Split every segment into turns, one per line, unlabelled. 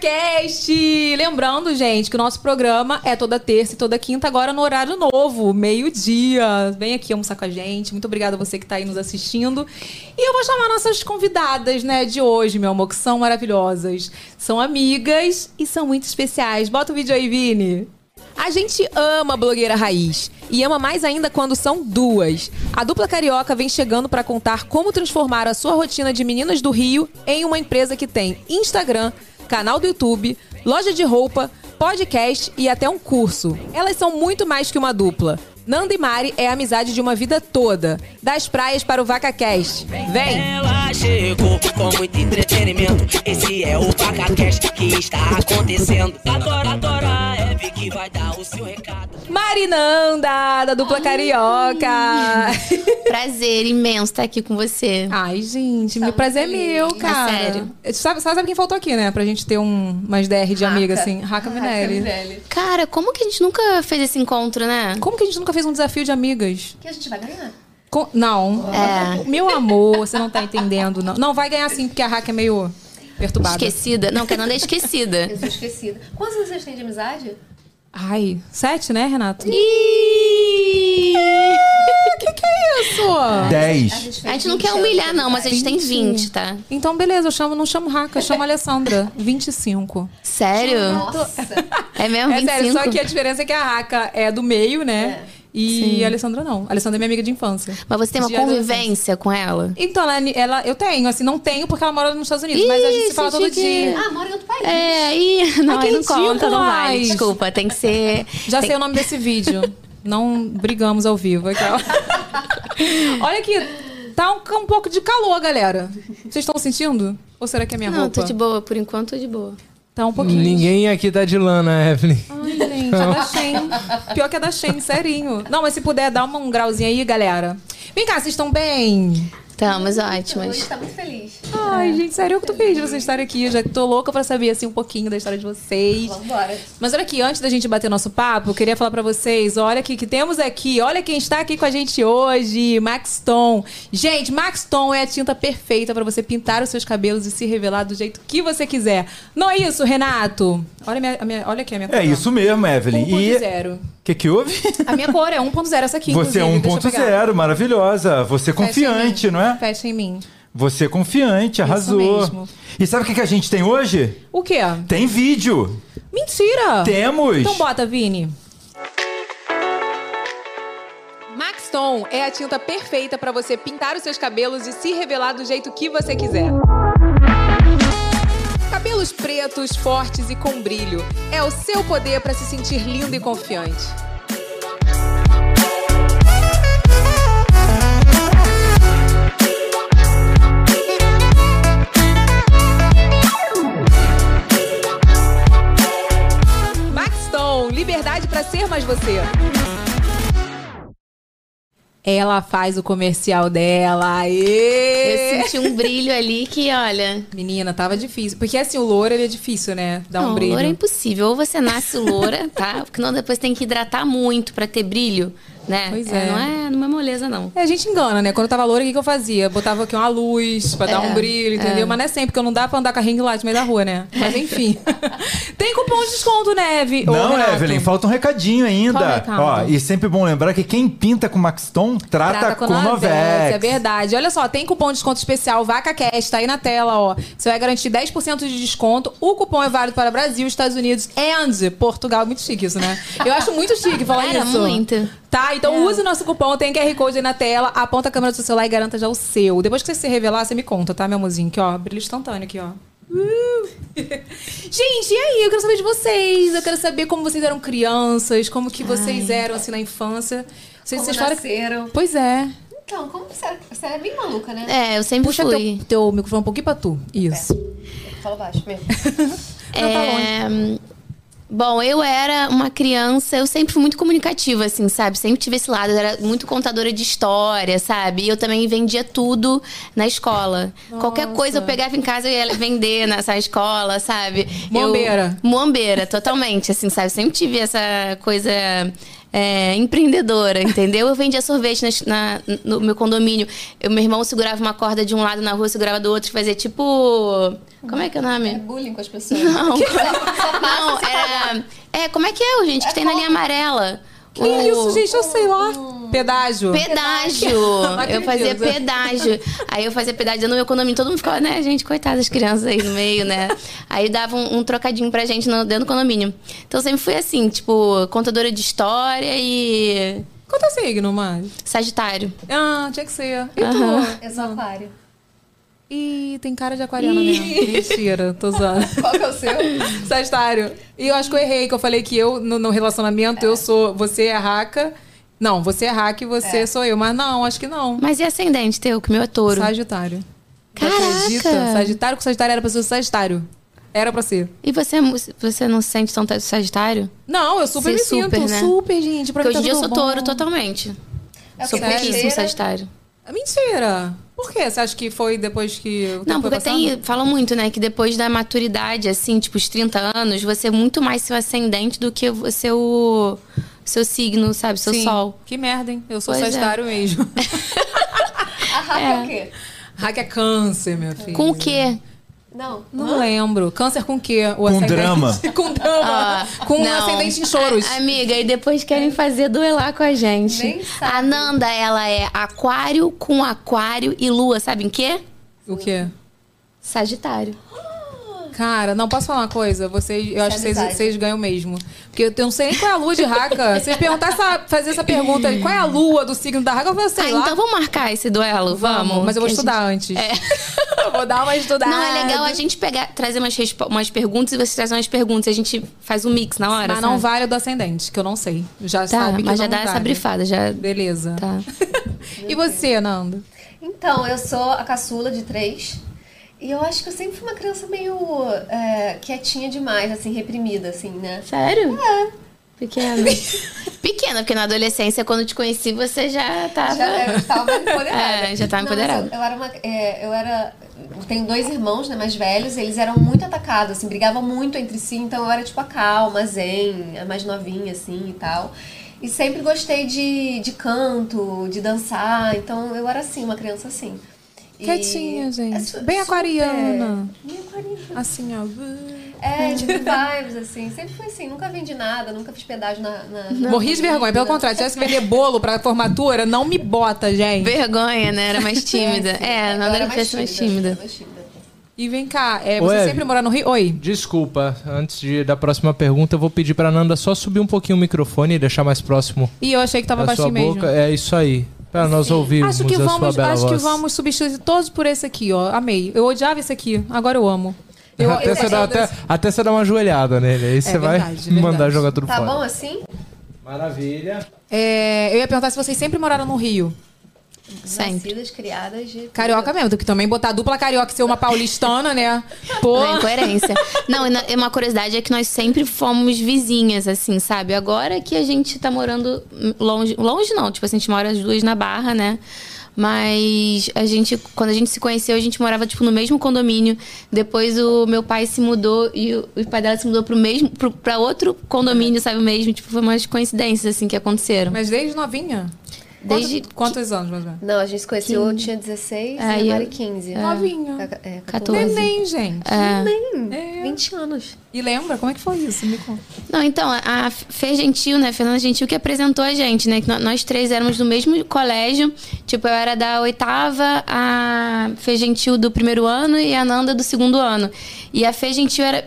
Cast! Lembrando, gente, que o nosso programa é toda terça e toda quinta, agora no horário novo, meio-dia. Vem aqui almoçar com a gente. Muito obrigada a você que está aí nos assistindo. E eu vou chamar nossas convidadas, né, de hoje, meu amor, que são maravilhosas. São amigas e são muito especiais. Bota o vídeo aí, Vini.
A gente ama blogueira raiz e ama mais ainda quando são duas. A dupla carioca vem chegando para contar como transformar a sua rotina de meninas do Rio em uma empresa que tem Instagram, canal do YouTube, loja de roupa, podcast e até um curso. Elas são muito mais que uma dupla. Nanda e Mari é a amizade de uma vida toda, das praias para o VacaCast. Vem!
Ela chegou com muito entretenimento. Esse é o PacaCast que está acontecendo. Adora, adora a Eve que vai dar o seu recado.
Marinanda, da dupla carioca.
Prazer imenso estar aqui com você.
Ai, gente, meu prazer é meu, cara. É,
sério.
Sabe, sabe quem faltou aqui, né? Pra gente ter um, umas DR de amiga, assim. Raca Minelli.
Cara, como que a gente nunca fez esse encontro, né?
Como que a gente nunca fez um desafio de amigas?
Que a gente vai ganhar.
Com- Não.
É.
Meu amor, você não tá entendendo, não. Não, vai ganhar sim, porque a Raca é meio perturbada.
Esquecida. Não, que a Nanda é esquecida.
Eu sou esquecida. Quantos anos vocês têm de amizade?
Ai, sete, né, Renato? O
Ih!
que que é isso?
10.
fez
A gente é não
20
quer humilhar,
anos.
não, mas a gente tem 20, tá?
Então, beleza, eu chamo, não chamo Raca, eu chamo Alessandra. 25.
Sério?
Nossa.
É mesmo?
É
25?
sério, só que a diferença é que a Raca é do meio, né? E a Alessandra não. A Alessandra é minha amiga de infância.
É. Mas você tem uma
De adolescência.
convivência com ela?
Então, ela, ela- eu tenho, assim, não tenho porque ela mora nos Estados Unidos, mas a gente se
Ih,
fala todo
chiquinha.
dia.
Ah, mora em outro país.
É, aí. Não,
Ai, que
aí não conta, não
ridículas.
vale. Desculpa, tem que ser.
Já
tem-
sei o nome desse vídeo. não brigamos ao vivo. aquela. Olha aqui, tá um, um pouco de calor, galera. Vocês estão sentindo? Ou será que é minha
Não,
roupa?
tô de boa, por enquanto tô de boa.
Tá um pouquinho.
Ninguém aqui tá de lana, Evelyn.
Ai, gente, é da Shein. Pior que é da Shein, serinho. Não, mas se puder, dá uma- um grauzinho aí, galera. Vem cá, vocês estão bem?
Estamos
Hoje
ótimas.
tá muito feliz.
Ai, gente, sério, eu que tu fez de vocês estarem aqui. Eu já tô louca pra saber, assim, um pouquinho da história de vocês.
Vambora.
Mas olha aqui, antes da gente bater nosso papo, eu queria falar pra vocês, olha aqui que temos aqui, olha quem está aqui com a gente hoje, Max Tom. Gente, Max Tom é a tinta perfeita pra você pintar os seus cabelos e se revelar do jeito que você quiser. Não é isso, Renato? Olha, a minha, a minha- olha aqui a minha tá?
É isso mesmo, Evelyn. E
1.0
o que que houve?
A minha cor é 1.0 essa aqui,
Você é
inclusive, deixa eu pegar.
1.0, maravilhosa. Você
Fecha em
confiante,
mim.
não é?
Fecha em mim.
Você é confiante, arrasou.
mesmo.
E sabe o que que a gente tem hoje?
O quê?
Tem vídeo.
Mentira!
Temos.
Então bota, Vini. Max Tom é a tinta perfeita para você pintar os seus cabelos e se revelar do jeito que você quiser. Cabelos pretos, fortes e com brilho. É o seu poder para se sentir lindo e confiante. Max Tom, liberdade para ser mais você. Ela faz o comercial dela. Aê!
Eu senti um brilho ali que, olha.
Menina, tava difícil. Porque assim, o louro ele é difícil, né? Dá um
não,
brilho.
loura é impossível. Ou você nasce loura, tá? Porque não, depois tem que hidratar muito pra ter brilho, né?
Pois é.
Não é, não é moleza, não.
É, a gente engana, né? Quando eu tava loura, o que, que eu fazia? Botava aqui uma luz pra dar um brilho, entendeu? Mas não é sempre, porque eu não dá pra andar com a ring light no meio da rua, né? Mas enfim. Tem cupom de desconto, Neve. Ô,
Não,
Renato.
Evelyn, falta um recadinho
Qual
ainda.
recado?
Ó, e sempre bom lembrar que quem pinta com Max Tom trata,
Trata
com
com Novex, é
Novex.
verdade. Olha só, tem cupom de desconto especial VacaCast, tá aí na tela, ó. Você vai garantir 10% de desconto. O cupom é válido para Brasil, Estados Unidos e Portugal. Muito chique isso, né? Eu acho muito chique falar
Era
isso.
muito.
Tá, então use o nosso cupom, tem QR Code aí na tela, aponta a câmera do seu celular e garanta já o seu. Depois que você se revelar, você me conta, tá, meu amorzinho? Aqui, ó, brilho instantâneo aqui, ó. Uh! Gente, e aí? Eu quero saber de vocês. Eu quero saber como vocês eram crianças, como que vocês eram assim na infância. Vocês,
Como
vocês falaram que-
nasceram.
Pois é.
Então, como você era, você era bem maluca, né?
É, eu sempre
Puxa
fui.
teu, teu microfone um pouquinho pra tu. Isso. É.
Fala baixo mesmo.
Não, tá
É, Bom, eu era uma criança, eu sempre fui muito comunicativa, assim, sabe? Sempre tive esse lado, eu era muito contadora de história, sabe? E eu também vendia tudo na escola. Qualquer coisa eu pegava em casa e ia vender nessa escola, sabe? Eu-
Mombeira.
Mombeira, totalmente, assim, sabe? Sempre tive essa coisa é, empreendedora, entendeu? Eu vendia sorvete nas- na- no meu condomínio. Eu, meu irmão segurava uma corda de um lado na rua, eu segurava do outro, fazia tipo. Como é que é o
É
nome?
bullying com as pessoas.
Não,
Só passa
não, era. É, como é que é, gente? Que tem na linha amarela.
Que isso, gente? Eu sei lá. Hum. Pedágio.
Pedágio.
Não
Eu
acredito.
fazia pedágio. Aí eu fazia pedágio no meu condomínio. Todo mundo ficava, né, gente, coitadas as crianças aí no meio, né? Aí dava um, um trocadinho pra gente no- dentro do condomínio. Então eu sempre fui assim, tipo, contadora de história e
Quanto é o signo, Mari?
Sagitário.
Ah, tinha que ser. E tu?
Eu sou é aquário.
Ih, tem cara de aquariana mesmo. Mentira, tô zoando.
Qual que é o seu?
Sagitário. E eu acho que eu errei, que eu falei que eu, no, no relacionamento, eu sou. Você é raca. Não, você é raca e você sou eu. Mas não, acho que não.
Mas e ascendente teu, que o meu é touro?
Sagitário. Tu
Caraca!
Acredita? Sagitário com Sagitário era pra ser o Sagitário. Era pra ser.
E você, é mu- você não se sente tão Sagitário?
Não, eu super
Você
me
super,
sinto.
né?
Super, gente. Pra
Porque
mim
hoje
tá
em dia eu sou
tudo bom.
touro totalmente.
É o
sou
quê?
pouquíssimo
né?
Terceira?
Sagitário.
É Mentira. Por quê? Você acha que foi depois que. o
Não,
tempo foi
porque
passando?
tem, falam muito, né, que depois da maturidade, assim, tipo, os 30 anos, você é muito mais seu ascendente do que o seu, seu signo, sabe? Seu
Sim.
sol.
Que merda, hein? Eu sou
Pois é.
Sagitário mesmo.
A raca é o quê?
Raca é câncer, minha filha.
Com o quê?
Não.
Não lembro. Câncer com quê? O ascendente-
drama.
com drama.
Ah,
com um
não. É,
ascendente em choros.
A- amiga, e depois querem fazer duelar com a gente.
Nem sabe.
A Nanda, ela é aquário com aquário e lua, sabe em quê?
O quê?
Sagitário.
Cara, não, posso falar uma coisa? Vocês, eu acho que vocês,
amizade.
vocês ganham mesmo. Porque eu não sei nem qual é a lua de Raca. Vocês perguntar essa, fazer essa pergunta, qual é a lua do signo da Raca? Eu falo, sei
ah,
lá.
então vamos marcar esse duelo? Vamos.
Mas eu vou
que a É.
estudar antes. Eu vou dar uma estudada.
Não, é legal a gente pegar, trazer umas, respo- umas perguntas e vocês trazem umas perguntas. A gente faz um mix na hora.
Mas não
sabe?
vale o do ascendente, que eu não sei. Já
Tá,
sabe que
mas já
não
dá
vale.
essa brifada, já.
Beleza.
Tá.
E você, Nando?
Então, eu sou a caçula de três. E eu acho que eu sempre fui uma criança meio é, quietinha demais, assim, reprimida, assim, né?
Sério? Pequena. É. Pequena, porque na adolescência, quando te conheci, você já tava.
Já é, eu estava mais empoderada.
É, já tava
Não, mas
empoderada.
eu, eu era uma. é, eu era. eu Tenho dois irmãos, né, mais velhos, eles eram muito atacados, assim, brigavam muito entre si, então eu era tipo a calma, a zen, a mais novinha, assim e tal. E sempre gostei de, de canto, de dançar, então eu era assim, uma criança assim. E-
Quietinha, gente.
É su-
Bem aquariana.
super- Bem aquariana.
Assim, ó.
É, de vibes, assim. Sempre foi assim, nunca vendi nada, nunca fiz pedágio na. na- na
Morri de vergonha. Pelo
vida.
contrário, se tivesse que vender bolo pra formatura, não me bota, gente.
Vergonha, né? Era mais tímida. É, na
Eu era
adolescência mais tímida.
mais tímida.
E vem cá, é,
Ô,
você
Eve.
sempre mora no Rio? Oi.
Desculpa, antes de, da próxima pergunta, eu vou pedir pra Nanda só subir um pouquinho o microfone e deixar mais próximo
E eu achei que tava
da sua
baixinho mesmo.
boca. É isso aí. Pra nós ouvirmos
Acho que
a sua
vamos,
bela
acho que
voz.
vamos substituir todos por esse aqui, ó. Amei. Eu odiava esse aqui, agora eu amo. Eu,
até,
eu
você dá,
gosto
até,
desse.
até você dar uma joelhada nele, aí você vai
verdade, é
mandar
verdade.
jogar tudo
Tá
fora.
bom assim?
Maravilha.
É, eu ia perguntar se vocês sempre moraram no Rio.
Sempre.
Nascidas, criadas de.
Carioca mesmo, que também botar dupla carioca e ser uma paulistana, né? Pô.
Não, incoerência. Não, e na- e uma curiosidade é que nós sempre fomos vizinhas, assim, sabe? Agora que a gente tá morando longe. Longe não, tipo assim, a gente mora as duas na Barra, né? Mas a gente, quando a gente se conheceu, a gente morava, tipo, no mesmo condomínio. Depois o meu pai se mudou e o, o pai dela se mudou pro mesmo, pro, pra outro condomínio, sabe? O mesmo. Tipo, foi umas coincidências, assim, que aconteceram.
Mas desde novinha?
Desde
Quanto- quantos anos, mais ou menos?
Não, a gente se conheceu, eu tinha 16
Aí
e a Mari
É, eu-
15.
Novinha.
É, é, 14.
14.
Neném, gente.
É.
Nem 20 anos.
E lembra? Como é que foi isso? Me conta.
Não, então, a a Fê Gentil, né, Fernanda Gentil, que apresentou a gente, né? Que nó- nós três éramos do mesmo colégio. Tipo, eu era da oitava, a Fê Gentil do primeiro ano e a Nanda do segundo ano. E a Fê Gentil era.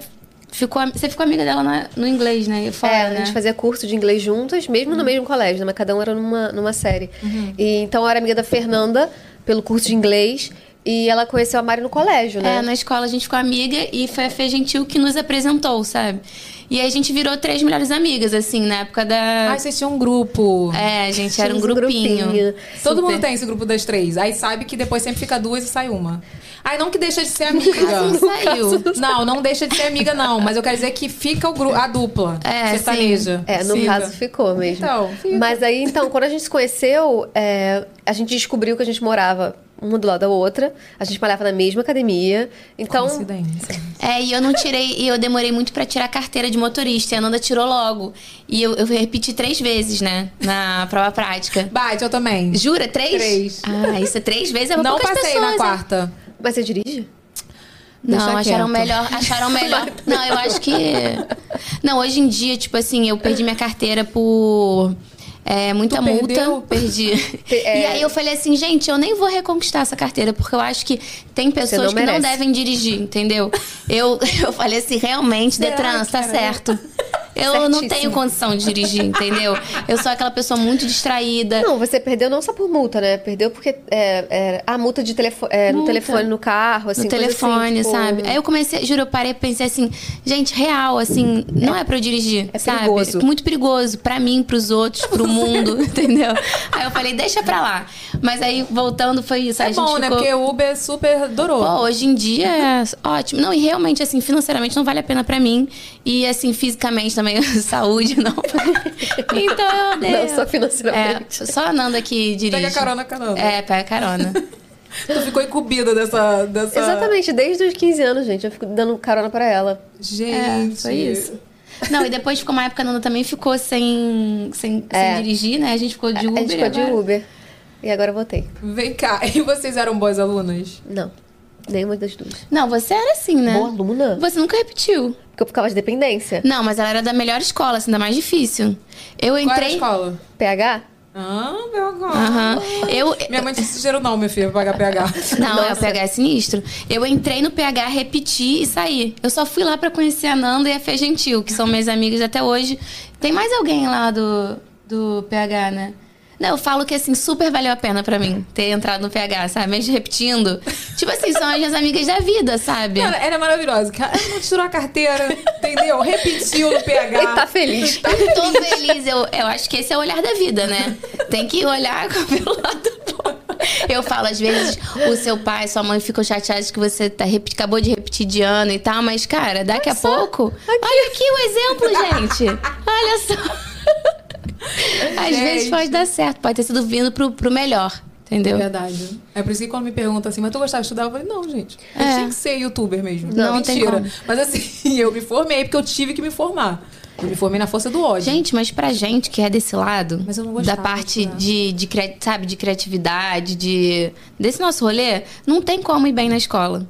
Ficou, am- você ficou amiga dela na- no inglês, né? Eu falo,
É, a
né? Uhum.
gente fazia curso de inglês juntas, mesmo no mesmo colégio, né? mas cada um era numa, numa série. E, então eu era amiga da Fernanda pelo curso de inglês e ela conheceu a Mari no colégio, né?
É, na escola a gente ficou amiga e foi a Fê Gentil que nos apresentou, sabe? E aí a gente virou três melhores amigas, assim, na época da.
Ah, vocês tinham um grupo.
é, a gente era um
Tínhamos
grupinho.
Todo
Super.
mundo tem esse grupo das três. Aí sabe que depois sempre fica duas e sai uma. Aí não que deixa de ser amiga.
Não saiu.
Não, não deixa de ser amiga, não. Mas eu quero dizer que fica o gru- a dupla.
É,
sertaneja.
É, no
Fica.
caso ficou mesmo.
Então, fica.
Mas aí, então, quando a gente se conheceu, é, a gente descobriu que a gente morava
uma do lado da outra. A gente malhava na mesma academia. Então,
Coincidência.
É, e eu não tirei, e eu demorei muito pra tirar a carteira de motorista, e a Nanda tirou logo. E eu, eu repeti três vezes, né? Na prova prática.
Bate, eu também.
Jura? Três?
Três.
Ah, isso é três vezes é pra
Não
poucas
passei
pessoas,
na
hein?
quarta.
mas você dirige?
Deixa
Não, acharam
quieto.
melhor, acharam melhor. Não, eu acho que. Não, hoje em dia, tipo assim, eu perdi minha carteira por. é, muita
Tu
multa,
perdeu?
perdi.
É.
E aí eu falei assim, gente, eu nem vou reconquistar essa carteira, porque eu acho que tem pessoas que não
merece.
devem dirigir, entendeu? Eu, eu falei assim, realmente,
Será
Detran,
que
tá
era?
certo. Eu não
Certíssimo.
tenho condição de dirigir, entendeu? Eu sou aquela pessoa muito distraída.
Não, você perdeu não só por multa, né? Perdeu porque é, é, a multa de telefone, é, no
Multa.
telefone, no carro, assim.
no
coisa assim,
telefone,
tipo,
sabe? É Aí eu comecei, juro, eu parei e pensei assim, gente, real, assim, não é pra eu dirigir,
É
sabe?
perigoso.
É muito perigoso pra mim, pros outros, pro mundo, entendeu? Aí eu falei, deixa pra lá. Mas aí, voltando, foi isso.
É
a gente
bom, né?
ficou...
Porque o Uber é super durou.
Pô, hoje em dia é ótimo. Não, e realmente, assim, financeiramente não vale a pena pra mim. E, assim, fisicamente também, saúde não vale. Então, eu
Não,
dei-
só financeiramente.
É, só a Nanda que dirige.
Pega carona, carona.
É, pega carona.
Tu ficou incumbida dessa.
É,
dessa...
Exatamente, desde os 15 anos, gente. Eu fico dando carona pra ela.
Gente.
É, foi isso. Não, e depois ficou uma época que a Nanda também ficou sem, sem,
É.
sem dirigir, né? A gente ficou de Uber.
a gente ficou de
agora.
Uber. E agora eu voltei.
Vem cá, e vocês eram boas alunas?
Não. Nenhuma das duas.
Não, você era assim, né?
Boa aluna?
Você nunca repetiu.
Porque eu ficava de dependência.
Não, mas ela era da melhor escola, assim, da mais difícil. Eu
Qual era a
entrei.
escola?
PH?
Ah, meu agora.
Aham. Eu.
Minha mãe disse dinheiro não, meu filho, pra pagar PH.
Não, é o PH é sinistro. Eu entrei no PH, repeti e saí. Eu só fui lá pra conhecer a Nanda e a Fê Gentil, que são minhas amigas até hoje. Tem mais alguém lá do, do PH, né? Não, eu falo que assim, super valeu a pena pra mim ter entrado no PH, sabe? Mesmo repetindo. Tipo assim, são as minhas amigas da vida, sabe?
Cara, ela é maravilhosa. cara. Ela não tirou a carteira, entendeu? Repetiu no PH.
E tá feliz.
Eu tô feliz. Eu, eu acho que esse é o olhar da vida, né? Tem que olhar pelo lado bom. Eu falo, às vezes, o seu pai, sua mãe ficam chateados que você tá repi- acabou de repetir de ano e tal, mas, cara, daqui a pouco. Olha aqui o exemplo, gente. Olha só. Às vezes
Gente.
pode dar certo, pode ter sido vindo pro, pro melhor,
É
entendeu?
Verdade. É por isso que quando me perguntam assim, mas tu gostava de estudar? Eu falei, não, gente. Eu
É.
tinha que ser youtuber mesmo.
Não, tem
mentira.
como.
Mas assim, eu me formei porque eu tive que me formar. Eu me formei na força do ódio.
Gente, mas pra gente que é desse lado,
Mas eu não
da
gostava de
parte
estudar.
de, de, cria- sabe, de criatividade, de desse nosso rolê, não tem como ir bem na escola.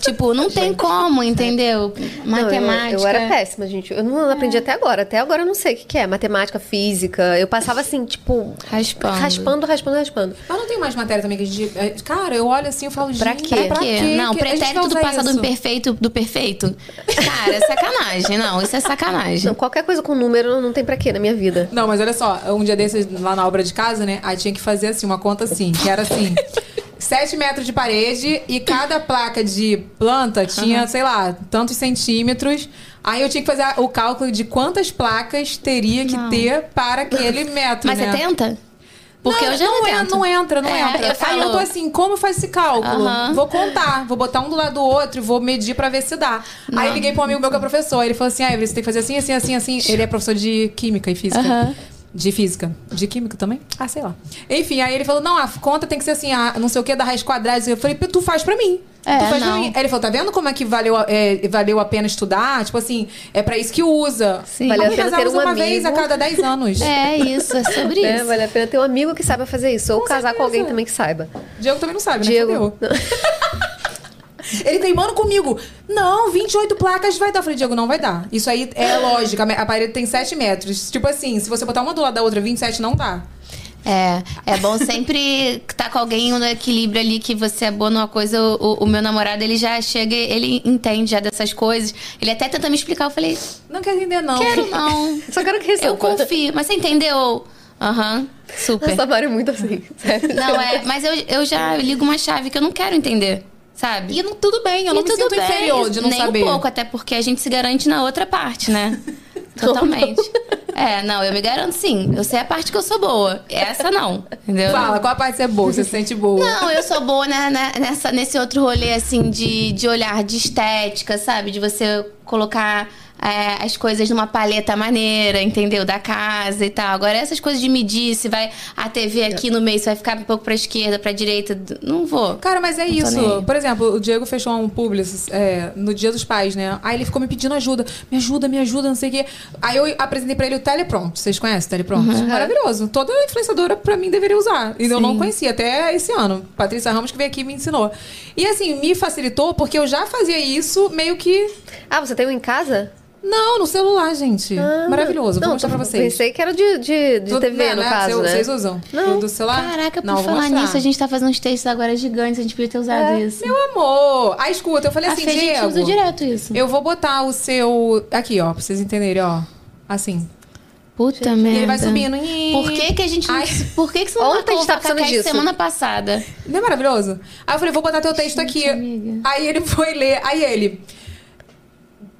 tipo, não tem como, entendeu?
Não, eu-
Matemática.
eu, era péssima, gente. Eu não
É.
aprendi até agora. Até agora eu não sei o que, que é. Matemática, física. Eu passava assim, tipo.
Raspando.
Raspando, raspando, raspando.
Mas não tem mais matéria também que a gente. é, Cara, eu olho assim e falo,
Pra
gente,
quê?
Pra
Quê?
quê?
Não,
que a gente vai
pretérito do
usar
passado
isso?
imperfeito do perfeito. Cara, é sacanagem. Não, isso é sacanagem.
Não, qualquer coisa com número não tem pra quê na minha vida.
Não, mas olha só, um dia desses lá na obra de casa, né? Aí tinha que fazer assim, uma conta assim, que era assim. 7 metros de parede e cada placa de planta tinha, sei lá, tantos centímetros. Aí eu tinha que fazer a- o cálculo de quantas placas teria que ter para aquele metro.
Mas
né?
você tenta? Porque
não,
eu já
não, en-
tento.
não entra, não
É,
entra.
Eu
Aí
falo,
eu tô assim, como faz esse cálculo?
Aham.
Vou contar, vou botar um do lado do outro e vou medir pra ver se dá. Aí liguei pra um amigo meu que é professor. Ele falou assim: ah, Evelyn, você tem que fazer assim, assim, assim, assim. Ele é professor de química e física.
Aham.
De física. De química também? Ah, sei lá. Enfim, aí ele falou: não, a conta tem que ser assim, a não sei o que, da raiz quadrada. Eu falei, tu faz pra mim.
É,
tu faz pra
não.
mim. Aí ele falou, tá vendo como é que valeu, a- é, valeu a pena estudar? Tipo assim, é pra isso que usa.
Sim.
Mas
Valeu
a pena
casamos
ter um
uma vez a
amigo.
cada 10 anos.
É isso, é sobre isso.
Né? Vale a pena ter um amigo que saiba fazer isso. Ou
Com
casar com
certeza.
alguém também que saiba.
Diego também não sabe, né?
Diego.
Fudeu. Ele teimando comigo. Não, 28 placas vai dar. Eu falei, Diego, não vai dar. Isso aí é lógica. A me- A parede tem 7 metros. Tipo assim, se você botar uma do lado da outra, 27 não dá.
É, é bom sempre estar com alguém no equilíbrio ali que você é boa numa coisa. O, o meu namorado, ele já chega, ele entende já dessas coisas. Ele até tenta me explicar, eu falei,
Não quer entender, não.
quero não.
Só quero que
Eu
resolva.
confio, mas você entendeu? Aham, super.
Nossa, Mário é muito assim. sério.
Não, é, mas eu, eu já ligo uma chave que eu não quero entender, sabe?
E não, tudo bem, eu não
E
me sinto inferior de não
Nem
saber.
um pouco, até porque a gente se garante na outra parte, né? Totalmente. É, não, eu me garanto sim. Eu sei a parte que eu sou boa. Essa não, entendeu?
Fala, qual a parte é boa? Você se sente boa?
Não, eu sou boa né, né, nessa, nesse outro rolê, assim, de, de olhar de estética, sabe? De você colocar é, as coisas numa paleta maneira, entendeu? Da casa e tal. Agora, essas coisas de medir se vai a TV aqui no meio, se vai ficar um pouco pra esquerda, pra direita. d- Não vou.
Cara, mas é
tô nem
isso.
aí.
Por exemplo, o Diego fechou um Publis é, no Dia dos Pais, né? Aí ele ficou me pedindo ajuda. Me ajuda, me ajuda, não sei o quê. Aí eu apresentei pra ele o Teleprompt. Vocês conhecem o Teleprompt?
Uhum.
Maravilhoso. Toda influenciadora, pra mim, deveria usar. E eu não conhecia até esse ano. Patrícia Ramos, que veio aqui e me ensinou. E assim, me facilitou porque eu já fazia isso meio que...
Ah, você tem um em casa?
Não, no celular, gente.
Ah,
Maravilhoso. Vou
não,
mostrar pra vocês.
Pensei que era de, de, de
Tudo-
TV,
não,
no
né?
caso,
Vocês-
né?
Vocês usam?
Não.
Do celular?
Caraca, por
não, vou
falar
mostrar.
nisso, a gente tá fazendo uns textos agora gigantes, a gente podia ter usado isso.
Meu amor! Aí escuta, eu falei É.
a
assim,
Fê, a gente
Diego...
usa direto isso.
Eu vou botar o seu. Aqui, ó, pra vocês entenderem, ó. Assim.
Puta
E
merda.
ele vai subindo.
Por que que a gente não...
Ai.
Por que que você não
Ontem
matou
a gente
tá
tava
o Facacast
pensando disso.
semana passada?
Não é maravilhoso? Aí eu falei, vou botar teu texto aqui.
amiga.
Aí ele foi ler. Aí ele.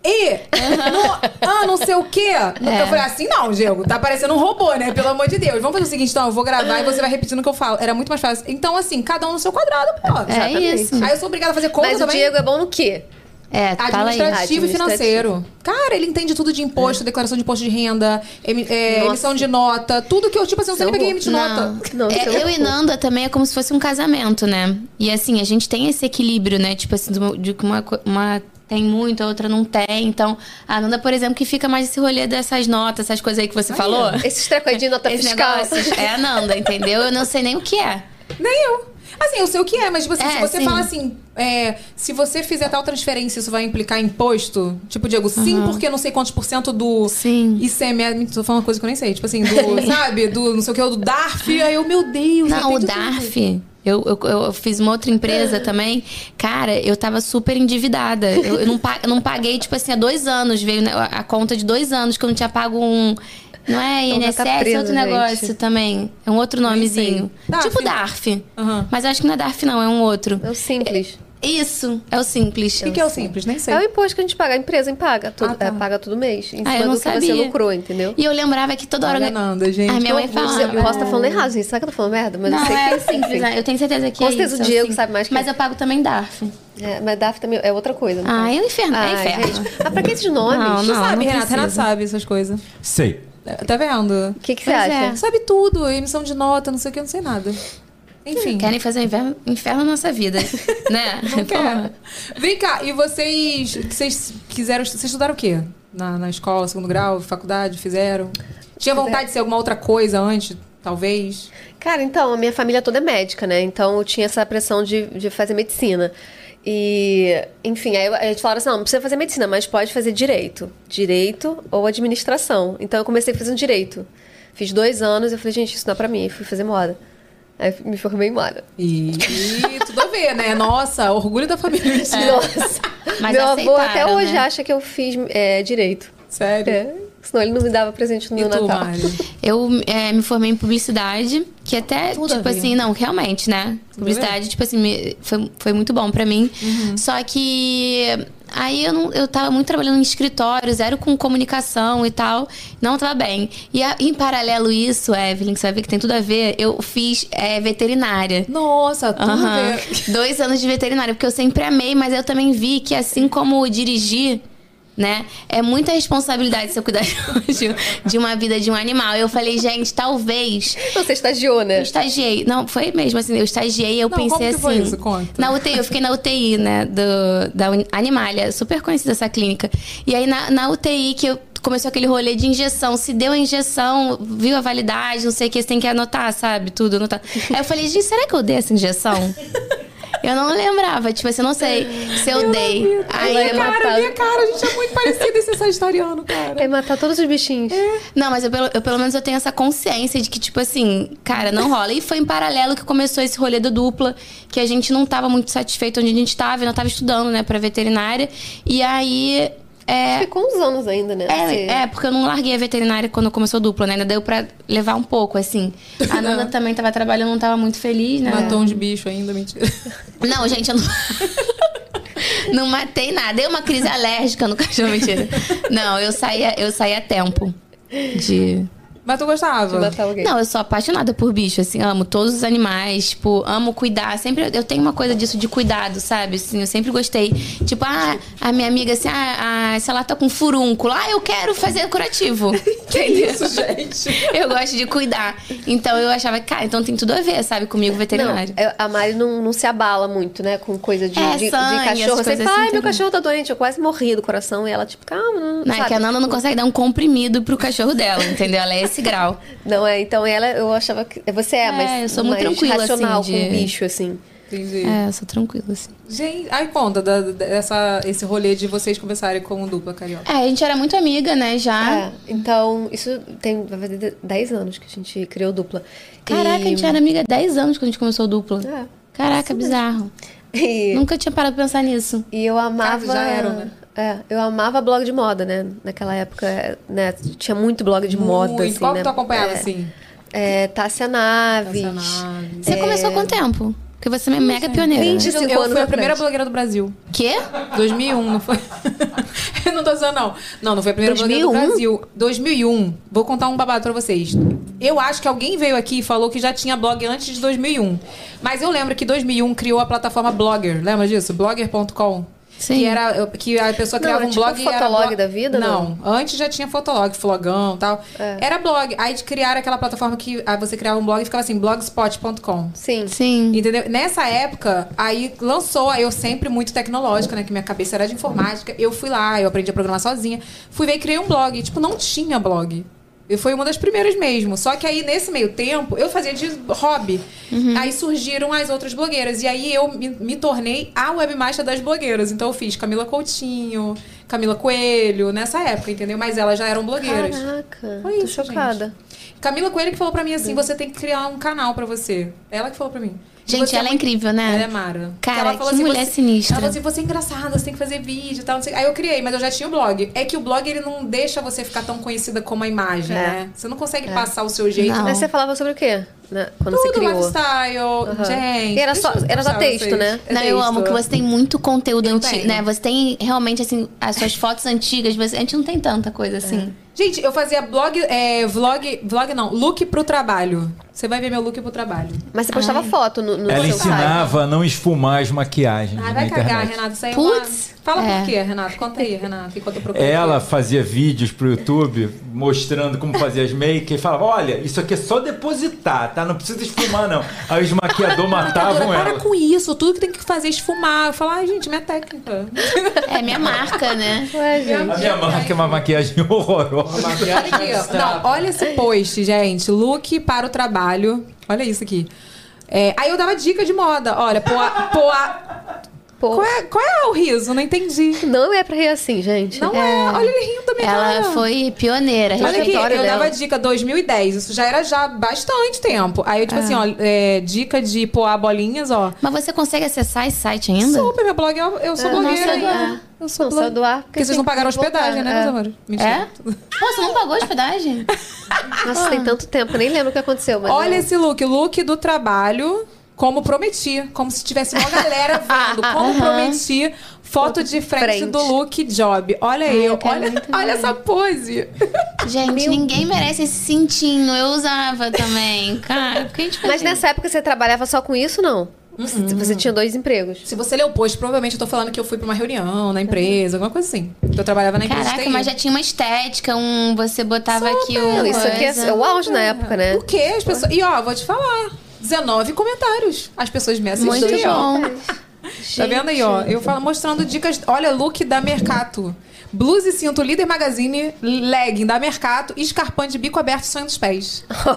E. no- ah, não sei o quê.
É.
Eu falei assim, não, Diego. Tá parecendo um robô, né? Pelo amor de Deus. Vamos fazer o seguinte, então. Eu vou gravar e você vai repetindo o que eu falo. Era muito mais fácil. Então, assim, cada um no seu quadrado, pô.
É
Exatamente.
isso.
Aí eu sou obrigada a fazer conta
Mas o
também.
Diego é bom no quê?
É, fala
Administrativo e
aí.
Administrativo.
financeiro. Cara, ele entende tudo de imposto,
É.
declaração de imposto de renda, emi- é,
Nossa.
emissão de nota, tudo que eu, tipo assim, eu
Seu
sempre peguei
horror.
emitir nota.
Não,
É,
isso é
eu e
loucura.
Nanda também é como se fosse um casamento, né? E assim, a gente tem esse equilíbrio, né? Tipo assim, do- de que uma, co- uma tem muito, a outra não tem. Então, a Nanda, por exemplo, que fica mais esse rolê dessas notas, essas coisas aí que você falou.
Esses trecos aí de nota
Esses
fiscal.
negócios. É a Nanda, entendeu? Eu não sei nem o que é.
Nem eu. Assim, eu sei o que é, mas tipo, assim,
É,
se você
sim.
fala assim, é, se você fizer tal transferência, isso vai implicar imposto? Tipo, Diego, sim, porque não sei quantos por cento do
Sim.
ICMS. Tô falando uma coisa que eu nem sei. Tipo assim, do, sabe? Do não sei o que, do DARF. Aí eu, meu Deus. eu
Não, o
entendi tudo.
DARF. Eu, eu, eu fiz uma outra
Ah.
empresa também. Cara, eu tava super endividada. Eu, eu não, pa- eu não paguei, tipo assim, há dois anos. Veio né, a conta de dois anos que eu não tinha pago um. Não é
Então já
INSS?
tá
é
preso,
outro
gente.
negócio também. É um outro nomezinho.
sei.
Tipo
DARF.
DARF.
Aham.
Mas eu acho que não é DARF, não. É um outro.
É o simples.
Isso. É o simples.
O que, que é o simples? Nem sei.
É o imposto que a gente paga. A empresa paga. Tudo,
Ah, tá.
é, paga todo mês. Em
Ah,
cima
eu não
do que você
sabia.
lucrou, entendeu?
E eu lembrava que toda hora...
Olha, Nanda, gente,
Ai, né? minha
que
mãe
Eu
falava...
posso estar falando errado, gente. Será que eu tô falando merda? Mas eu
Não, é
sei que assim,
simples, né? Eu tenho certeza que
Com
é
certeza
isso,
o
é
Diego
simples.
sabe mais que
Mas
eu.
eu pago também DARF.
É, mas DAF também é outra coisa. né?
Ah, é um inferno.
Ai,
é inferno.
gente. Ah, pra que esses nomes?
Não,
Tu
não.
sabe, Renata.
precisa.
Renata sabe essas coisas.
Sei.
É, Tá vendo?
O que, que você
Pois
acha?
é.
Sabe tudo, emissão de nota, não sei o que, não sei nada. Enfim.
Querem fazer um inferno, inferno na nossa vida, né?
Não
Porra.
quer. Vem cá, e vocês, que vocês quiseram, vocês estudaram o quê? Na, na escola, segundo grau, faculdade, fizeram? Tinha vontade de ser alguma outra coisa antes, talvez?
Cara, então, a minha família toda é médica, né? Então eu tinha essa pressão de, de fazer medicina. E, enfim, aí a gente falaram assim: não, não precisa fazer medicina, mas pode fazer direito. Direito ou administração. Então eu comecei fazendo direito. Fiz dois anos eu falei, gente, isso não é pra mim. E fui fazer moda. Aí me formei em moda.
E, e tudo a ver, né? Nossa, orgulho da família.
É.
Nossa.
Mas
meu avô até
aceitaram,
hoje
né?
acha que eu fiz é, direito.
Sério.
É, senão ele não me dava presente no
E
meu
tu,
Natal.
Mari?
Eu é, me formei em publicidade, que até,
Tudo a
tipo
ver.
assim, não, realmente, né? Publicidade, tipo assim, me- foi, foi muito bom pra mim.
Uhum.
Só que aí eu, não, eu tava muito trabalhando em escritório, zero com comunicação e tal. Não tava bem. E a- em paralelo isso, Evelyn, que você vai ver que tem tudo a ver, eu fiz é, veterinária.
Nossa, tudo a
Aham.
ver.
Dois anos de veterinário, porque eu sempre amei, mas eu também vi que assim como dirigir, né? É muita responsabilidade se eu cuidar de- de uma vida de um animal. Eu falei, gente, talvez.
Você estagiou,
Eu
né?
estagiei. Não, foi mesmo assim, eu estagiei, eu
Não,
pensei
como que
assim.
foi isso? Conta.
Na UTI, eu fiquei na UTI, né? Do, da Uni- Animalia, super conhecida essa clínica. E aí na, na UTI que eu- começou aquele rolê de injeção. Se deu a injeção, viu a validade, não sei o que, você tem que anotar, sabe? Tudo, anotar. Aí eu falei, gente, será que eu dei essa injeção? Eu não lembrava, tipo assim, eu não sei se eu dei. Aí
Ela é
eu-
uma-
Cara, minha cara, a gente é muito parecido esse sagitariano, cara.
É matar todos os bichinhos.
Não, mas eu pelo, eu, pelo menos eu tenho essa consciência de que, tipo assim, cara, não rola. E foi em paralelo que começou esse rolê da dupla, que a gente não tava muito satisfeito onde a gente tava, eu não tava estudando, né, pra veterinária. E aí. É,
Ficou uns anos ainda, né? Você-
é, é, porque eu não larguei a veterinária quando começou a dupla, né? Ainda deu pra levar um pouco, assim. A Nanda também tava trabalhando, não tava muito feliz, né?
Matou uns bichos ainda, mentira.
Não, gente, eu não. não matei nada. Dei uma crise alérgica no cachorro, mentira. Não, eu saí a, eu saí a tempo de,
Mas tu gostava?
matar alguém.
Não, eu sou apaixonada por bicho, assim, amo todos os animais, tipo, amo cuidar. Sempre eu tenho uma coisa disso de cuidado, sabe? Assim, eu sempre gostei. Tipo, ah, a minha amiga, assim, ah, ah, sei lá, tá com furúnculo. Ah, eu quero fazer curativo. Entendeu?
gente.
Eu gosto de cuidar. Então eu achava, cara, então tem tudo a ver, sabe, comigo,
Não,
veterinário.
eu- a Mari não, não se abala muito, né? Com coisa de,
É,
de- de
sangue, essas
cachorro. Você
coisas
fala, ai,
assim também.
meu cachorro tá doente, eu quase morri do coração. E ela, tipo, calma, não,
Não, é
sabe?
que a Nanda não consegue dar um comprimido pro cachorro dela, entendeu? Ela é esse grau.
Não, é, então ela, eu achava que. Você é,
É,
mas.
eu sou muito
mais
tranquila,
racional
assim,
com
de-
o bicho, assim.
Entendi.
É, eu sou tranquila, assim.
Gente, aí conta da- dessa, esse rolê de vocês conversarem com dupla carioca.
É, a gente era muito amiga, né, já.
É, então, isso tem. Vai fazer 10 anos que a gente criou dupla.
Caraca,
E-
a gente era amiga há 10 anos quando a gente começou o dupla.
É.
Caraca, bizarro.
E,
Nunca tinha parado pra pensar nisso.
e eu amava.
Carros já eram, né?
É, eu amava blog de moda, né? Naquela época, é, né? Tinha muito blog de moda,
Muito.
assim,
Qual
né?
que tu acompanhava,
É,
assim?
É, Tássia Naves.
Essa nave.
Você começou há quanto tempo? Porque você é mega pioneira. né?
25
Eu
anos
fui a
à
primeira
frente.
blogueira do Brasil.
Quê?
2001, não foi? Eu não tô zoando, não. Não, não foi a primeira blogueira do
2001?
Brasil. 2001. Vou contar um babado pra vocês. Eu acho que alguém veio aqui e falou que já tinha blog antes de 2001. Mas eu lembro que 2001 criou a plataforma Blogger. Lembra disso? Blogger.com.
Sim.
Que, era, que a pessoa
Não,
criava
era
um
tipo
blog e era
Fotolog
blo-
da vida, É.
Não, antes já tinha Fotolog, Flogão e tal. Era blog. Aí criaram aquela plataforma que aí você criava um blog e ficava assim, blogspot.com.
Sim.
Sim.
Entendeu? Nessa época, aí lançou, aí eu sempre muito tecnológica, né? Que minha cabeça era de informática. Eu fui lá, eu aprendi a programar sozinha. Fui ver e criei um blog. Tipo, não tinha blog. Eu fui uma das primeiras mesmo. Só que aí, nesse meio tempo, eu fazia de hobby.
Uhum.
Aí surgiram as outras blogueiras. E aí eu me, me tornei a webmaster das blogueiras. Então eu fiz Camila Coutinho, Camila Coelho, nessa época, entendeu? Mas elas já eram blogueiras.
Caraca,
Foi
tô
isso,
chocada.
Camila Coelho que falou pra mim
Uhum.
assim: você tem que criar um canal pra você. Ela que falou pra mim.
Gente,
Você
ela é
muito-
incrível, né?
Ela é Mara.
Cara,
ela falou
que mulher
você...
sinistra.
Ela falou assim: você é engraçada, você tem que fazer vídeo e tal. não sei- Aí eu criei, mas eu já tinha o blog. É que o blog ele não deixa você ficar tão conhecida como a imagem,
É.
né? Você não consegue passar o seu jeito.
Não.
Mas você falava sobre o quê? né, Quando você
Tudo,
criou?
lifestyle, gente.
E era só-
deixa eu
era só
mostrar
texto,
vocês.
né?
É
Não, eu
texto.
amo que você tem muito conteúdo
Eu
antigo,
tenho.
né? Você tem realmente, assim, as suas fotos antigas, você- a gente não tem tanta coisa assim.
Gente, eu fazia blog, é, vlog, vlog não, look pro trabalho. Você vai ver meu look pro trabalho.
Mas você postava foto no, no
Ela
seu site.
ensinava a não esfumar as maquiagens
Ah,
na
vai
internet.
cagar, Renato. Isso aí é
Putz.
uma... Fala
É.
por quê, Renato? Conta aí, Renato, enquanto eu procuro.
Ela fazia vídeos pro YouTube mostrando como fazia as make e falava: olha, isso aqui é só depositar, tá? Não precisa esfumar, não. Aí os maquiadores
Maquiadora,
matavam
para
ela.
com isso, tudo que tem que fazer é esfumar. Eu falo, ai, gente, minha técnica.
É minha marca, né?
Ué, gente.
A minha marca é uma maquiagem horrorosa.
Olha aqui, ó. Não, olha esse post, gente. Look para o trabalho. Olha isso aqui. É, aí eu dava dica de moda. Olha, poa. poa...
Pô.
Qual, é, qual é o riso? Não entendi.
Não é pra rir assim, gente.
Não é. Olha ele rindo também,
Ela
cara.
foi pioneira.
Olha aqui, eu
trajetória dela.
dava dica 2010. Isso já era já bastante tempo. Aí eu, tipo assim, ó, é, dica de poar bolinhas, ó.
Mas você consegue acessar esse site ainda?
Super, meu blog, eu, eu sou
não
blogueira.
sei
agora.
doar.
Eu sou
Não sei
blogueira.
doar, porque
Porque vocês não
tem que
pagaram
voltar,
hospedagem, né, meus
é.
amores? Mentira.
É? Pô, você não pagou hospedagem?
Nossa, tem tanto tempo, eu nem lembro o que aconteceu. Mas
é.
Olha esse look, look do trabalho, como prometi, como se tivesse uma galera vendo, como prometi, foto de frente,
frente.
do look job. Olha eu,
eu quero
olha,
muito
olha
ver.
essa pose.
Gente, ninguém merece esse cintinho. Eu usava também. Cara, por que a gente
Mas
fazia?
nessa época você trabalhava só com isso, não? Você,
Uhum.
você tinha dois empregos.
Se você ler o post, provavelmente eu tô falando que eu fui pra uma reunião na empresa, alguma coisa assim. Que eu trabalhava na empresa. de
Caraca,
TI.
mas já tinha uma estética, um. Você botava aqui um o.
Não, isso aqui é, é o auge na época, né?
O quê? As pessoas... E ó, vou te falar. 19 comentários. As pessoas me
assim,
assistem.
Muito
ó.
bom.
Tá vendo aí, ó? Eu falo mostrando dicas. Olha, look da Mercato. Blusa e cinto Líder Magazine, legging da Mercato e escarpão de bico aberto sonho dos pés. Ai,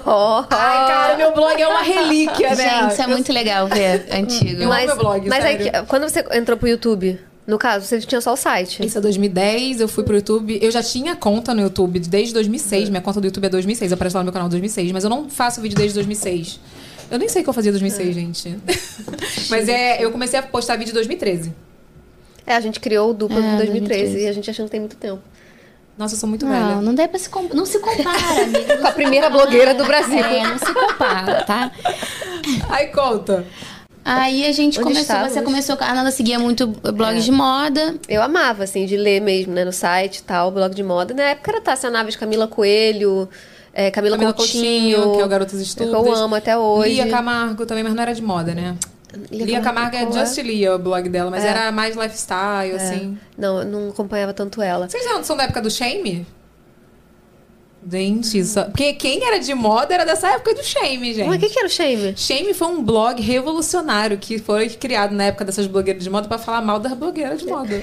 cara, meu blog é uma relíquia, né?
Ah. Gente, isso é muito legal ver antigo.
Eu amo
mas
meu blog,
mas aí,
sério.
que- quando você entrou pro YouTube, no caso, você tinha só o site.
Isso é 2010, eu fui pro YouTube. Eu já tinha conta no YouTube desde 2006. Minha conta do YouTube é 2006, aparece lá no meu canal 2006. Mas eu não faço vídeo desde 2006. Eu nem sei o que eu fazia em
É.
2006, gente. mas é, eu comecei a postar vídeo em 2013.
É, a gente criou o duplo em 2013
2013.
e a gente achando que tem muito tempo.
Nossa, eu sou muito velha.
Não, não dá pra se comp... Não se compara, amiga.
Com a primeira blogueira do Brasil.
É, não se compara, tá?
Aí conta.
Aí a gente
Onde É.
começou,
estávamos?
você começou, a Nanda seguia muito blogs de moda.
Eu amava, assim, de ler mesmo, né, no site e tal, blog de moda. Na época era Tássia Naves, Camila Coelho, É, Camila,
Camila
Coutinho,
Coutinho, que é o Garotas Estúpidas.
que eu amo até hoje.
Lia Camargo também, mas não era de moda, né? Lia, Camargo é
Camargo,
Just Lia, o blog dela, mas era mais lifestyle, assim.
Não, eu não acompanhava tanto ela.
Vocês não são da época do Shame? Gente, isso... Porque quem era de moda era dessa época do Shame, gente.
Mas o que, que era o Shame?
Shame foi um blog revolucionário que foi criado na época dessas blogueiras de moda pra falar mal das blogueiras de moda.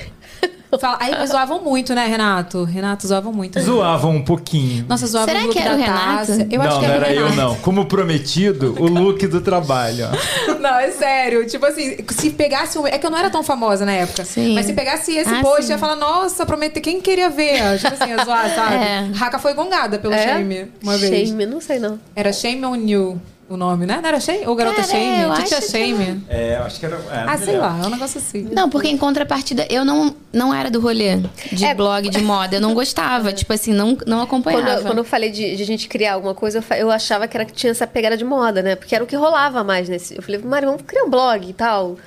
Fala- Aí mas zoavam muito, né, Renato? Renato zoavam muito. né?
Zoavam um pouquinho.
Nossa, zoavam
Será
o look
que era
da
o Renato?
Tássia. Eu acho
não,
que é
não
era, o
era eu,
Renato.
não. Como prometido, o look do trabalho. ó.
Não, é sério. Tipo assim, se pegasse um. É que eu não era tão famosa na época.
Sim.
Mas se pegasse esse
Ah,
post,
sim.
ia falar, nossa, prometeu. Quem queria ver? Tipo assim, ia zoar, sabe?
É.
Raca foi gongada pelo
É?
Shame uma vez.
Shame, não sei não.
Era Shame ou New o nome, né? Não era Shame? Ou Garota
Cara, é,
Shame?
eu
Titia
acho que
Shame?
É, acho que era. era
Ah, sei
melhor.
lá. É um negócio assim.
Não, porque em contrapartida, eu não, não era do rolê de blog de moda. Eu não gostava. tipo assim, não, não
É. Quando,
acompanhava.
eu- quando eu falei de, de a gente criar alguma coisa, eu, fa- eu achava que era que tinha essa pegada de moda, né? Porque era o que rolava mais nesse. Eu falei, Mari, vamos criar um blog e tal.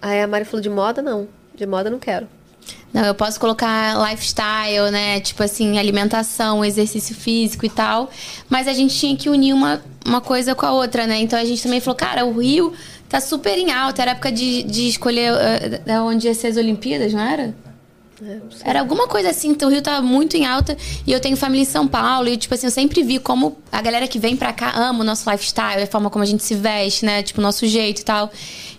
Aí a Mari falou, de moda não. De moda não quero.
Não, eu posso colocar lifestyle, né? Tipo assim, alimentação, exercício físico e tal. Mas a gente tinha que unir uma, uma coisa com a outra, né? Então a gente também falou, cara, o Rio tá super em alta. Era época de, de escolher eh, da onde ia ser as Olimpíadas, não era? Era alguma coisa assim, então o Rio tava muito em alta e eu tenho família em São Paulo e, tipo assim, eu sempre vi como a galera que vem pra cá ama o nosso lifestyle, a forma como a gente se veste, né? Tipo, o nosso jeito e tal.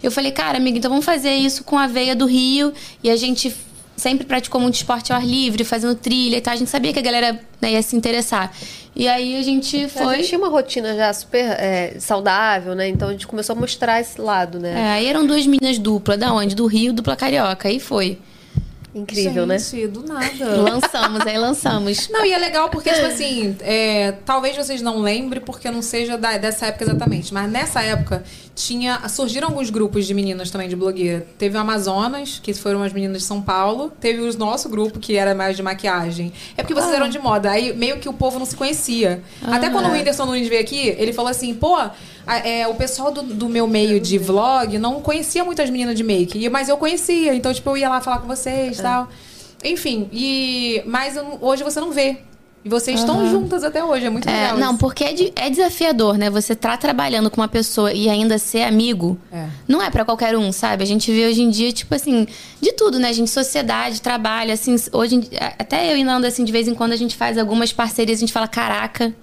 Eu falei, cara, amiga, então vamos fazer isso com a veia do Rio e a gente sempre praticou muito esporte ao ar livre, fazendo trilha e tal. A gente sabia que a galera né, ia se interessar. E aí a gente
A
foi.
gente tinha uma rotina já super é, saudável, né? Então a gente começou a mostrar esse lado,
É,
né?
aí eram duas meninas dupla, da onde? Do Rio, dupla carioca. Aí foi.
Incrível, né?
Gente, do nada.
Lançamos, aí lançamos.
Não, e é legal porque, tipo assim, é, talvez vocês não lembrem, porque não seja da- dessa época exatamente. Mas nessa época tinha. Surgiram alguns grupos de meninas também de blogueira. Teve o Amazonas, que foram as meninas de São Paulo. Teve o nosso grupo, que era mais de maquiagem. É porque vocês eram de moda. Aí meio que o povo não se conhecia. Até quando o Whindersson Nunes veio aqui, ele falou assim, pô. a- é, o pessoal do, do meu meio de vlog não conhecia muitas meninas de make, e- mas eu conhecia, então tipo, eu ia lá falar com vocês e tal. Enfim, e mas eu não- hoje você não vê. E vocês estão juntas até hoje, é muito
É,
legal.
não,
isso.
porque é, de- é desafiador, né? Você tá trabalhando com uma pessoa e ainda ser amigo.
É.
Não é pra qualquer um, sabe? A gente vê hoje em dia, tipo assim, de tudo, né? A gente, sociedade, trabalho, assim, hoje em di- a- até eu e Nanda, assim, de vez em quando a gente faz algumas parcerias, a gente fala, caraca,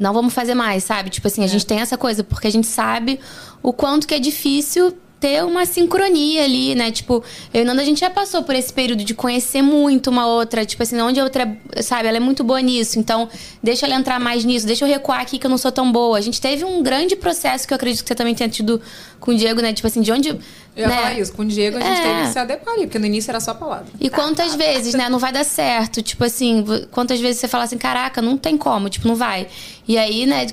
não vamos fazer mais, sabe?
É.
Tipo assim, a gente tem essa coisa, porque a gente sabe o quanto que é difícil ter uma sincronia ali, né? Tipo, eu e Nanda, a gente já passou por esse período de conhecer muito uma outra, tipo assim, onde a outra, é- sabe, ela é muito boa nisso, então deixa ela entrar mais nisso, deixa eu recuar aqui que eu não sou tão boa. A gente teve um grande processo que eu acredito que você também tenha tido com o Diego, né? Tipo assim, de onde...
Eu ia
né?
falar isso, com o Diego a gente
É.
teve que se adequar ali, porque no início era só a palavra.
E quantas vezes, né? Não vai dar certo. Tipo assim, vo- quantas vezes você fala assim, caraca, não tem como, tipo, não vai. E aí, né?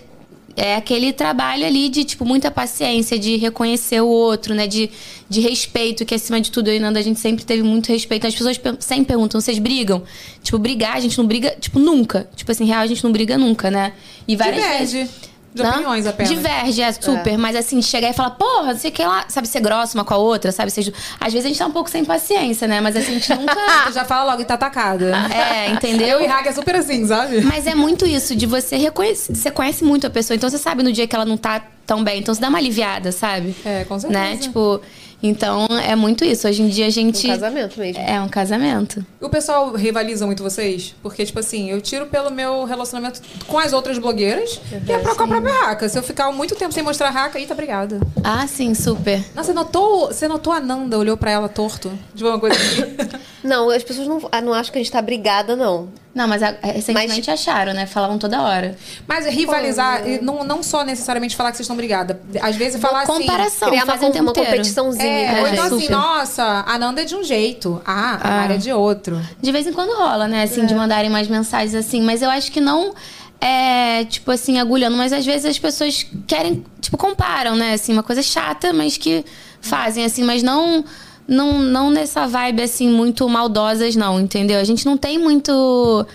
É aquele trabalho ali de, tipo, muita paciência, de reconhecer o outro, né? De, de respeito, que acima de tudo, eu e Nanda, a gente sempre teve muito respeito. As pessoas per- sempre perguntam, vocês brigam? Tipo, brigar, a gente não briga, tipo, nunca. Tipo assim, real, a gente não briga nunca, né? E várias vezes...
Diverge. De
Hã?
opiniões apenas.
Diverge, é super. Mas assim, chegar e falar, porra, não sei o que lá. Sabe, ser grossa uma com a outra, sabe? Ser... ju- Às vezes a gente tá um pouco sem paciência, né? Mas assim, a gente nunca.
Você já fala logo e tá atacada.
é, entendeu?
Eu e Hack é super assim, sabe?
Mas é muito isso, de você reconhecer. Você conhece muito a pessoa, então você sabe no dia que ela não tá tão bem. Então você dá uma aliviada, sabe?
É, com certeza.
Né? Tipo, então é muito isso. Hoje em dia a gente.
Um casamento mesmo.
É um casamento.
O pessoal rivaliza muito vocês? Porque, tipo assim, eu tiro pelo meu relacionamento com as outras blogueiras, que é pra, com a própria Raca. Se eu ficar muito tempo sem mostrar a Raca, eita, obrigada.
Ah, sim, super.
Nossa, você notou, você notou a Nanda, olhou pra ela torto? De uma coisa assim.
Não, as pessoas não, ah, não acham que a gente tá brigada, não.
Não, mas a- recentemente acharam, né? Falavam toda hora.
Mas rivalizar, e não, não só necessariamente falar que vocês estão brigadas. Às vezes falar assim.
Comparação,
Criar uma,
fazem o
tá
tempo
com- uma
inteiro.
competiçãozinha.
É, ou então
né, gente?
assim,
super.
nossa, a Nanda é de um jeito. Ah, a Mara é de outro.
De vez em quando rola, né? Assim, de mandarem mais mensagens assim. Mas eu acho que não é, tipo assim, agulhando. Mas às vezes as pessoas querem, tipo, comparam, né? Assim, uma coisa chata, mas que fazem, assim. Mas não, não, não nessa vibe, assim, muito maldosas, não, entendeu? A gente não tem muito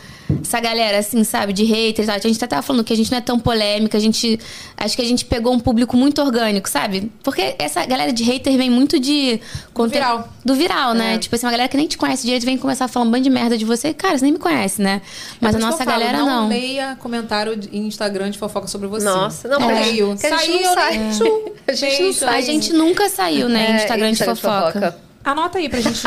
essa galera, assim, sabe, de haters. A gente até tava falando que a gente não é tão polêmica, a gente. Acho que a gente pegou um público muito orgânico, sabe? Porque essa galera de hater vem muito de. conte-
viral.
Do viral,
É.
né? Tipo assim, uma galera que nem te conhece direito vem começar a falar um bando de merda de você. Cara, você nem me conhece, né? Mas
É por isso
a
que eu
nossa
falo,
galera
não.
não.
leia comentário de- em Instagram de fofoca sobre você.
Nossa, não, mas
leio.
que a
assim.
gente
É. Saiu, né?
não
eu
sai.
leio.
A gente não
Beijo.
sai.
A É. gente nunca saiu, né?
É,
Instagram, de fofoca.
Anota aí pra gente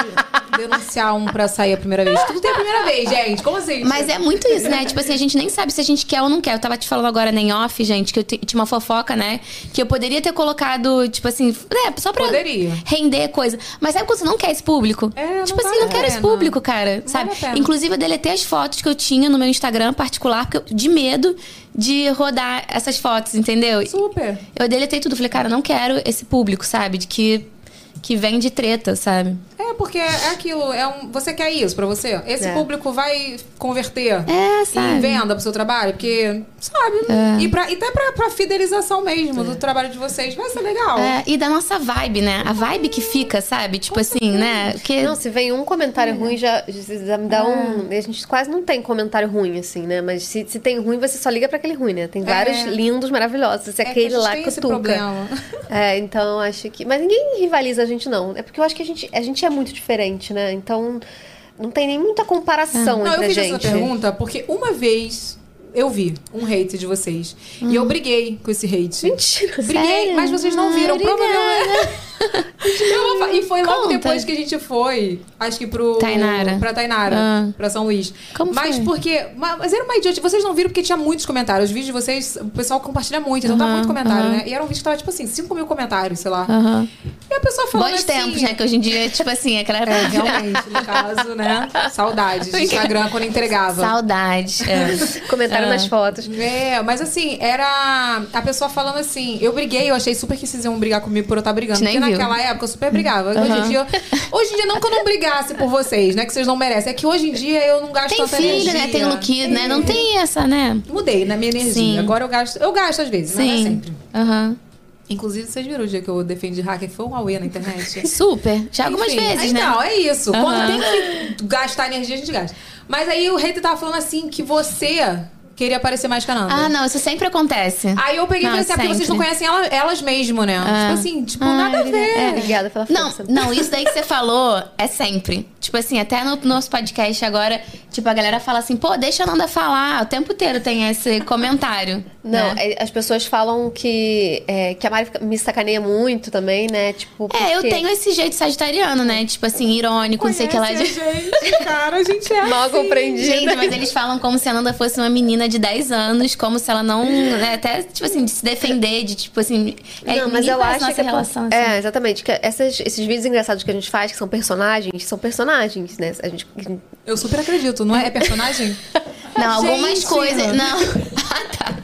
denunciar um pra sair a primeira vez. Tudo tem a primeira vez, gente. Como assim?
Mas é muito isso, né? Tipo assim, a gente nem sabe se a gente quer ou não quer. Eu tava te falando agora nem off, gente, que eu te- tinha uma fofoca, né? Que eu poderia ter colocado, tipo assim, né? Só pra
Poderia.
render coisa. Mas sabe quando você não quer esse público?
É, não
tipo assim,
vale
não
a
quero esse
pena.
público, cara. sabe?
a pena.
Inclusive, eu deletei as fotos que eu tinha no meu Instagram particular, porque eu- de medo de rodar essas fotos, entendeu?
Super.
Eu deletei tudo. Falei, cara, eu não quero esse público, sabe? De que, que vem de treta, sabe?
É, porque é aquilo. É um, você quer isso pra você? Esse
É.
público vai converter
É, sabe?
em venda pro seu trabalho? Porque, sabe? E, pra, e até pra, pra fidelização mesmo do trabalho de vocês. Vai ser legal.
É, e da nossa vibe, né? A vibe que fica, sabe? Tipo assim, né? Porque
Não, se vem um comentário ruim, já, já me dá um. A gente quase não tem comentário ruim, assim, né? Mas se, se tem ruim, você só liga pra aquele ruim, né? Tem vários lindos, maravilhosos. É,
que a
aquele
gente
lá
tem
que
esse
tuca.
problema.
É, então acho que. Mas ninguém rivaliza a gente, não. É porque eu acho que a gente, a gente é muito diferente, né? Então não tem nem muita comparação
É. Não, eu
entre
fiz
a gente.
essa pergunta porque uma vez eu vi um hate de vocês. E eu briguei com esse hate.
Mentira.
Briguei,
Sério?
mas vocês não
Ah,
viram.
obrigada.
Provavelmente. Eu vou fa- e foi logo
Conta.
depois que a gente foi, acho que pro.
Tainara.
Pra Tainara,
Ah.
pra São Luís.
Como
mas
foi?
porque. ma- Mas era uma idiota. Vocês não viram porque tinha muitos comentários. Os vídeos de vocês, o pessoal compartilha muito, então tá
Aham,
muito comentário,
aham.
né? E era um vídeo que tava, tipo assim, 5 mil comentários, sei lá.
Aham.
E a pessoa falando.
Bons
assim,
tempos, né? Que hoje em dia, tipo assim, aquela
É, realmente, no caso, né? Saudades de Instagram quando entregava.
saudade. É.
Comentaram nas fotos.
É, mas assim, era a pessoa falando assim, eu briguei, eu achei super que vocês iam brigar comigo por eu estar brigando.
Você nem
Porque
viu.
naquela época eu super brigava. Hoje em dia, hoje em dia não que eu não brigasse por vocês, né? Que vocês não merecem. É que hoje em dia eu não gasto
Tem
tanta
filho,
energia.
né? Tem Luquid, né? Não tem essa, né?
Mudei na minha energia.
Sim.
Agora eu gasto. Eu gasto às vezes, mas não é
Sim.
sempre.
Aham.
Inclusive, vocês viram o dia que eu defendi hacker, foi um Huawei na internet.
Super. Já algumas
Enfim,
vezes, né?
Então, é isso. Quando
Aham.
tem que gastar energia, a gente gasta. Mas aí o hater tava falando assim que você queria aparecer mais que a Nanda.
Ah, não, isso sempre acontece.
Aí eu peguei e
Não,
falei assim, ah, porque vocês não
sempre.
conhecem ela- elas mesmo, né? Tipo assim, tipo, nada a ver.
É, Obrigada pela
Não,
força.
não, isso daí que você falou é sempre. Tipo assim, até no nosso podcast agora, tipo, a galera fala assim, pô, deixa a Nanda falar. O tempo inteiro tem esse comentário.
Não,
né?
é, as pessoas falam que, é, que a Mari fica- me sacaneia muito também, né? Tipo,
É, eu
porque-
tenho esse jeito sagitariano, né? Tipo assim, irônico, não sei o que lá.
Conhece a gente, cara, a gente é
Mal
assim.
compreendida.
Gente, mas eles falam como se a Nanda fosse uma menina de 10 anos, como se ela não. né, até, tipo assim, de se defender, de tipo assim. É,
Não, mas
ninguém
eu
faz
acho
nossa
que é por-
relação assim.
É, exatamente. Que essas- esses vídeos engraçados que a gente faz, que são personagens, são personagens, né? A gente,
Eu super acredito, não é? É personagem?
Não, algumas
Gente.
coisas. Não. Ah, tá.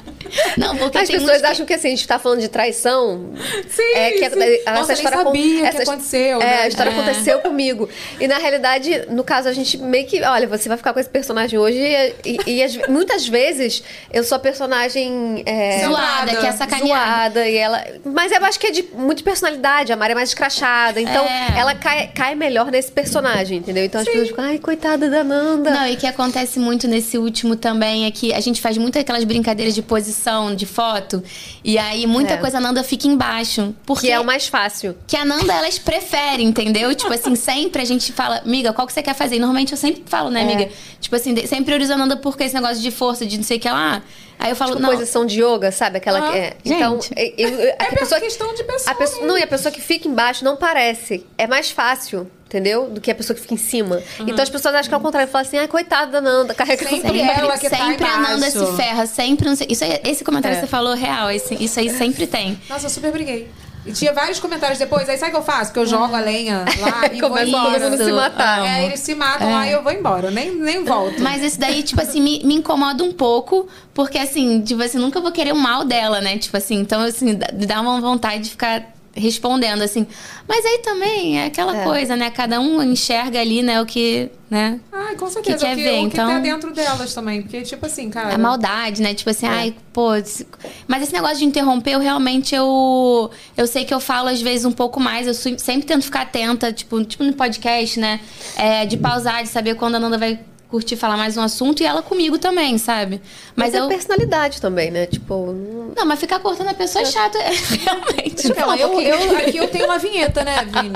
Não, porque
as
tem
pessoas
uns que-
acham que assim, a gente tá falando de traição.
Sim,
é que a-
sim.
a- a-
Nossa,
essa
eu nem
história
sabia
acon-
que
essa-
aconteceu,
É,
né?
a história aconteceu comigo. E na realidade, no caso, a gente meio que. Olha, você vai ficar com esse personagem hoje. E, e- e as- muitas vezes eu sou a personagem. é,
Zoada, que é sacaneada.
zoada, e ela. Mas eu acho que é de muito personalidade. A Mari é mais escrachada. Então,
É.
ela cai, cai melhor nesse personagem, entendeu? Então as pessoas ficam, ai, coitada da Nanda. é
Não, e que acontece muito nesse último também é que a gente faz muito aquelas brincadeiras de posição, de foto. E aí muita
É.
coisa a Nanda fica embaixo. Porque
que é o mais fácil.
que a Nanda, elas preferem, entendeu? Tipo assim, sempre a gente fala, amiga, qual que você quer fazer? E normalmente eu sempre falo, né, amiga? Tipo assim, de- sempre priorizo a Nanda porque esse negócio de força, de não sei o que lá. Aí eu falo,
Tipo,
não.
posição de yoga, sabe? Aquela que é. Então,
gente.
eu- eu- a
É
pessoa que.
questão de
A
pessoa.
pessoa, não, e a pessoa que fica embaixo não parece. É mais fácil, entendeu? Do que a pessoa que fica em cima.
Uhum.
Então as pessoas acham que é o contrário. Falam assim, ai, coitada da Nanda, carrega
Sempre
essa-
ela que tá
sempre a Nanda
embaixo.
se ferra, sempre não sei. Isso aí- esse comentário
É.
que você falou real, esse- isso aí sempre tem.
Nossa, eu super briguei. E tinha vários comentários depois. Aí sabe o que eu faço? Que eu jogo a lenha lá e vou
Começa todo
embora.
mundo se matar.
É, eles se matam lá e eu vou embora. Eu Nem, nem volto.
Mas isso daí, tipo assim, me, me incomoda um pouco, porque assim, tipo assim, nunca vou querer o mal dela, né? Tipo assim, então assim, dá- dá uma vontade de ficar respondendo assim. Mas aí também é aquela
É.
coisa, né? Cada um enxerga ali, né, o que, né?
Ai, com certeza.
Que quer
o que,
ver,
o que
então?
tá dentro delas também. Porque, tipo assim, cara.
A maldade, né? Tipo assim,
É.
ai, pô. se- Mas esse negócio de interromper, eu realmente eu. Eu sei que eu falo às vezes um pouco mais. Eu su- sempre tento ficar atenta, tipo, tipo no podcast, né? É, de pausar, de saber quando a Nanda vai curtir falar mais um assunto e ela comigo também, sabe? Mas, um
Mas é
eu.
personalidade também, né? Tipo, não-
Não, mas ficar cortando a pessoa é chato, é, realmente.
Então, eu, eu- aqui eu tenho uma vinheta, né, Vini?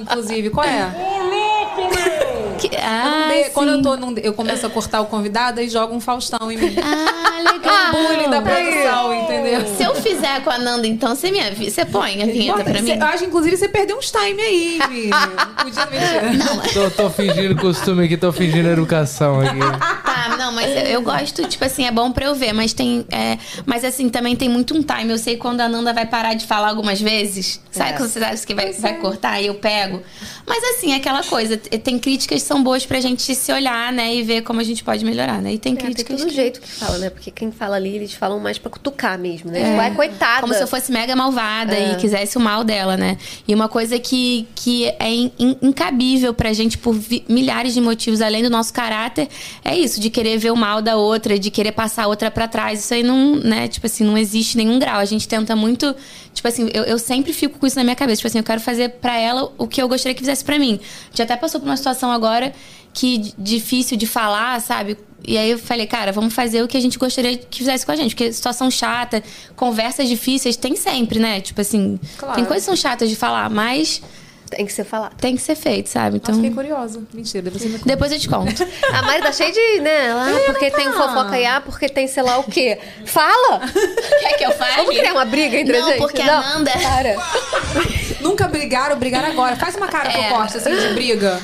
Inclusive, qual é?
Que- Ah,
De-
sim.
quando eu tô num- eu começo a cortar o convidado e joga um Faustão em mim.
Ah,
Ah, bullying da
legal.
produção, entendeu?
Se eu fizer com a Nanda, então você me avisa. Você põe a vinheta
Bota-
pra
cê-
mim?
eu acho, inclusive, você perdeu uns time aí, Vini. Não Podia mexer.
Tô, tô fingindo costume aqui, tô fingindo educação aqui.
Tá, não, mas eu, eu gosto, tipo assim, é bom pra eu ver, mas tem. é, mas assim, também tem muito um time. Eu sei quando a Nanda vai parar de falar algumas vezes. Sabe quando você acha que vai, vai cortar e eu pego? Mas assim, é aquela coisa, t- tem críticas que são boas pra gente se olhar, né? E ver como a gente pode melhorar, né? E tem
é, tem
críticas.
todo
que-
jeito que fala, né? Porque quem fala ali, eles falam mais pra cutucar mesmo, né? Tipo, ai, coitada.
É. Como se eu fosse mega malvada e quisesse o mal dela, né? E uma coisa que, que é in- in- incabível pra gente por vi- milhares de motivos, além do nosso caráter, é isso, de querer ver o mal da outra, de querer passar a outra pra trás. Isso aí não, né, tipo assim, não existe nenhum grau. A gente tenta muito. Tipo assim, eu, eu sempre fico com isso na minha cabeça. Tipo assim, eu quero fazer pra ela o que eu gostaria que fizesse pra mim. A gente até passou por uma situação agora que d- difícil de falar, sabe? E aí eu falei, cara, vamos fazer o que a gente gostaria que fizesse com a gente. Porque situação chata, conversas difíceis, tem sempre, né? Tipo assim, tem coisas que são chatas de falar, mas
Tem que ser falado.
tem que ser feito, sabe? Então,
Nossa, fiquei curiosa. Mentira, depois você me
depois eu te conto.
A Mari tá cheia de, né? ela, Ah, porque tem fofoca e ah, porque tem sei lá o quê. Fala!
Quer que eu fale?
Vamos criar uma briga entre a
Não,
gente?
porque é- a Nanda-
Para.
Nunca brigaram, brigaram agora. Faz uma cara pro
É. Ah,
Costa, assim, de briga.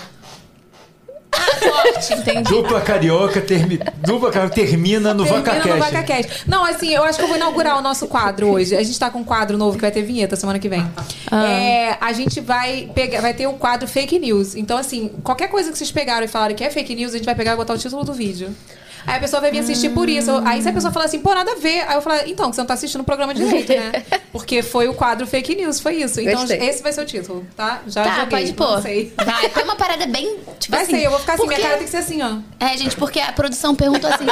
Forte, entendi.
Dupla carioca, termi... Dupla carioca termina no
Termina
Vaca
no
Cash.
VacaCast. Não, assim, eu acho que eu vou inaugurar o nosso quadro hoje. A gente tá com um quadro novo que vai ter vinheta semana que vem.
Ah.
É, a gente vai pegar, vai ter um quadro fake news. Então, assim, qualquer coisa que vocês pegaram e falaram que é fake news, a gente vai pegar e botar o título do vídeo. Aí a pessoa vai vir assistir por isso.
Ah.
Aí se a pessoa falar assim, pô, nada a ver. Aí eu falo, então, você não tá assistindo o programa direito, né? Porque foi o quadro fake news, foi isso. Então,
Gostei.
esse vai ser o título, tá? Já
Tá,
joguei,
pode pôr.
Não sei.
Vai, põe uma parada bem. Tipo
Vai
assim,
ser, eu vou ficar assim, minha
porque-
cara tem que ser assim, ó.
É, gente, porque a produção perguntou assim: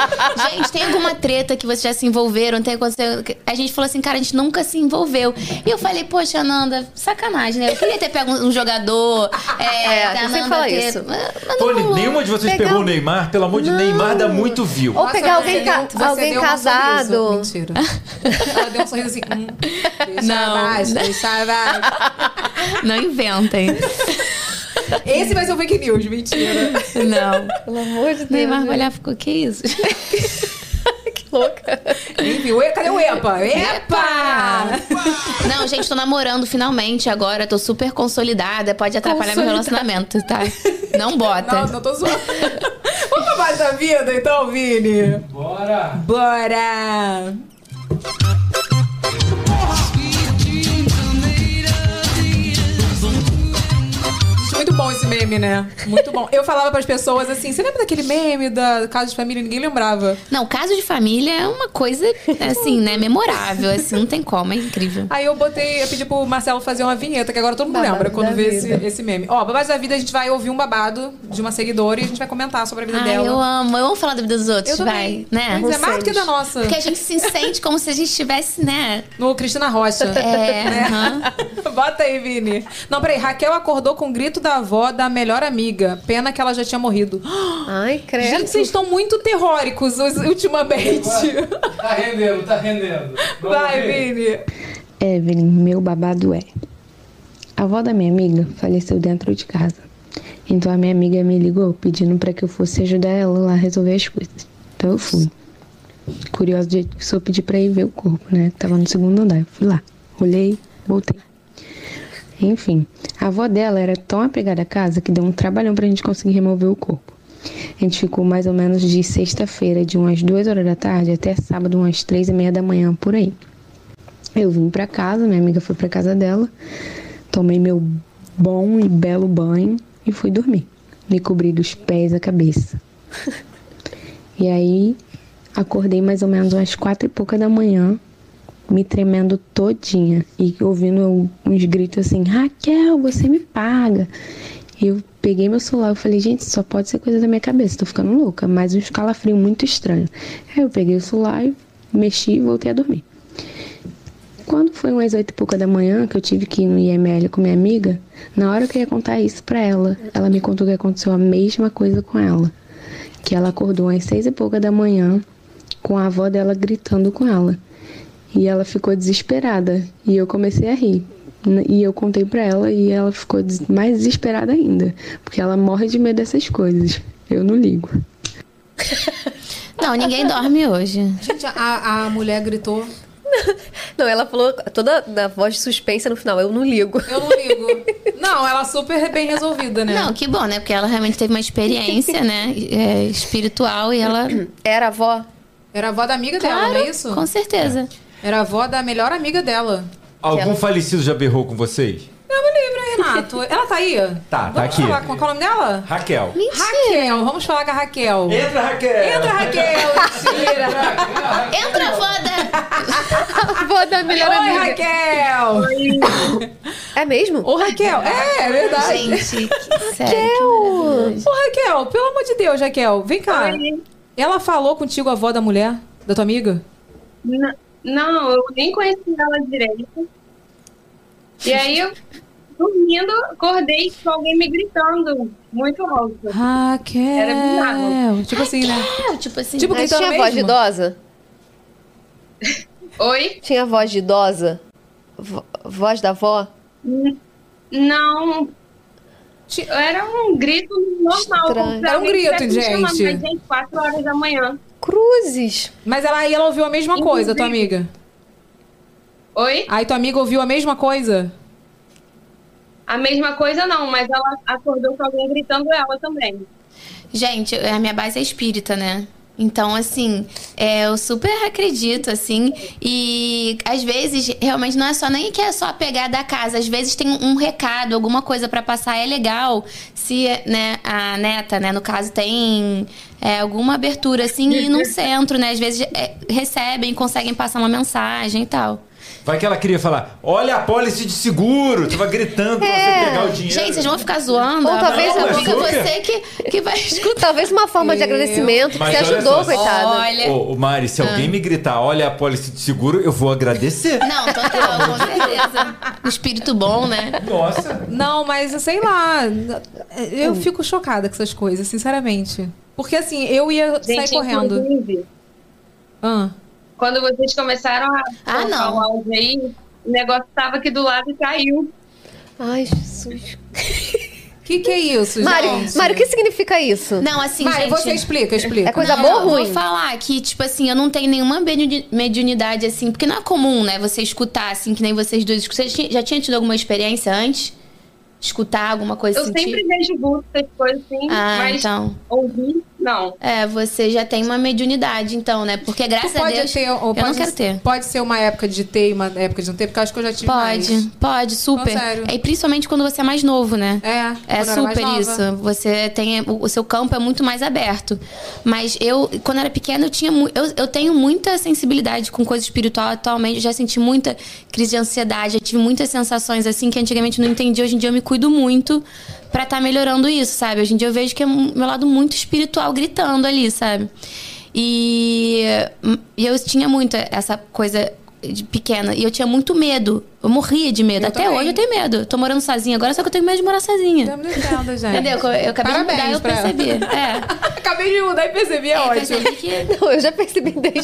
gente, tem alguma treta que vocês já se envolveram? Tem acontecido? A gente falou assim, cara, a gente nunca se envolveu. E eu falei, poxa, Ananda, sacanagem, né? Eu queria ter pego um jogador. É,
É,
da
você
Ananda
fala
ter-
isso.
Mas não
Pô,
rolou.
nenhuma de vocês
Pegar
pegou
um-
o Neymar? Pelo amor de
Não.
Neymar dá muito view.
Ou pegar
Nossa, você
alguém, ca-
deu- você
alguém
deu um sorriso.
casado.
Mentira. Ela deu um sorriso assim. Hum, deixa
Não.
abaixo, deixa abaixo.
Não inventem.
Esse vai ser o fake news, mentira.
Não.
Pelo amor de Deus.
Neymar
gente.
vai olhar e ficou, que isso?
Que louca.
Enfim, ué, cadê o EPA? EPA!
Não, gente, tô namorando finalmente agora, tô super consolidada, pode atrapalhar meu relacionamento, tá? Não bota.
Não, não tô zoando. Vamos pra mais da vida, então, Vini?
Bora!
Bora! Muito bom esse meme, né? Muito bom. Eu falava pras pessoas assim: você lembra daquele meme da Casa de Família? Ninguém lembrava.
Não, caso de família é uma coisa, assim, né? Memorável, assim, não tem como, é incrível.
Aí eu botei, eu pedi pro Marcelo fazer uma vinheta, que agora todo mundo
Babado
lembra quando
da
vê esse,
vida.
esse meme. Ó, Babado da Vida, a gente vai ouvir um babado de uma seguidora e a gente vai comentar sobre a vida
Ai,
dela.
Ah, eu amo, eu amo falar da vida dos outros,
Eu
vai,
também.
né?
Mas é mais do que da nossa.
Porque a gente se sente como se a gente estivesse, né?
No Cristina Rocha.
É, aham.
Bota aí, Vini. Não, peraí. Raquel acordou com o grito da avó da melhor amiga. Pena que ela já tinha morrido.
Ai, credo.
Gente, vocês estão muito terróricos os- ultimamente.
Tá rendendo, tá rendendo.
Vai, Vini.
Evelyn, meu babado é. A avó da minha amiga faleceu dentro de casa. Então a minha amiga me ligou pedindo para que eu fosse ajudar ela lá a resolver as coisas. Então eu fui. Curioso do jeito que sou, pedi para ir ver o corpo, né? Que tava no segundo andar. Eu fui lá, olhei, voltei. Enfim, a avó dela era tão apegada à casa que deu um trabalhão pra gente conseguir remover o corpo. A gente ficou mais ou menos de sexta-feira, de umas duas horas da tarde até sábado, umas três e meia da manhã, por aí. Eu vim pra casa, minha amiga foi pra casa dela, tomei meu bom e belo banho e fui dormir. Me cobri dos pés à cabeça. E aí acordei mais ou menos umas quatro e pouca da manhã, me tremendo todinha e ouvindo uns gritos assim: Raquel, você me paga. E eu peguei meu celular e falei: gente, isso só pode ser coisa da minha cabeça, tô ficando louca, mas um calafrio muito estranho. Aí eu peguei o celular e mexi e voltei a dormir. Quando foi umas oito e pouca da manhã que eu tive que ir no IML com minha amiga, na hora que eu ia contar isso pra ela, ela me contou que aconteceu a mesma coisa com ela. que ela acordou às seis e pouca da manhã com a avó dela gritando com ela. E ela ficou desesperada e eu comecei a rir. N- E eu contei pra ela e ela ficou des- mais desesperada ainda, porque ela morre de medo dessas coisas. Eu não ligo.
Não, ninguém dorme hoje.
Gente, a, a mulher gritou.
Não, ela falou toda na voz de suspense no final, eu não ligo.
Eu não ligo. Não, ela super bem resolvida, né?
Não, que bom, né? Porque ela realmente teve uma experiência, né? é, espiritual e ela.
Era a avó?
Era a avó da amiga dela, não é isso? É.
Com certeza.
Era a avó da melhor amiga dela.
Algum falecido já berrou com vocês?
Não me lembro, Renato. Ela tá aí?
Tá, tá
Vamos
aqui.
falar com qual é o nome dela?
Raquel.
Raquel. Vamos falar com a Raquel.
Entra, Raquel!
Entra, Raquel. Mentira.
Entra, foda!
Avó
é
da melhor
Oi, Raquel.
É mesmo?
Ô, Raquel. É, é verdade.
Gente, que sério. Que maravilhoso.
Ô, Raquel, pelo amor de Deus, Raquel. Vem cá. Ela falou contigo a avó da mulher? Da tua amiga?
Não, não, eu nem conheci ela direito. E aí eu dormindo, acordei com alguém me gritando muito alto.
Raquel.
Era bizarro.
Tipo assim, né?
É, tipo assim.
Tipo,
Mas
gritando
tinha
mesmo?
voz de idosa?
Oi?
Tinha voz de idosa? Vo- voz da avó?
N- Não. Ti- Era um grito normal. como
Estranho.
se
Era um
alguém
grito,
tivesse me chamando,
gente.
mas, gente, 4 horas da manhã.
Cruzes!
Mas ela, aí ela ouviu a mesma coisa, tua
Inclusive.
amiga.
Oi?
Aí tua amiga ouviu a mesma coisa?
A mesma coisa não, mas ela acordou com alguém gritando ela também.
Gente, eu- a minha base é espírita, né? Então, assim, é, eu super acredito, assim. E às vezes, realmente, não é só nem que é só a pegada da casa. Às vezes tem um recado, alguma coisa pra passar. É legal se né, a neta, né, no caso, tem é, alguma abertura, assim, e ir num centro, né? Às vezes é, recebem, conseguem passar uma mensagem e tal.
Vai que ela queria falar, olha a pólice de seguro! Tava gritando pra
É.
você pegar o dinheiro.
Gente, vocês vão ficar zoando?
Ou
Ah,
talvez
daqui a
a
pouco
boca-
é você que, que vai escutar.
Talvez uma forma de agradecimento, que
Mas
você
olha
ajudou,
só,
coitada.
Olha.
Ô, ô, Mari,
Ah.
se alguém me gritar, olha a pólice de seguro, eu vou agradecer.
Não, total, com certeza. O espírito bom, né?
Nossa!
Não, mas sei lá. Eu fico chocada com essas coisas, sinceramente. Porque assim, eu ia sair
Gente,
correndo.
inclusive,
Ah.
quando vocês começaram a
Ah,
colocar
não.
o áudio aí, o negócio tava aqui do lado e caiu.
Ai, Jesus.
Que que é isso,
Mário,
gente?
Mário, o que significa isso?
Não, assim,
Mari,
gente...
você explica, explica.
É coisa
não,
boa ou ruim?
Vou falar que, tipo assim, eu não tenho nenhuma medi- mediunidade, assim, porque não é comum, né, você escutar, assim, que nem vocês dois. Você ti- já tinha tido alguma experiência antes? Escutar alguma coisa
Eu
sentir?
sempre vejo vulto, essas coisas assim,
Ah,
mas
então.
ouvir, não.
É, você já tem uma mediunidade, então, né? Porque
Tu
graças a
pode
Deus.
ter, ou
eu
pode,
não quero ter.
Pode ser uma época de ter e uma época de não ter, porque eu acho que eu já tive mais.
Pode, pode, super.
Não, sério.
E principalmente quando você é mais novo, né?
É,
É
quando eu era mais
super
nova.
isso. Você tem. O o seu campo é muito mais aberto. Mas eu, quando era pequena, eu tinha mu- eu, eu tenho muita sensibilidade com coisa espiritual atualmente. Eu já senti muita crise de ansiedade, já tive muitas sensações assim que antigamente eu não entendi. Hoje em dia eu me cuido muito pra estar melhorando isso, sabe? Hoje em dia eu vejo que é um- meu lado muito espiritual gritando ali, sabe? E hum, e eu tinha muito essa coisa de pequena. E eu tinha muito medo. Eu morria de medo.
Eu
Até
também.
hoje eu tenho medo. Eu tô morando sozinha agora, só que eu tenho medo de morar sozinha.
Tá me deixando, gente.
Entendeu? Eu, eu acabei
Parabéns
de mudar e eu
pra ela.
percebi. É.
Acabei de mudar e percebi, é,
Eu
ótimo.
percebi que.
Não, eu já percebi desde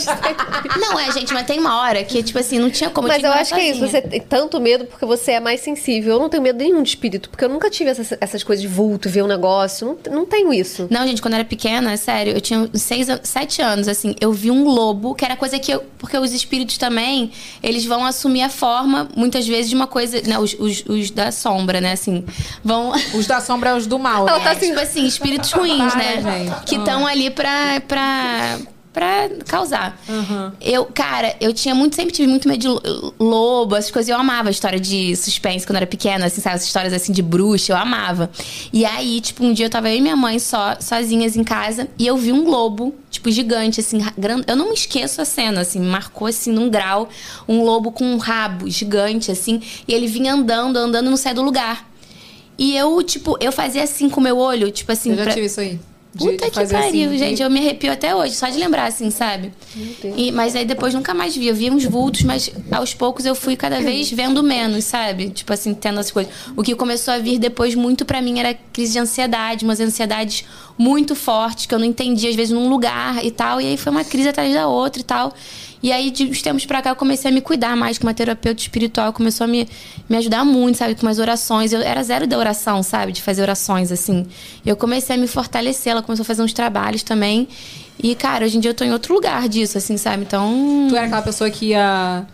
sempre.
Não, é, gente, mas tem uma hora que, tipo assim, não tinha como
Mas
tinha
eu
morar
acho que é isso.
sozinha.
Você tem tanto medo porque você é mais sensível. Eu não tenho medo nenhum de espírito, porque eu nunca tive essas, essas coisas de vulto, ver um negócio. Não, não tenho isso.
Não, gente, quando eu era pequena, sério, eu tinha uns seis, an- sete anos, assim, eu vi um lobo, que era coisa que eu. Porque os espíritos também, eles vão assumir a forma, muitas vezes, de uma coisa. Não, os, os, os da sombra, né, assim. Vão.
Os da sombra é os do mal.
Ela
né?
tá
É, tipo assim, espíritos ruins, né?
gente.
Que estão ali pra. pra... Pra causar. Eu, cara, eu tinha muito, sempre tive muito medo de lo- lobo, essas coisas. Eu amava a história de suspense quando eu era pequena, assim, sabe? Essas histórias assim de bruxa, eu amava. E aí, tipo, um dia eu tava eu e minha mãe só, sozinhas em casa, e eu vi um lobo, tipo, gigante, assim, ra- grande. Eu não me esqueço a cena, assim, me marcou assim num grau um lobo com um rabo gigante, assim, e ele vinha andando, andando, não sai do lugar. E eu, tipo, eu fazia assim com o meu olho, tipo assim,
Eu já
pra-
tive isso aí. de- de
Puta que
fazer assim,
pariu,
de-
gente. Eu me arrepio até hoje, só de lembrar, assim, sabe? E- mas aí depois nunca mais vi. Eu vi uns vultos, mas aos poucos eu fui cada vez vendo menos, sabe? Tipo assim, tendo essas coisas. O que começou a vir depois muito pra mim era crise de ansiedade, umas ansiedades muito fortes que eu não entendia, às vezes, num lugar e tal. E aí foi uma crise atrás da outra e tal. E aí, de uns tempos pra cá, eu comecei a me cuidar mais com uma terapeuta espiritual. Começou a me, me ajudar muito, sabe? Com umas orações. Eu era zero da oração, sabe? De fazer orações, assim. E eu comecei a me fortalecer. Ela começou a fazer uns trabalhos também. E, cara, hoje em dia eu tô em outro lugar disso, assim, sabe? Então...
Tu era aquela pessoa que ia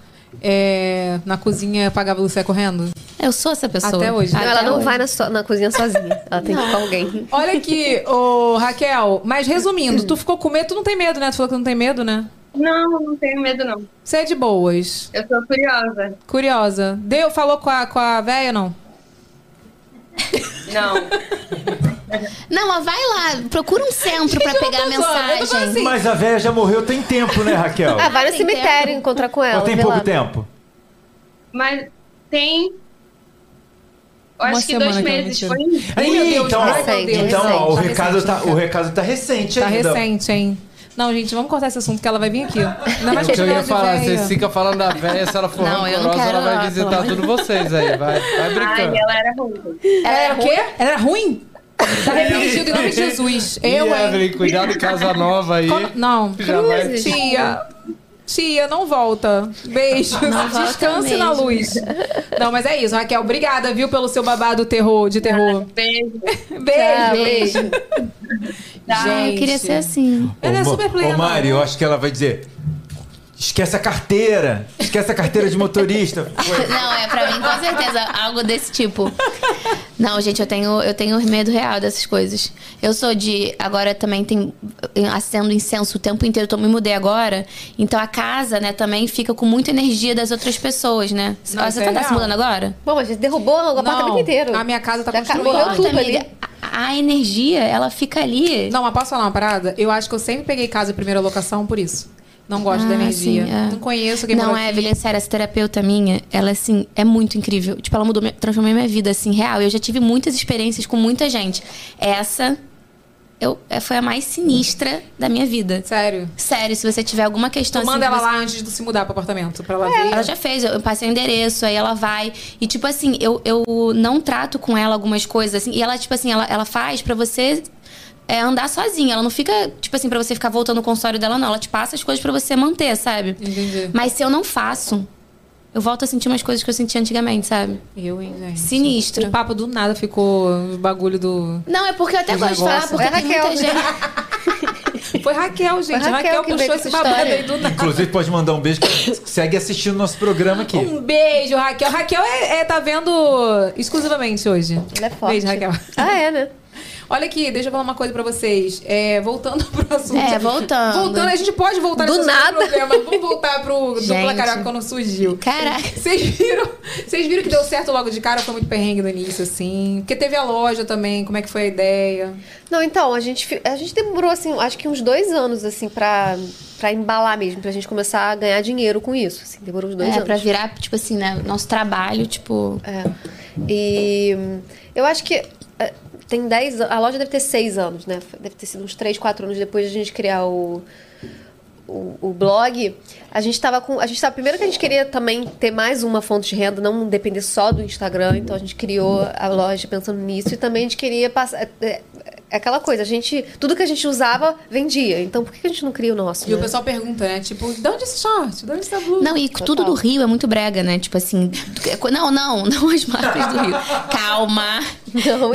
é, na cozinha apagava a luz e saia correndo?
Eu sou essa pessoa.
Até hoje.
Não, ela
Até
não
hoje.
vai na, so- na cozinha sozinha. Ela tem que ir com alguém.
Olha aqui, ô Raquel, mas resumindo, tu ficou com medo, tu não tem medo, né? Tu falou que não tem medo, né?
Não, não tenho medo, não.
Você é de boas.
Eu sou curiosa.
Curiosa. Deu, falou com a, com a véia, não?
Não.
Não, mas vai lá. Procura um centro pra
Gente, eu não
pegar a
tô zoando, eu tô
mensagem.
falando assim,
Mas a véia já morreu tem tempo, né, Raquel?
Ah, vai no
tem
cemitério
tempo.
encontrar com
Ah,
ela.
Ou tem
vê
pouco
lá.
tempo?
Mas tem. Eu
Uma
acho que dois
semana que ela
meses.
mentiu. né?
Foi em
Ih,
meu Deus,
então,
ai, meu Deus,
então ó, o,
recente, tá
recado tá,
recente,
o recado tá recente
Tá
ainda.
recente, hein? Não, gente, vamos cortar esse assunto que ela vai vir aqui. Ainda mais
É o que eu
curiosa
ia
de
falar,
véia.
vocês ficam falando da véia, se ela for
Não, eu não
rancorosa,
quero
ela vai
ela,
visitar
pelo
tudo vocês aí, vai, vai brincando.
Ai, ela era ruim.
Ela
É
era o quê? Ela era ruim? Tá repreendido em nome de Jesus. Eu,
Ih,
hein?
Evelyn, cuidado em casa nova aí.
Como- Não.
Já vai.
Tia. Tia, não volta. Beijo.
volta
Descanse na
mesmo.
luz. Não, mas é isso, Raquel. Obrigada, viu, pelo seu babado terror, de terror.
Beijo.
Beijo.
beijo.
Ah, eu queria ser assim.
Ela é
Ô, Ma-
super plena.
Ô, Mari, eu acho que ela vai dizer... Esquece a carteira. Esquece a carteira de motorista. Foi.
Não, é pra mim com certeza algo desse tipo. Não, gente, eu tenho, eu tenho medo real dessas coisas. Eu sou de. Agora também tem. Acendo incenso o tempo inteiro, eu tô, me mudei agora. Então a casa, né, também fica com muita energia das outras pessoas, né?
Não,
Ó,
isso
você
é
tá, tá se
real.
mudando agora?
Bom, mas a gente derrubou o apartamento inteiro.
a minha casa tá
Já acabou,
construída.
Morreu tudo ali.
A, a energia, ela fica ali.
Não, mas posso falar uma parada? Eu acho que eu sempre peguei casa em primeira locação por isso. Não gosto da
Ah,
energia.
sim, é.
Não conheço quem
Não,
morou aqui.
Evelyn, sério, essa terapeuta minha, ela, assim, é muito incrível. Tipo, ela mudou, minha- transformou minha vida, assim, real. Eu já tive muitas experiências com muita gente. Essa eu, é- foi a mais sinistra da minha vida.
Sério.
Sério, se você tiver alguma questão...
Tu manda
assim, que
ela
você-
lá antes de se mudar pro apartamento. Pra ela ver.
Ela já fez, eu eu passei o endereço, aí ela vai. E, tipo assim, eu, eu não trato com ela algumas coisas, assim. E ela, tipo assim, ela, ela faz pra você é, andar sozinha. Ela não fica, tipo assim, pra você ficar voltando no consultório dela, não. Ela te passa as coisas pra você manter, sabe?
Entendi.
Mas se eu não faço, eu volto a sentir umas coisas que eu sentia antigamente, sabe?
Eu, hein, gente.
Sinistro.
O papo do nada ficou o bagulho do.
Não, é porque eu até
Os
gosto de falar,
negócios.
porque
É
tem muita
Raquel.
gente.
Foi Raquel, gente. Raquel,
Foi Raquel que
puxou
veio com
esse
essa
babado
história.
aí do nada.
Inclusive, pode mandar um beijo que segue assistindo nosso programa aqui.
Um beijo, Raquel. Raquel é, é- tá vendo exclusivamente hoje.
Ela é forte.
Beijo, Raquel.
Ah, é, né?
Olha aqui, deixa eu falar uma coisa pra vocês. É, voltando pro assunto.
É, voltando.
Voltando, a gente pode voltar
Do
nesse
nada.
Problema. Vamos voltar pro
Gente.
dupla carioca quando surgiu.
Caraca.
Vocês viram? Vocês viram que deu certo logo de cara? Foi muito perrengue no início, assim. Porque teve a loja também, como é que foi a ideia?
Não, então, a gente, fi- a gente demorou, assim, acho que uns dois anos, assim, pra, pra embalar mesmo, pra gente começar a ganhar dinheiro com isso. Assim, demorou uns dois
É,
anos.
pra virar, tipo assim, né? Nosso trabalho, tipo.
É. E hum, eu acho que é, tem 10 anos. A loja deve ter 6 anos, né? Deve ter sido uns 3, 4 anos depois de a gente criar o, o, o blog. A gente tava com. A gente tava. Primeiro que a gente queria também ter mais uma fonte de renda, não depender só do Instagram. Então a gente criou a loja pensando nisso. E também a gente queria passar. é, é, é aquela coisa, a gente. Tudo que a gente usava vendia. Então por que a gente não cria o nosso?
E o
né?
pessoal pergunta, né? Tipo, de onde esse short? De onde essa blusa?
É. Não, e tudo do Rio é muito brega, né? Tipo assim. Não, não, não as marcas do Rio. Calma.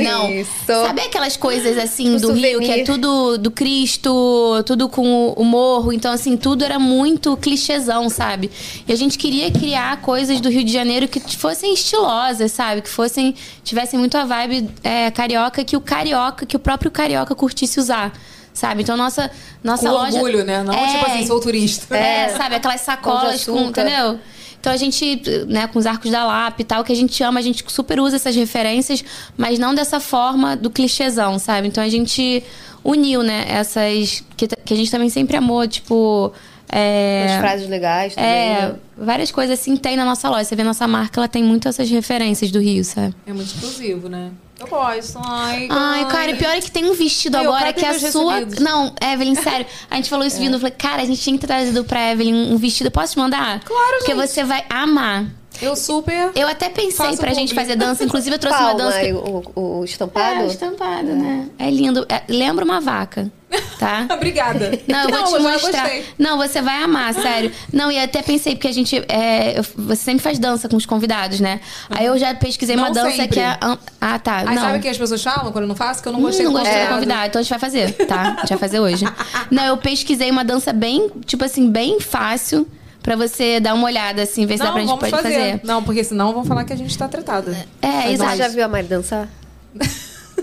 Não, isso.
Sabe aquelas coisas assim
Um
do Rio, que é
souvenir.
tudo do Cristo, tudo com o- o morro. Então, assim, tudo era muito clichêzão, sabe? E a gente queria criar coisas do Rio de Janeiro que fossem estilosas, sabe? Que fossem. tivessem muito a vibe é, carioca, que o carioca, que o próprio carioca curtisse usar. Sabe? Então, nossa, nossa
Com
loja.
orgulho, né? Não
É,
tipo assim, sou turista.
é, sabe, aquelas
Pão de
sacolas
açúcar.
com, entendeu? Então a gente, né, com os arcos da Lapa e tal, que a gente ama, a gente super usa essas referências, mas não dessa forma do clichêzão, sabe? Então a gente uniu, né, essas que, t- que a gente também sempre amou, tipo, é,
As frases legais também.
é,
né?
várias coisas assim tem na nossa loja. Você vê nossa marca, ela tem muito essas referências do Rio, sabe?
É muito exclusivo, né? Eu gosto. Ai,
Ai, cara, e pior é que tem um vestido
Ai, eu
agora
cato
que é a
meus
sua.
recebidos.
Não, Evelyn, sério. A gente falou
É.
isso vindo. Eu falei, cara, a gente tinha que ter trazido pra Evelyn um vestido. Eu Posso te mandar?
Claro,
Porque
gente.
você vai amar.
Eu super.
Eu até pensei
Faço um
pra gente
publi.
fazer dança. Inclusive, eu trouxe
Palma,
uma dança. que-
e o, o estampado.
É, estampado, né? É lindo. É, lembra uma vaca, tá?
Obrigada.
Não, eu vou te
já
mostrar.
gostei.
Não, você vai amar, sério. Não, e até pensei, porque a gente. é, eu- você sempre faz dança com os convidados, né? Aí eu já pesquisei uma
Não
dança
sempre.
que é. an- Ah, tá.
Aí
não.
sabe o que as pessoas falam quando eu não faço? Que eu não
Hum,
gostei
não
do
gostei do
convidado.
convidado, então a gente vai fazer, tá? A gente vai fazer hoje. Não, eu pesquisei uma dança bem, tipo assim, bem fácil pra você dar uma olhada, assim, ver se dá pra
É. Não,
gente
vamos
pode
fazer.
fazer.
Não, porque senão vão falar que a gente tá tratada.
É,
Você já
exato.
viu a Mari dançar?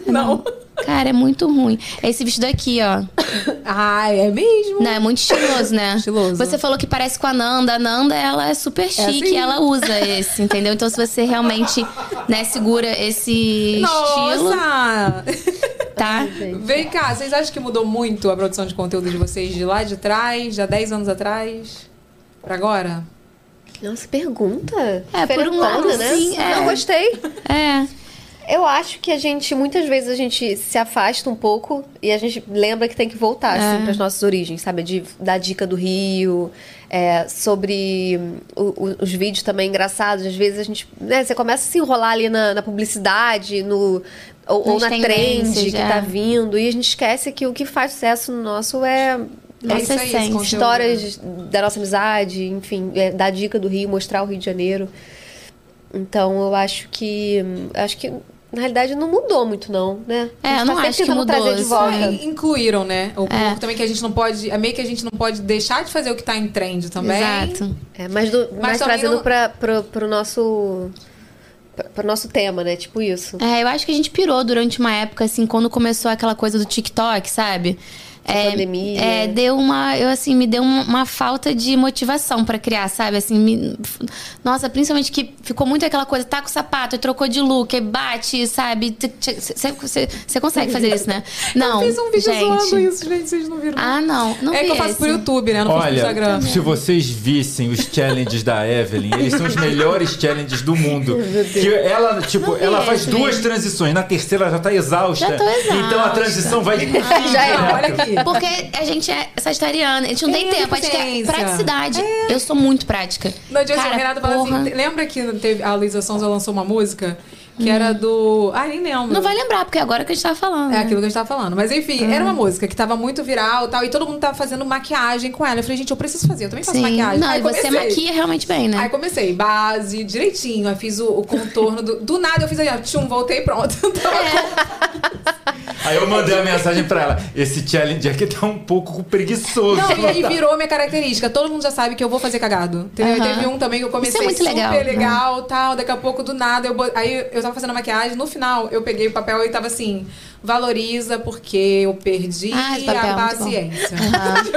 Não.
Cara, é muito ruim. É esse vestido aqui, ó.
Ai, é mesmo?
Não, é muito estiloso, né?
Estiloso.
Você falou que parece com a Nanda. A Nanda, ela é super chique
assim.
ela usa esse, entendeu? Então, se você realmente, né, segura esse Um estilo,
Nossa!
tá?
Vem cá, vocês acham que mudou muito a produção de conteúdo de vocês de lá de trás, já 10 anos atrás? Pra agora?
Nossa, pergunta.
É, por um
Diferentona,
lado, sim, é.
Não gostei.
É.
Eu acho que a gente, muitas vezes, a gente se afasta um pouco e a gente lembra que tem que voltar, assim, para as nossas origens, sabe? De, da dica do Rio, é, sobre hum, o- o- os vídeos também engraçados. Às vezes a gente, né, você começa a se enrolar ali na, na publicidade, no. Ou, ou
Nas
na trend
tendências,
que
é.
tá vindo, e a gente esquece que o que faz sucesso no nosso é.
Nossa
é isso aí,
essência.
esse conteúdo. né? histórias
né?
da nossa amizade, enfim, é, da dica do Rio, mostrar o Rio de Janeiro. Então eu acho que. Acho que, na realidade, não mudou muito, não, né?
É,
A gente
eu não
tá sempre
acho que
tentando
mudou,
trazer de
assim.
volta.
Ah, incluíram, né? O
É.
público também que a gente não pode. É meio que a gente não pode deixar de fazer o que tá em trend também.
Exato.
É, mas, do- mas
também
trazendo
não-
pra, pro, pro nosso. pra- Pro nosso tema, né? Tipo isso.
É, eu acho que a gente pirou durante uma época, assim, quando começou aquela coisa do TikTok, sabe? É,
pandemia.
É, deu uma. Eu, assim, me deu uma, uma falta de motivação pra criar, sabe? Assim, me- nossa, principalmente que ficou muito aquela coisa, tá com o sapato, trocou de look, aí bate, sabe? Você consegue fazer isso, né? Não.
Eu fiz um vídeo
gente.
zoando isso, gente. Vocês não viram.
Ah, não. Não
é
vi
que eu faço pro
esse.
YouTube, né? Não faço pro
Olha,
Instagram.
se vocês vissem os challenges da Evelyn, eles são os melhores challenges do mundo. Que ela, tipo,
vi
ela faz
esse
duas
mesmo.
transições, na terceira ela já tá exausta.
Já tô exausta.
Então a transição vai
Já é, olha aqui.
Porque a gente é sagitariana, a gente não tem
É,
tempo, a gente quer
paciência. É.
praticidade. Eu sou muito prática.
No dia assim, o
Cara,
Renato falou
porra. Hum.
assim: "Te- lembra que teve, a Luísa Sonza lançou uma música que era do. Ah, nem lembro.
Não Ah. vai lembrar, porque é agora que a gente tá falando.
É
né?
aquilo que a gente tava falando. Mas enfim, era uma música que tava muito viral e tal, e todo mundo tava fazendo maquiagem com ela. Eu falei, gente, eu preciso fazer, eu também faço
Sim.
maquiagem.
Não,
Aí
e você
comecei.
maquia realmente bem, né?
Aí comecei, base, direitinho. Aí fiz o, o contorno do. Do nada eu fiz aí, ó, tchum, voltei e pronto. Então,
Aí eu mandei a mensagem pra ela. Esse challenge aqui tá um pouco preguiçoso.
Não, e aí virou minha característica. Todo mundo já sabe que eu vou fazer cagado. Entendeu?
Aham.
E Teve um também que eu comecei
Isso é muito
super
legal, né?
legal, tal. Daqui a pouco, do nada, eu bo- aí eu tava fazendo a maquiagem. No final, eu peguei o papel e tava assim... Valoriza porque eu perdi
Ah, esse papel é
a
muito bom.
paciência.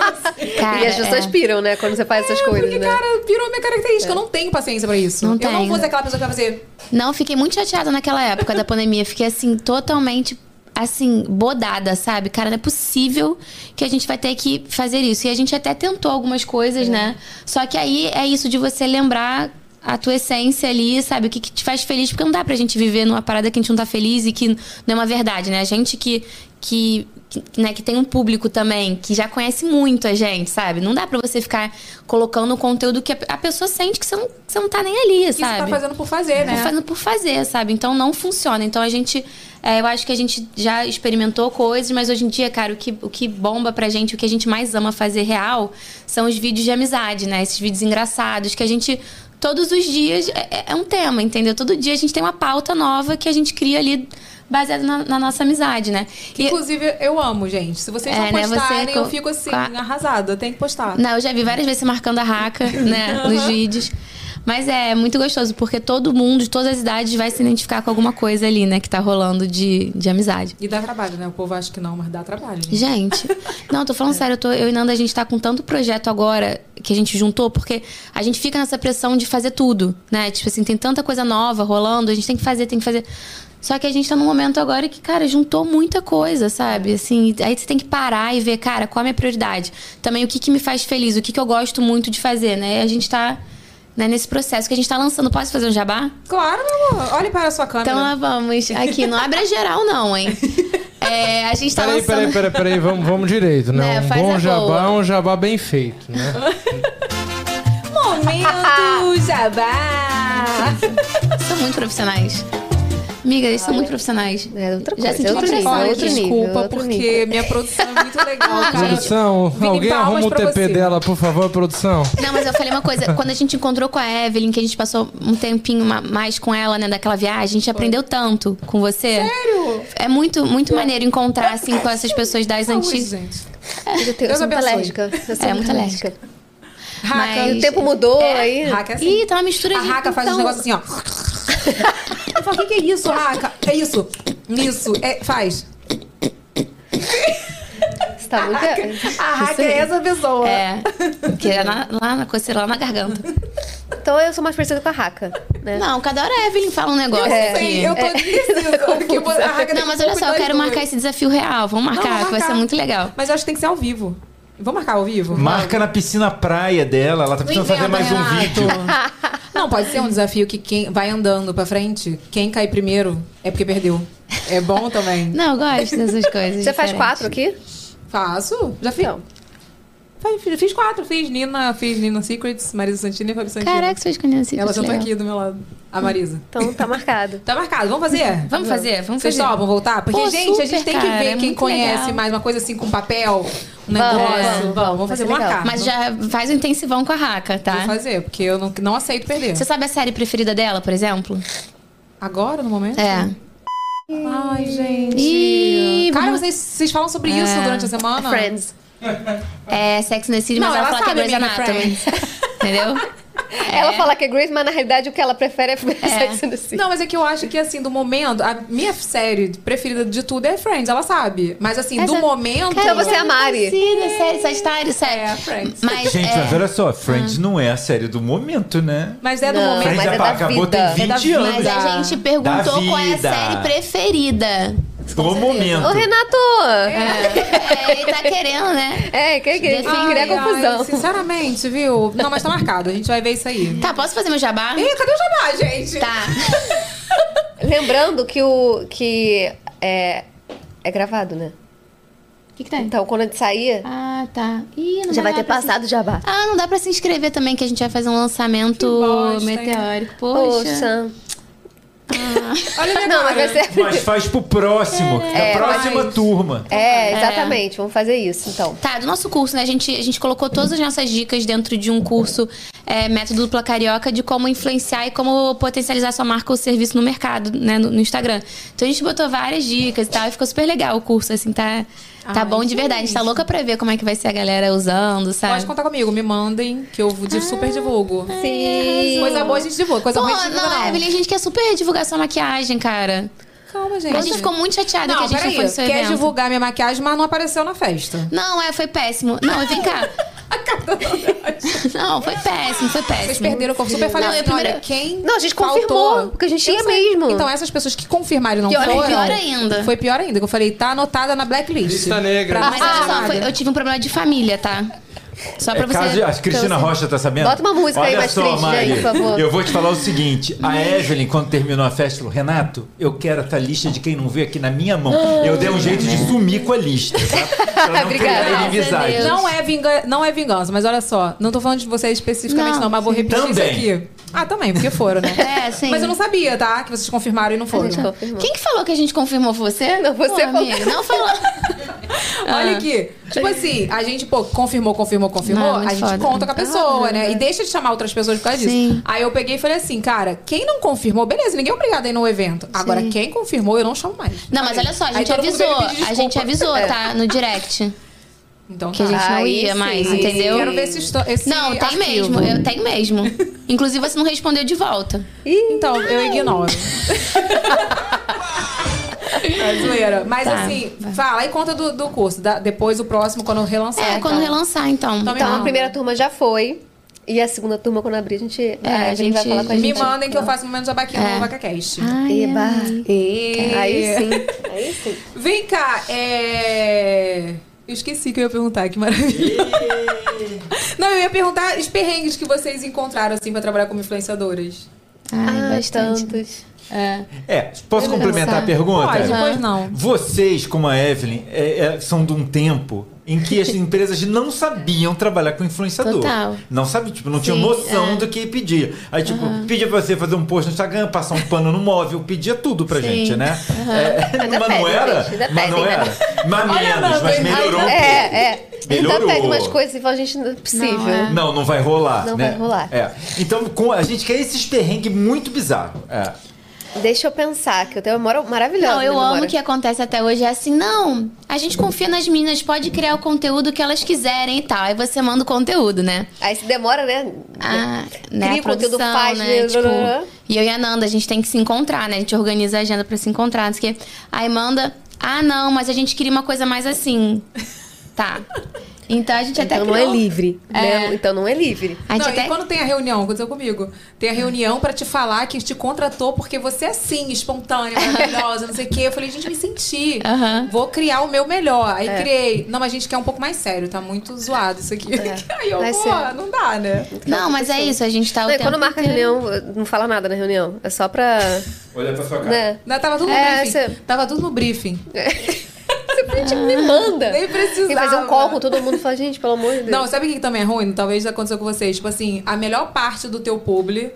Cara,
e as pessoas
é.
piram, né? Quando você faz essas coisas,
É, Porque,
né?
cara, virou minha característica. Eu não tenho paciência pra isso.
Não
eu não
tenho.
vou ser aquela pessoa que vai fazer...
Não, fiquei muito chateada naquela época da pandemia. Fiquei, assim, totalmente, assim, bodada, sabe? Cara, não é possível que a gente vai ter que fazer isso. E a gente até tentou algumas coisas, né? Só que aí é isso de você lembrar a tua essência ali, sabe? O que, que te faz feliz. Porque não dá pra gente viver numa parada que a gente não tá feliz e que não é uma verdade, né? A gente que... que que, né, que tem um público também que já conhece muito a gente, sabe? Não dá pra você ficar colocando conteúdo que a, a pessoa sente que você não, que você não tá nem ali,
Que
sabe?
você tá fazendo por fazer, né?
Tô fazendo por fazer, sabe? Então não funciona. Então a gente. é, eu acho que a gente já experimentou coisas, mas hoje em dia, cara, o que, o que bomba pra gente, o que a gente mais ama fazer real, são os vídeos de amizade, né? Esses vídeos engraçados que a gente. Todos os dias é, é- é um tema, entendeu? Todo dia a gente tem uma pauta nova que a gente cria ali baseada na, na nossa amizade, né? E-
Inclusive, eu amo, gente. Se vocês
É,
não
né, você
postarem, eu
co-
fico assim,
com a-
arrasada. Tem que postar.
Não, eu já vi várias vezes você marcando a raca, né? Nos vídeos. Mas é muito gostoso, porque todo mundo, de todas as idades, vai se identificar com alguma coisa ali, né? Que tá rolando de, de amizade.
E dá trabalho, né? O povo acha que não, mas dá trabalho. Gente.
Gente, não, tô falando sério, eu, tô, eu e Nanda, a gente tá com tanto projeto agora que a gente juntou, porque a gente fica nessa pressão de fazer tudo, né? Tipo assim, tem tanta coisa nova rolando, a gente tem que fazer, tem que fazer. Só que a gente tá num momento agora que, cara, juntou muita coisa, sabe? Assim, aí você tem que parar e ver, cara, qual é a minha prioridade? Também o que, que me faz feliz, o que, que eu gosto muito de fazer, né? E a gente tá né, nesse processo que a gente tá lançando. Posso fazer um jabá?
Claro, meu amor. Olhe para a sua câmera.
Então lá vamos. Aqui, não abra geral, não, hein? É, a gente tá
Peraí,
lançando.
peraí, peraí, peraí, vamos, vamos direito, né?
Né,
um
faz
bom
a
jabá é
boa.
um jabá bem feito, né?
Então, Momento jabá.
São muito profissionais. Amiga, eles são muito profissionais.
É outra
Já
coisa,
senti
é outro
uma
nível,
pressão
é
Olha,
outro nível.
desculpa,
é outro
porque
nível.
minha produção é muito legal, cara.
Produção,
Vini,
alguém
palmas
arruma o
pra
TP
você.
dela, por favor, produção.
Não, mas eu falei uma coisa. Quando a gente encontrou com a Evelyn, que a gente passou um tempinho ma- mais com ela, né, daquela viagem, a gente aprendeu tanto com você. Sério? É muito, muito maneiro encontrar, assim, com essas pessoas das
Saúde,
antigas.
gente.
Eu, tenho, eu
Deus
sou muito
abençoe.
alérgica. Eu sou
É, muito É
E
Mas...
o tempo mudou aí.
Raca é assim.
Ih, tá uma mistura
A
de...
Raca faz um
então,
negócio assim, ó. Eu falo, o que, que é isso, Raca? É isso. Isso. É, faz.
Você tá muito.
A Raca é essa pessoa.
É, que é na- lá na coceira, lá na garganta.
Então eu sou mais parecida com a Raca, né?
Não, cada hora a Evelyn fala um negócio
É.
aqui.
Sim, eu um tô indecisa.
Não, mas olha só, eu quero marcar esse desafio real. Vamos marcar,
vamos
que vai
marcar.
ser muito legal.
Mas eu acho que tem que ser ao vivo. Vamos marcar ao vivo?
Marca na piscina praia dela, ela tá precisando fazer mais um vídeo.
Não, pode ser um desafio que quem vai andando pra frente, quem cair primeiro é porque perdeu. É bom também.
Não, eu gosto dessas coisas.
Você faz
diferentes.
quatro aqui?
Faço. Já fiz. Faz- Fiz, fiz quatro. Fiz Nina, fiz Nina Secrets, Marisa Santini e Fábio Santini.
Caraca, você faz com assim.
Ela
que
já tá
legal.
aqui do meu lado. A Marisa.
Então tá marcado.
Tá marcado, vamos fazer?
Vamos fazer, vamos
Vocês
fazer.
topam voltar? Porque,
Pô,
gente, a
super,
gente tem que
cara,
ver
é
quem
muito
conhece
legal.
mais uma coisa assim com papel, um
Vamos,
negócio.
vamos,
vamos,
vamos, vai
fazer
ser
uma
legal.
carta.
Mas já faz o intensivão com a Raca, tá?
Vou fazer, porque eu não, não aceito perder.
Você sabe a série preferida dela, por exemplo?
Agora, no momento?
É.
Ai, gente.
Ih,
Cara,
vamos-
vocês, vocês falam sobre isso durante a semana?
É. Friends.
É Sex and the City, mas
Não,
ela,
ela
fala que é
sabe,
Grey's
menina,
Anatomy. Entendeu?
Ela fala que é Grace, mas na realidade o que ela prefere é Sex and the City.
Não, mas é que eu acho que, assim, do momento, a minha série preferida de tudo é Friends, ela sabe. Mas, assim, do
Essa-
momento.
Então você é a Mari.
Sim, série, Sagitário, sério.
É, Friends.
Mas,
Gente,
é,
mas olha só, Friends não é a série do momento, né?
Mas é do
Não,
momento.
Friends
mas é da
acabou,
vida.
tem
É da
20
vida.
anos.
mas a gente perguntou
Da
qual é a
vida.
série preferida.
Do
Ô,
momento.
Renato!
É, ele tá querendo, né?
É, que, que,
Define.
que cria
Ai, ai,
confusão.
sinceramente, viu? Não, mas tá marcado, a gente vai ver isso aí.
Tá, posso fazer meu jabá?
Ih, cadê o jabá, gente?
Tá.
Lembrando que o. que é, é gravado, né?
O que, que tem?
Então quando a gente sair,
É. Ah, tá. Ih, não
já vai
dar
ter
pra se-
passado o jabá.
Ah, não dá pra se inscrever também, que a gente vai fazer um lançamento
Que bosta, hein?
meteórico. Poxa.
Poxa.
Olha
é
a minha
Não, mas
cara.
vai ser.
Mas faz pro próximo, da próxima turma.
É, exatamente. Vamos fazer isso, então.
Tá, do nosso curso, né? A gente, a gente colocou todas as nossas dicas dentro de um curso é, Método Dupla Carioca de como influenciar e como potencializar sua marca ou serviço no mercado, né? No, no Instagram. Então a gente botou várias dicas e tal, e ficou super legal o curso, assim, tá, tá
Ai,
bom de verdade. A gente tá louca pra ver como é que vai ser a galera usando,
Pode
Tá.
sabe?
contar comigo, me mandem, que eu de super divulgo.
Sim.
Coisa boa a gente divulga, coisa
Pô,
ruim a gente divulga,
não,
não.
Evelyn, a gente quer super divulgar sua maquiagem, cara.
Calma, gente.
A gente ficou muito chateada
Não,
É que a gente
peraí,
não foi no seu
quer
evento.
divulgar minha maquiagem, mas não apareceu na festa.
Não, é, foi péssimo. Não, vem cá. não, foi péssimo, foi péssimo.
Vocês perderam o corpo. Super falei
Não, eu
assim, olha,
primeiro-
quem
Não, a gente
faltou-
confirmou, porque a gente
Eu
ia
sei.
mesmo.
Então essas pessoas que confirmaram e não
Pior-
foram...
pior ainda.
Foi pior ainda, que eu falei, tá anotada na blacklist.
Lista negra.
Pra não
Mas
ser
olha só,
chamada.
foi- eu tive um problema de família, tá? Só pra
É
você.
caso- a Cristina
pra você-
Rocha tá sabendo?
Bota uma música aí
Olha
mais
só,
triste,
Mari,
gente, por favor.
Eu vou te falar o seguinte: a Evelyn, quando terminou a festa, falou: Renato, eu quero essa lista de quem não veio aqui na minha mão. Eu
Ah.
dei um jeito de sumir com a lista, sabe? Pra não criar inimizade.
Deus.
Não é, vinga... não é vingança, mas olha só, não tô falando de você especificamente, não,
Não,
mas vou repetir
Também.
isso aqui. Ah, também, porque foram, né?
É, sim.
Mas eu não sabia, tá? Que vocês confirmaram e não foram.
Confirmou.
Quem que falou que a gente confirmou Foi você?
Não, você
Pô, amiga, não falou.
Olha aqui. Tipo assim, a gente, pô, confirmou, confirmou, confirmou.
É. Não, é muito
a gente
foda. Ah, é
conta com a pessoa, né? E deixa de chamar outras pessoas por causa disso.
Sim.
Aí eu peguei e falei assim, cara, quem não confirmou, beleza, ninguém é obrigado a ir no evento. Agora, quem confirmou, eu não chamo mais.
Não, mas olha só, a
Aí
gente
todo mundo
avisou.
veio pedir
A
desculpa. É.
gente avisou, tá? No direct.
Então tá.
Que a gente não
Aí
ia
sim.
mais,
Aí
entendeu?
Quero ver esse, histó- esse
Não, tem
arquivo.
mesmo. Eu tenho mesmo. Inclusive, você não respondeu de volta.
Então, eu ignoro. É zoeira. Mas
Tá.
assim, fala aí conta do, do curso. Da- depois o próximo, quando eu relançar.
É, quando
então.
relançar, então.
Então,
Então, a
Não.
primeira turma já foi. E a segunda turma, quando abrir, a gente, a
É, a
Evelyn vai
gente-
falar com a
Me
gente.
mandem que eu faço um momento jabaquinha
É.
no VacaCast.
Ai, ai.
Eba.
E...
Aí sim. Aí sim.
Vem cá, é. Eu esqueci que eu ia perguntar, que maravilha. Não, eu ia perguntar os perrengues que vocês encontraram, assim, pra trabalhar como influenciadoras.
Ai,
Ah,
bastante.
tantos.
É.
É, posso complementar a pergunta?
Pode, pois não.
Vocês, como a Evelyn, é, é, são de um tempo em que as empresas não sabiam trabalhar com influenciador.
Total.
Não sabia, tipo, não tinha
Sim,
noção
é.
do que pedia. Aí, tipo, pedia pra você fazer um post no Instagram, passar um pano no móvel, pedia tudo pra
Sim.
gente, né? É,
Ainda
mas não
pedem,
era?
gente, ainda
Mas não
pedem,
era? Mas menos, mas melhorou. um pouco.
É, é.
Melhorou.
Ainda pega umas coisas e fala, gente, não é possível.
Não, é.
Não, não vai rolar.
Não
né?
vai rolar.
É. Então, com, a gente quer esses perrengues muito bizarros. É.
Deixa eu pensar, que eu tenho uma memória maravilhosa. né,
Não, eu
minha
amo
memória.
que acontece até hoje. É assim, não, a gente confia nas meninas, pode criar o conteúdo que elas quiserem e tal. Aí você manda o conteúdo, né?
Aí se demora, né?
Ah, né,
É. Cria
a
o conteúdo,
produção,
faz, né,
né?
blá, blá, blá.
Tipo, e eu e a Nanda, a gente tem que se encontrar, né? A gente organiza a agenda pra se encontrar, não sei o quê. Aí manda, ah, não, mas a gente queria uma coisa mais assim. Tá. Então a gente até
Então não é
criou-
livre. né?
É.
Então não é livre.
A gente
Não,
até
e quando tem a reunião, aconteceu comigo. Tem a reunião pra te falar que te contratou porque você é assim, espontânea, maravilhosa, não sei o quê. Eu falei, gente, me senti.
Aham.
Vou criar o meu melhor. Aí criei. Não, mas a gente quer um pouco mais sério, tá muito zoado isso aqui. Aí eu,
Vai
pô,
ser.
não dá, né?
Não, mas é isso, a gente tá o
Não, e
tempo
quando marca a
inteiro-
reunião, não fala nada na reunião. É só pra.
Olha pra sua cara.
né?
Não, tava tudo no
É,
briefing.
você-
Tava tudo no briefing.
Tipo, me manda.
Nem precisava.
E fazer um call com todo mundo e falar, gente, pelo amor de Deus.
Não, sabe o que que também é ruim? Talvez aconteceu com vocês. Tipo assim, a melhor parte do teu publi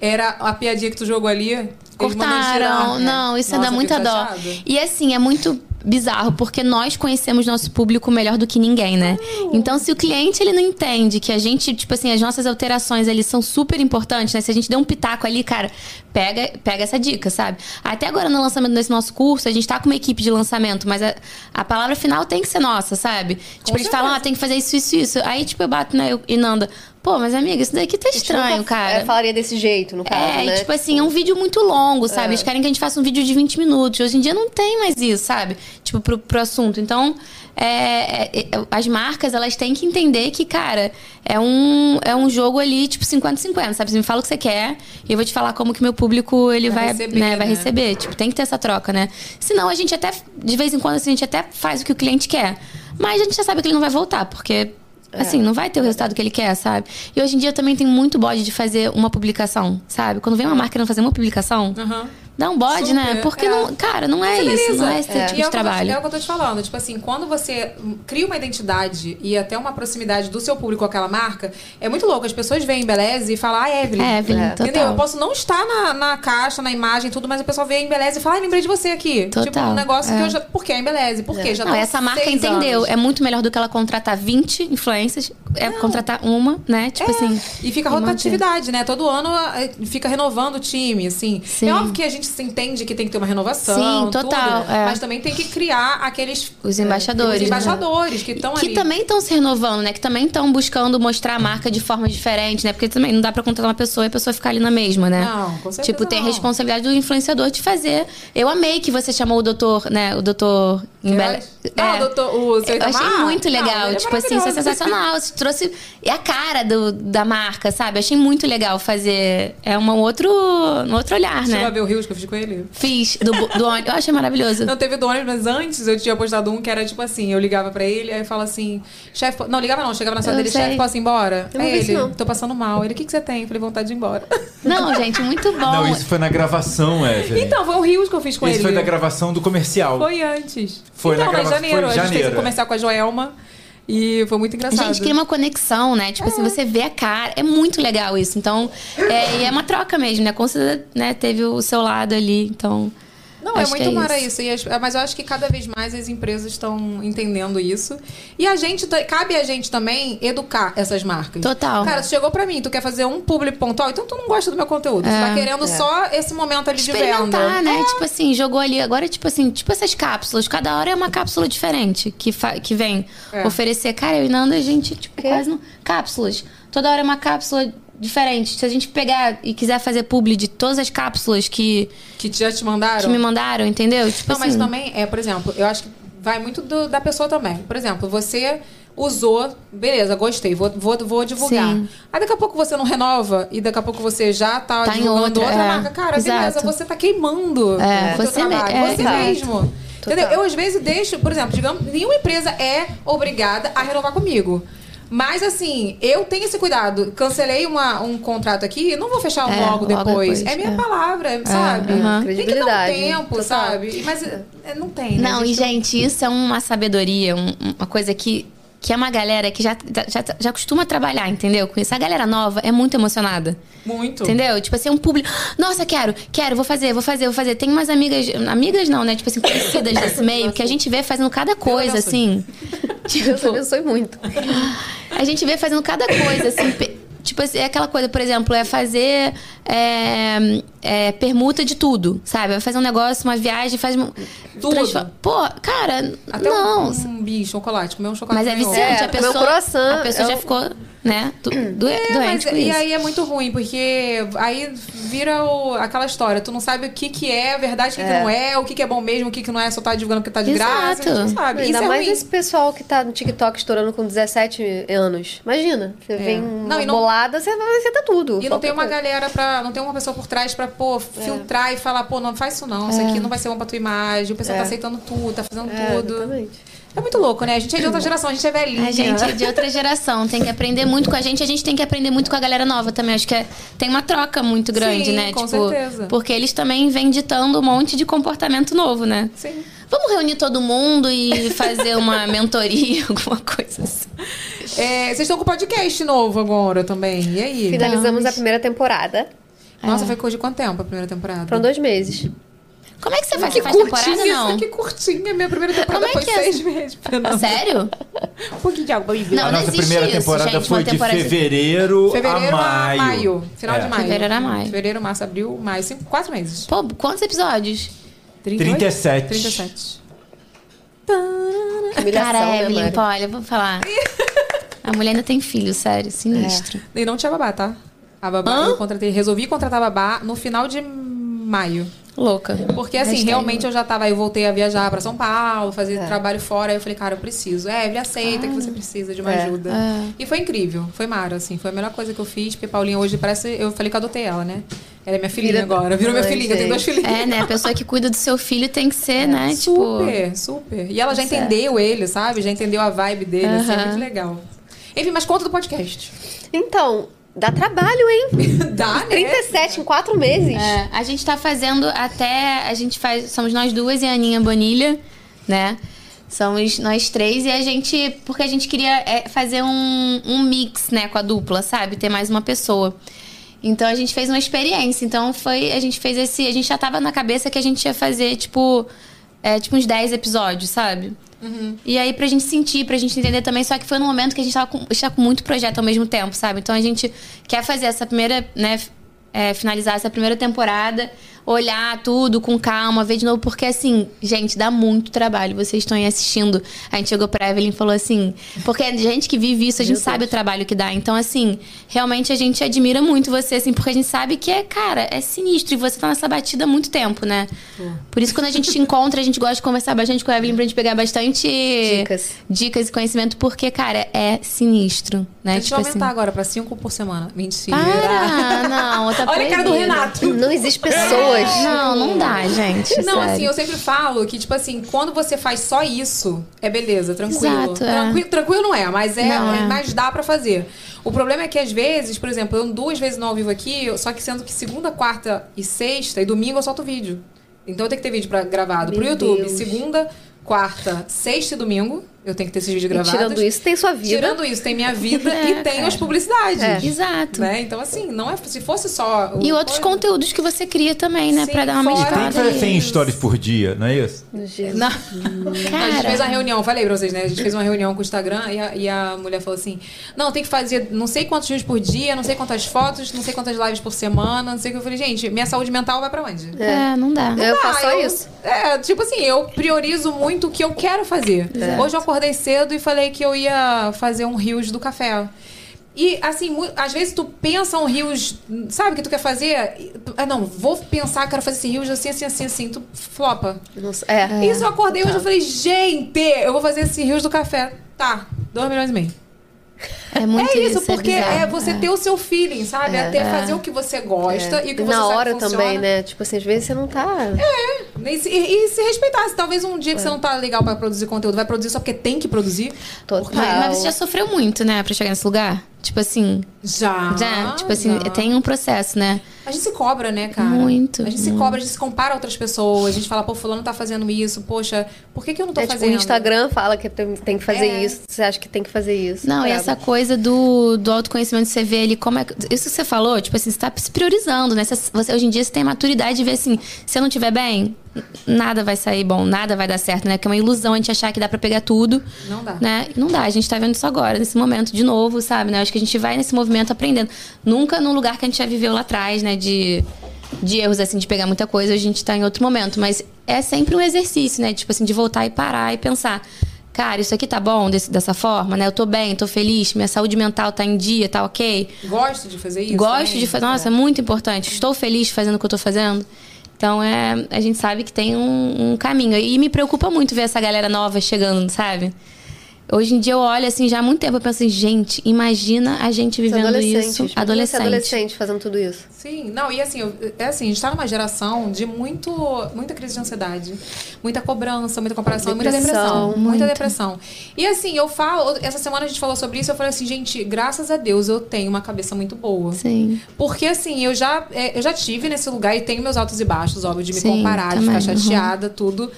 era a piadinha que tu jogou ali. eles mandam
Cortaram.
né?
tirar. né?
Não, isso
Nossa,
dá
eu
muita
fico
dó.
chateada.
E assim, é muito bizarro, porque nós conhecemos nosso público melhor do que ninguém, né? Então, se o cliente ele não entende que a gente, tipo assim, as nossas alterações ali são super importantes, né? Se a gente der um pitaco ali, cara, pega, pega essa dica, sabe? Até agora no lançamento desse nosso curso, a gente tá com uma equipe de lançamento, mas a, a palavra final tem que ser nossa, sabe? Tipo, eles falam, ah, tem que fazer isso, isso, isso. Aí, tipo, eu bato, né, eu- e Nanda, pô, mas amiga, isso daqui tá
A gente
estranho,
nunca,
cara.
é, falaria desse jeito, no caso,
É, e
né? É.
tipo assim, é um vídeo muito longo, sabe? Eles querem que a gente faça um vídeo de 20 minutos. Hoje em dia não tem mais isso, sabe? Tipo, pro, pro assunto. Então, é, é, é, as marcas, elas têm que entender que, cara, é um, é um jogo ali, tipo, 50-50, sabe? Você me fala o que você quer e eu vou te falar como que meu público, ele
Vai
vai,
receber,
né, vai
né?
receber. Tipo, tem que ter essa troca, né? Senão a gente até, de vez em quando, assim, a gente até faz o que o cliente quer. Mas a gente já sabe que ele não vai voltar, porque...
É.
Assim, não vai ter o resultado que ele quer, sabe? E hoje em dia também tem muito bode de fazer uma publicação, sabe? Quando vem uma marca não fazer uma publicação,
Aham.
dá um bode, né?
Super,
Porque,
é.
não, cara, não é
Mas
isso. Não
beleza.
é esse tipo
E
de
o que eu tô-
trabalho.
é o que eu tô te falando. Tipo assim, quando você hum, cria uma identidade e até uma proximidade do seu público com aquela marca, é muito louco. As pessoas veem Embeleze e falam, ah, Evelyn.
É, Evelyn,
Entendeu?
total.
Eu posso não estar na, na caixa, na imagem, tudo, mas o pessoal vê a Embeleze e fala, ah, lembrei de você aqui.
Total,
Tipo, um negócio que
é.
eu já... Por que a Embeleze? Por quê? Já
Não,
tô há
essa marca
seis
entendeu.
anos.
É muito melhor do que ela contratar 20 influencers, é contratar uma, né?
É.
Tipo assim.
E fica
e manter.
rotatividade, né? Todo ano eh, fica renovando o time, assim.
Sim.
É óbvio que a gente se entende que tem que ter uma renovação.
Sim, total,
tudo,
é.
Mas também tem que criar aqueles é,
Os embaixadores,
os
né?
embaixadores que estão
que
Então ali.
também estão se renovando, né? Que também estão buscando mostrar a marca de forma diferente, né? Porque também não dá pra contratar uma pessoa e a pessoa ficar ali na mesma, né?
Não, com certeza
Tipo, tem a
não.
responsabilidade do influenciador de fazer. Eu amei que você chamou o doutor, né? O doutor Embele...
Queiroz? Ah, o doutor- o seu
é. Eu achei
Itamar?
muito
Não,
legal.
ele é
tipo assim, isso é
maravilhoso.
sensacional. Você trouxe e a cara do- da marca, sabe? Eu achei muito legal fazer. É uma- um outro, um outro olhar,
Chegou a
né?
ver o Rios que eu fiz com ele?
Fiz do, do ônibus. Eu achei maravilhoso.
Não, teve do ônibus, mas antes eu tinha postado um que era tipo assim: eu ligava pra ele, aí eu falava assim, chefe. po- Não, ligava não, chegava na sala
Eu
dele,
sei.
chefe, posso ir embora?
Eu não
Aí
vi isso,
ele,
não.
tô passando mal. Ele, o que, que você tem? Eu falei, vontade de ir embora.
Não, gente, muito bom.
Não, isso foi na gravação, Evelyn.
Então, foi o Rios que eu fiz com
Isso
ele.
foi da gravação do comercial.
Foi antes.
Foi
então,
na grava-
em janeiro.
foi em
A gente fez
janeiro,
um
é.
comercial com a Joelma e foi muito engraçado.
Gente, cria uma conexão, né? Tipo assim, você vê a cara. É muito legal isso. Então, é, e é uma troca mesmo, né? Como você né, teve o seu lado ali, então...
Não,
acho
é
que
muito mara
isso.
isso. E as- mas eu acho que cada vez mais as empresas estão entendendo isso. E a gente, ta- cabe a gente também educar essas marcas.
Total.
Cara, tu chegou pra mim, tu quer fazer um público pontual, então tu não gosta do meu conteúdo. Tu tá querendo só esse momento ali de
É.
É.
Experimentar,
venda.
né? Tipo assim, jogou ali. Agora, tipo assim, tipo essas cápsulas. Cada hora é uma cápsula diferente que, fa- que vem
É.
oferecer. Cara, eu e Nanda, a gente, tipo, quase não... Cápsulas. Toda hora é uma cápsula diferente. Se a gente pegar e quiser fazer publi de todas as cápsulas que,
Que já te mandaram.
que me mandaram, entendeu? Tipo
Não, mas
assim,
também, é, por exemplo, eu acho que vai muito do- da pessoa também. Por exemplo, você usou, beleza, gostei, vou, vou, vou divulgar.
Sim.
Aí daqui a pouco você não renova e daqui a pouco você já tá,
Tá em
divulgando
outra,
outra,
é.
marca. Cara, beleza,
Exato.
você tá queimando
É,
o teu
você me-
trabalho.
é,
você
exato.
mesmo. Entendeu?
Total.
Eu às vezes deixo, por exemplo, digamos, nenhuma empresa é obrigada a renovar comigo. Mas assim, eu tenho esse cuidado. Cancelei uma, um contrato aqui, não vou fechar
É,
logo,
logo
depois.
depois,
É minha
é.
palavra, sabe?
aham.
Tem que dar um
Credibilidade,
tempo,
total.
sabe? Mas é, não tem, né?
Não,
gente?
e gente, isso é uma sabedoria, um- uma coisa que, que é uma galera que já, já, já costuma trabalhar, entendeu? Com isso. A galera nova é muito emocionada.
Muito.
Entendeu? Tipo assim, é um público. Nossa, quero, quero, vou fazer, vou fazer, vou fazer. Tem umas amigas. Amigas não, né? Tipo assim, conhecidas desse meio, que a gente vê fazendo cada coisa, assim.
Deus
Tipo,
abençoe muito.
a gente vê fazendo cada coisa, assim. pe- Tipo assim, é aquela coisa, por exemplo, é fazer é, é, permuta de tudo, sabe? Vai fazer um negócio, uma viagem, faz. um-
Tudo.
Pô, cara,
Até
não.
um, um bicho, um chocolate, comer um chocolate.
Mas é
ganhou.
viciante.
É,
a pessoa,
meu croissant
a pessoa
é
já
um-
ficou, né? do- do-
É, mas,
doente com
e
isso.
aí é muito ruim, porque aí vira o- aquela história. Tu não sabe o que, que é verdade, o que, que não é, o que, que é bom mesmo, o que, que não é, só tá divulgando porque tá de graça.
Exato.
A gente não sabe. Isso
Ainda
é
mais
ruim.
esse pessoal que tá no TikTok estourando com 17 anos. Imagina, você vem uma
É. Não, e não-
bolada, você vai acertar tudo.
E não tem uma
qualquer
galera pra. Não tem uma pessoa por trás pra, pô,
É.
filtrar e falar, pô, não faz isso não,
É.
isso aqui não vai ser bom pra tua imagem. O pessoal tá aceitando tudo, tá fazendo
coisa. É,
tudo.
exatamente.
É muito louco, né? A gente é de outra geração, a gente é velhinha.
A gente é de outra geração, tem que aprender muito com a gente, a gente tem que aprender muito com a galera nova também. Acho que é- tem uma troca muito grande,
Sim,
né?
com
tipo,
certeza.
porque eles também vêm ditando um monte de comportamento novo, né?
Sim.
Vamos reunir todo mundo e fazer uma mentoria, alguma coisa assim.
É, vocês estão com podcast novo agora também. E aí?
Finalizamos a primeira temporada.
É.
Nossa, foi coisa de quanto tempo a primeira temporada?
Foram dois meses.
Como é que você faz?
Que
Você faz temporada
curtinha,
não?
que curtinha. Minha primeira temporada
Como
foi
é que é
seis
essa?
meses.
Ah, sério?
Um pouquinho de água.
Não,
a
não
nossa
existe
primeira
isso,
temporada
gente,
foi
uma
de
temporada-
fevereiro,
Fevereiro
a maio.
Final
É.
de maio.
Fevereiro a maio.
Fevereiro, março, abril, maio. Cinco, quatro meses.
Pô, quantos episódios?
38?
37.
37.
Que humilhação,
Cara,
né,
Evelyn,
Mari?
pô, olha, eu vou falar. A mulher ainda tem filho, sério, sinistro.
E não tinha babá, tá? A babá, eu contratei, resolvi contratar a babá no final de maio.
Louca.
Porque assim,
Hashtag.
realmente eu já tava, aí eu voltei a viajar pra São Paulo, fazer
É.
trabalho fora, aí eu falei, cara, eu preciso. É, ele aceita que
Ah,
você precisa de uma
é,
ajuda. E foi incrível, foi mara, assim, foi a melhor coisa que eu fiz, porque Paulinha hoje parece, eu falei que eu adotei ela, né? Ela é minha filhinha
Vira-
agora, virou minha
Ai,
filhinha, tem dois filhinhos.
É, né? A pessoa que cuida do seu filho tem que ser, né? Tipo.
É,
é.
Super, super. E ela já entendeu ele, sabe? Já entendeu a vibe dele, assim, é
Aham.
muito legal. Enfim, mas conta do podcast.
Então, dá trabalho, hein?
Dá, né?
37 em quatro meses.
É, a gente tá fazendo até. A gente faz. Somos nós duas e a Aninha Bonilha, né? Somos nós três e a gente. Porque a gente queria é, fazer um, um mix, né, com a dupla, sabe? Ter mais uma pessoa. Então a gente fez uma experiência. Então foi. A gente fez esse. A gente já tava na cabeça que a gente ia fazer, tipo. É, tipo uns 10 episódios, sabe? E aí, pra gente sentir, pra gente entender também, só que foi num momento que a gente tava com, a gente tava com muito projeto ao mesmo tempo, sabe? Então a gente quer fazer essa primeira, né? é, finalizar essa primeira temporada, olhar tudo com calma, ver de novo, porque assim, gente, dá muito trabalho. Vocês estão aí assistindo. A gente chegou pra Evelyn e falou assim, porque a gente que vive isso, a gente sabe o trabalho que dá. Então, assim, realmente a gente admira muito você, assim, porque a gente sabe que é, cara, é sinistro e você tá nessa batida há muito tempo, né? Por isso, quando a gente te encontra, a gente gosta de conversar bastante com a Evelyn pra gente pegar bastante
Dicas.
dicas e conhecimento, porque, cara, é sinistro, né?
Deixa eu aumentar agora pra cinco por semana. Mentira.
Para! Não, tá
Olha a cara do
proibido.
Renato.
Não existe
É,
pessoas.
Não, não dá, gente.
Não,
sério.
assim, eu sempre falo que, tipo assim, quando você faz só isso, é beleza, tranquilo.
Exato, é.
tranquilo, tranquilo não é, mas é,
Não, é.
mas dá pra fazer. O problema é que às vezes, por exemplo, eu ando duas vezes no ao vivo aqui, eu- só que sendo que segunda, quarta e sexta e domingo eu solto vídeo. Então eu tenho que ter vídeo pra, gravado pro
Meu
YouTube,
Deus.
segunda, quarta, sexta e domingo, eu tenho que ter esses vídeos
E
gravados.
tirando isso, tem sua vida.
Tirando isso, tem minha vida e
É,
tem as publicidades.
Exato.
Né? Então, assim, não é. Se fosse só. o-
E outros conteúdos que você cria também, né?
Sim,
pra dar uma
fora.
E tem que
meditada.
fazer 100 stories por dia, não é isso?
Não. A gente fez uma
Cara,
reunião, falei pra vocês, né? A gente fez uma reunião com o Instagram e a, e a mulher falou assim: não, tem que fazer não sei quantos vídeos por dia, não sei quantas fotos, não sei quantas lives por semana, não sei o que. Eu falei, gente, minha saúde mental vai pra onde?
é, não dá.
Eu faço só
eu-
isso.
É, tipo assim, eu priorizo muito o que eu quero fazer. Hoje eu acordei cedo e falei que eu ia fazer um rios do café. E assim, mu- às vezes tu pensa um rios, sabe o que tu quer fazer? E tu- Ah, não, vou pensar, quero fazer esse rios assim, assim, assim, assim, tu flopa.
Nossa, é.
Isso eu acordei
tá.
hoje, eu falei, gente, eu vou fazer esse rios do café. Tá, 2 milhões e meio.
É muito
É isso,
é
porque é,
bizarro.
você ter o seu feeling, sabe? É, ter fazer o que você gosta e o que
E
você
na
sabe que
hora
né?
funciona. É.
também, né? Tipo assim, às vezes você não tá.
E se, e- e se respeitasse. Talvez um
É.
dia que você não tá legal pra produzir conteúdo, vai produzir só porque tem que produzir.
Total.
Mas, mas você já sofreu muito, né, pra chegar nesse lugar? Tipo assim.
Já.
já, tipo assim,
já.
tem um processo, né?
A gente se cobra, né, cara?
Muito,
A gente se cobra, a gente se compara a outras pessoas. A gente fala, pô, fulano tá fazendo isso. Poxa, por que, que eu não tô
É, tipo, o
fazendo?
Instagram fala que tem tem que fazer
É.
isso, você acha que tem que fazer isso.
Não, e
sabe?
essa coisa do, do autoconhecimento, você vê ali como é. que- Isso que você falou, tipo assim, você tá se priorizando, né? Você, você- hoje em dia você tem maturidade de ver assim, se eu não tiver bem, n- nada vai sair bom, nada vai dar certo, né? Porque é uma ilusão a gente achar que dá pra pegar tudo.
Não dá.
Né? E Não dá, a gente tá vendo isso agora, nesse momento, de novo, sabe? Né? Acho que a gente vai nesse movimento aprendendo. Nunca num lugar que a gente já viveu lá atrás, né? De, de erros, assim, de pegar muita coisa, a gente tá em outro momento. Mas é sempre um exercício, né? Tipo assim, de voltar e parar e pensar. Cara, isso aqui tá bom desse- dessa forma, né? Eu tô bem, tô feliz, minha saúde mental tá em dia, tá ok.
Gosto de fazer isso. né?
Gosto
também?
de fazer. Nossa, é muito importante. Estou feliz fazendo o que eu tô fazendo. Então é, a gente sabe que tem um, um caminho. E me preocupa muito ver essa galera nova chegando, sabe? Hoje em dia eu olho assim, já há muito tempo eu penso assim, gente, imagina a gente
Os
vivendo
adolescentes,
isso
imagina esse
adolescente.
adolescente fazendo tudo isso.
Sim, não, e assim, eu- é assim, a gente tá numa geração de muito, muita crise de ansiedade, muita cobrança, muita comparação, muita
Depressão.
depressão. Muita
Muita.
depressão. E assim, eu falo, essa semana a gente falou sobre isso, eu falei assim, gente, graças a Deus eu tenho uma cabeça muito boa.
Sim.
Porque assim, eu já, é, eu já tive nesse lugar e tenho meus altos e baixos, óbvio, de me
Sim,
comparar, de ficar
também, uhum.
chateada, tudo.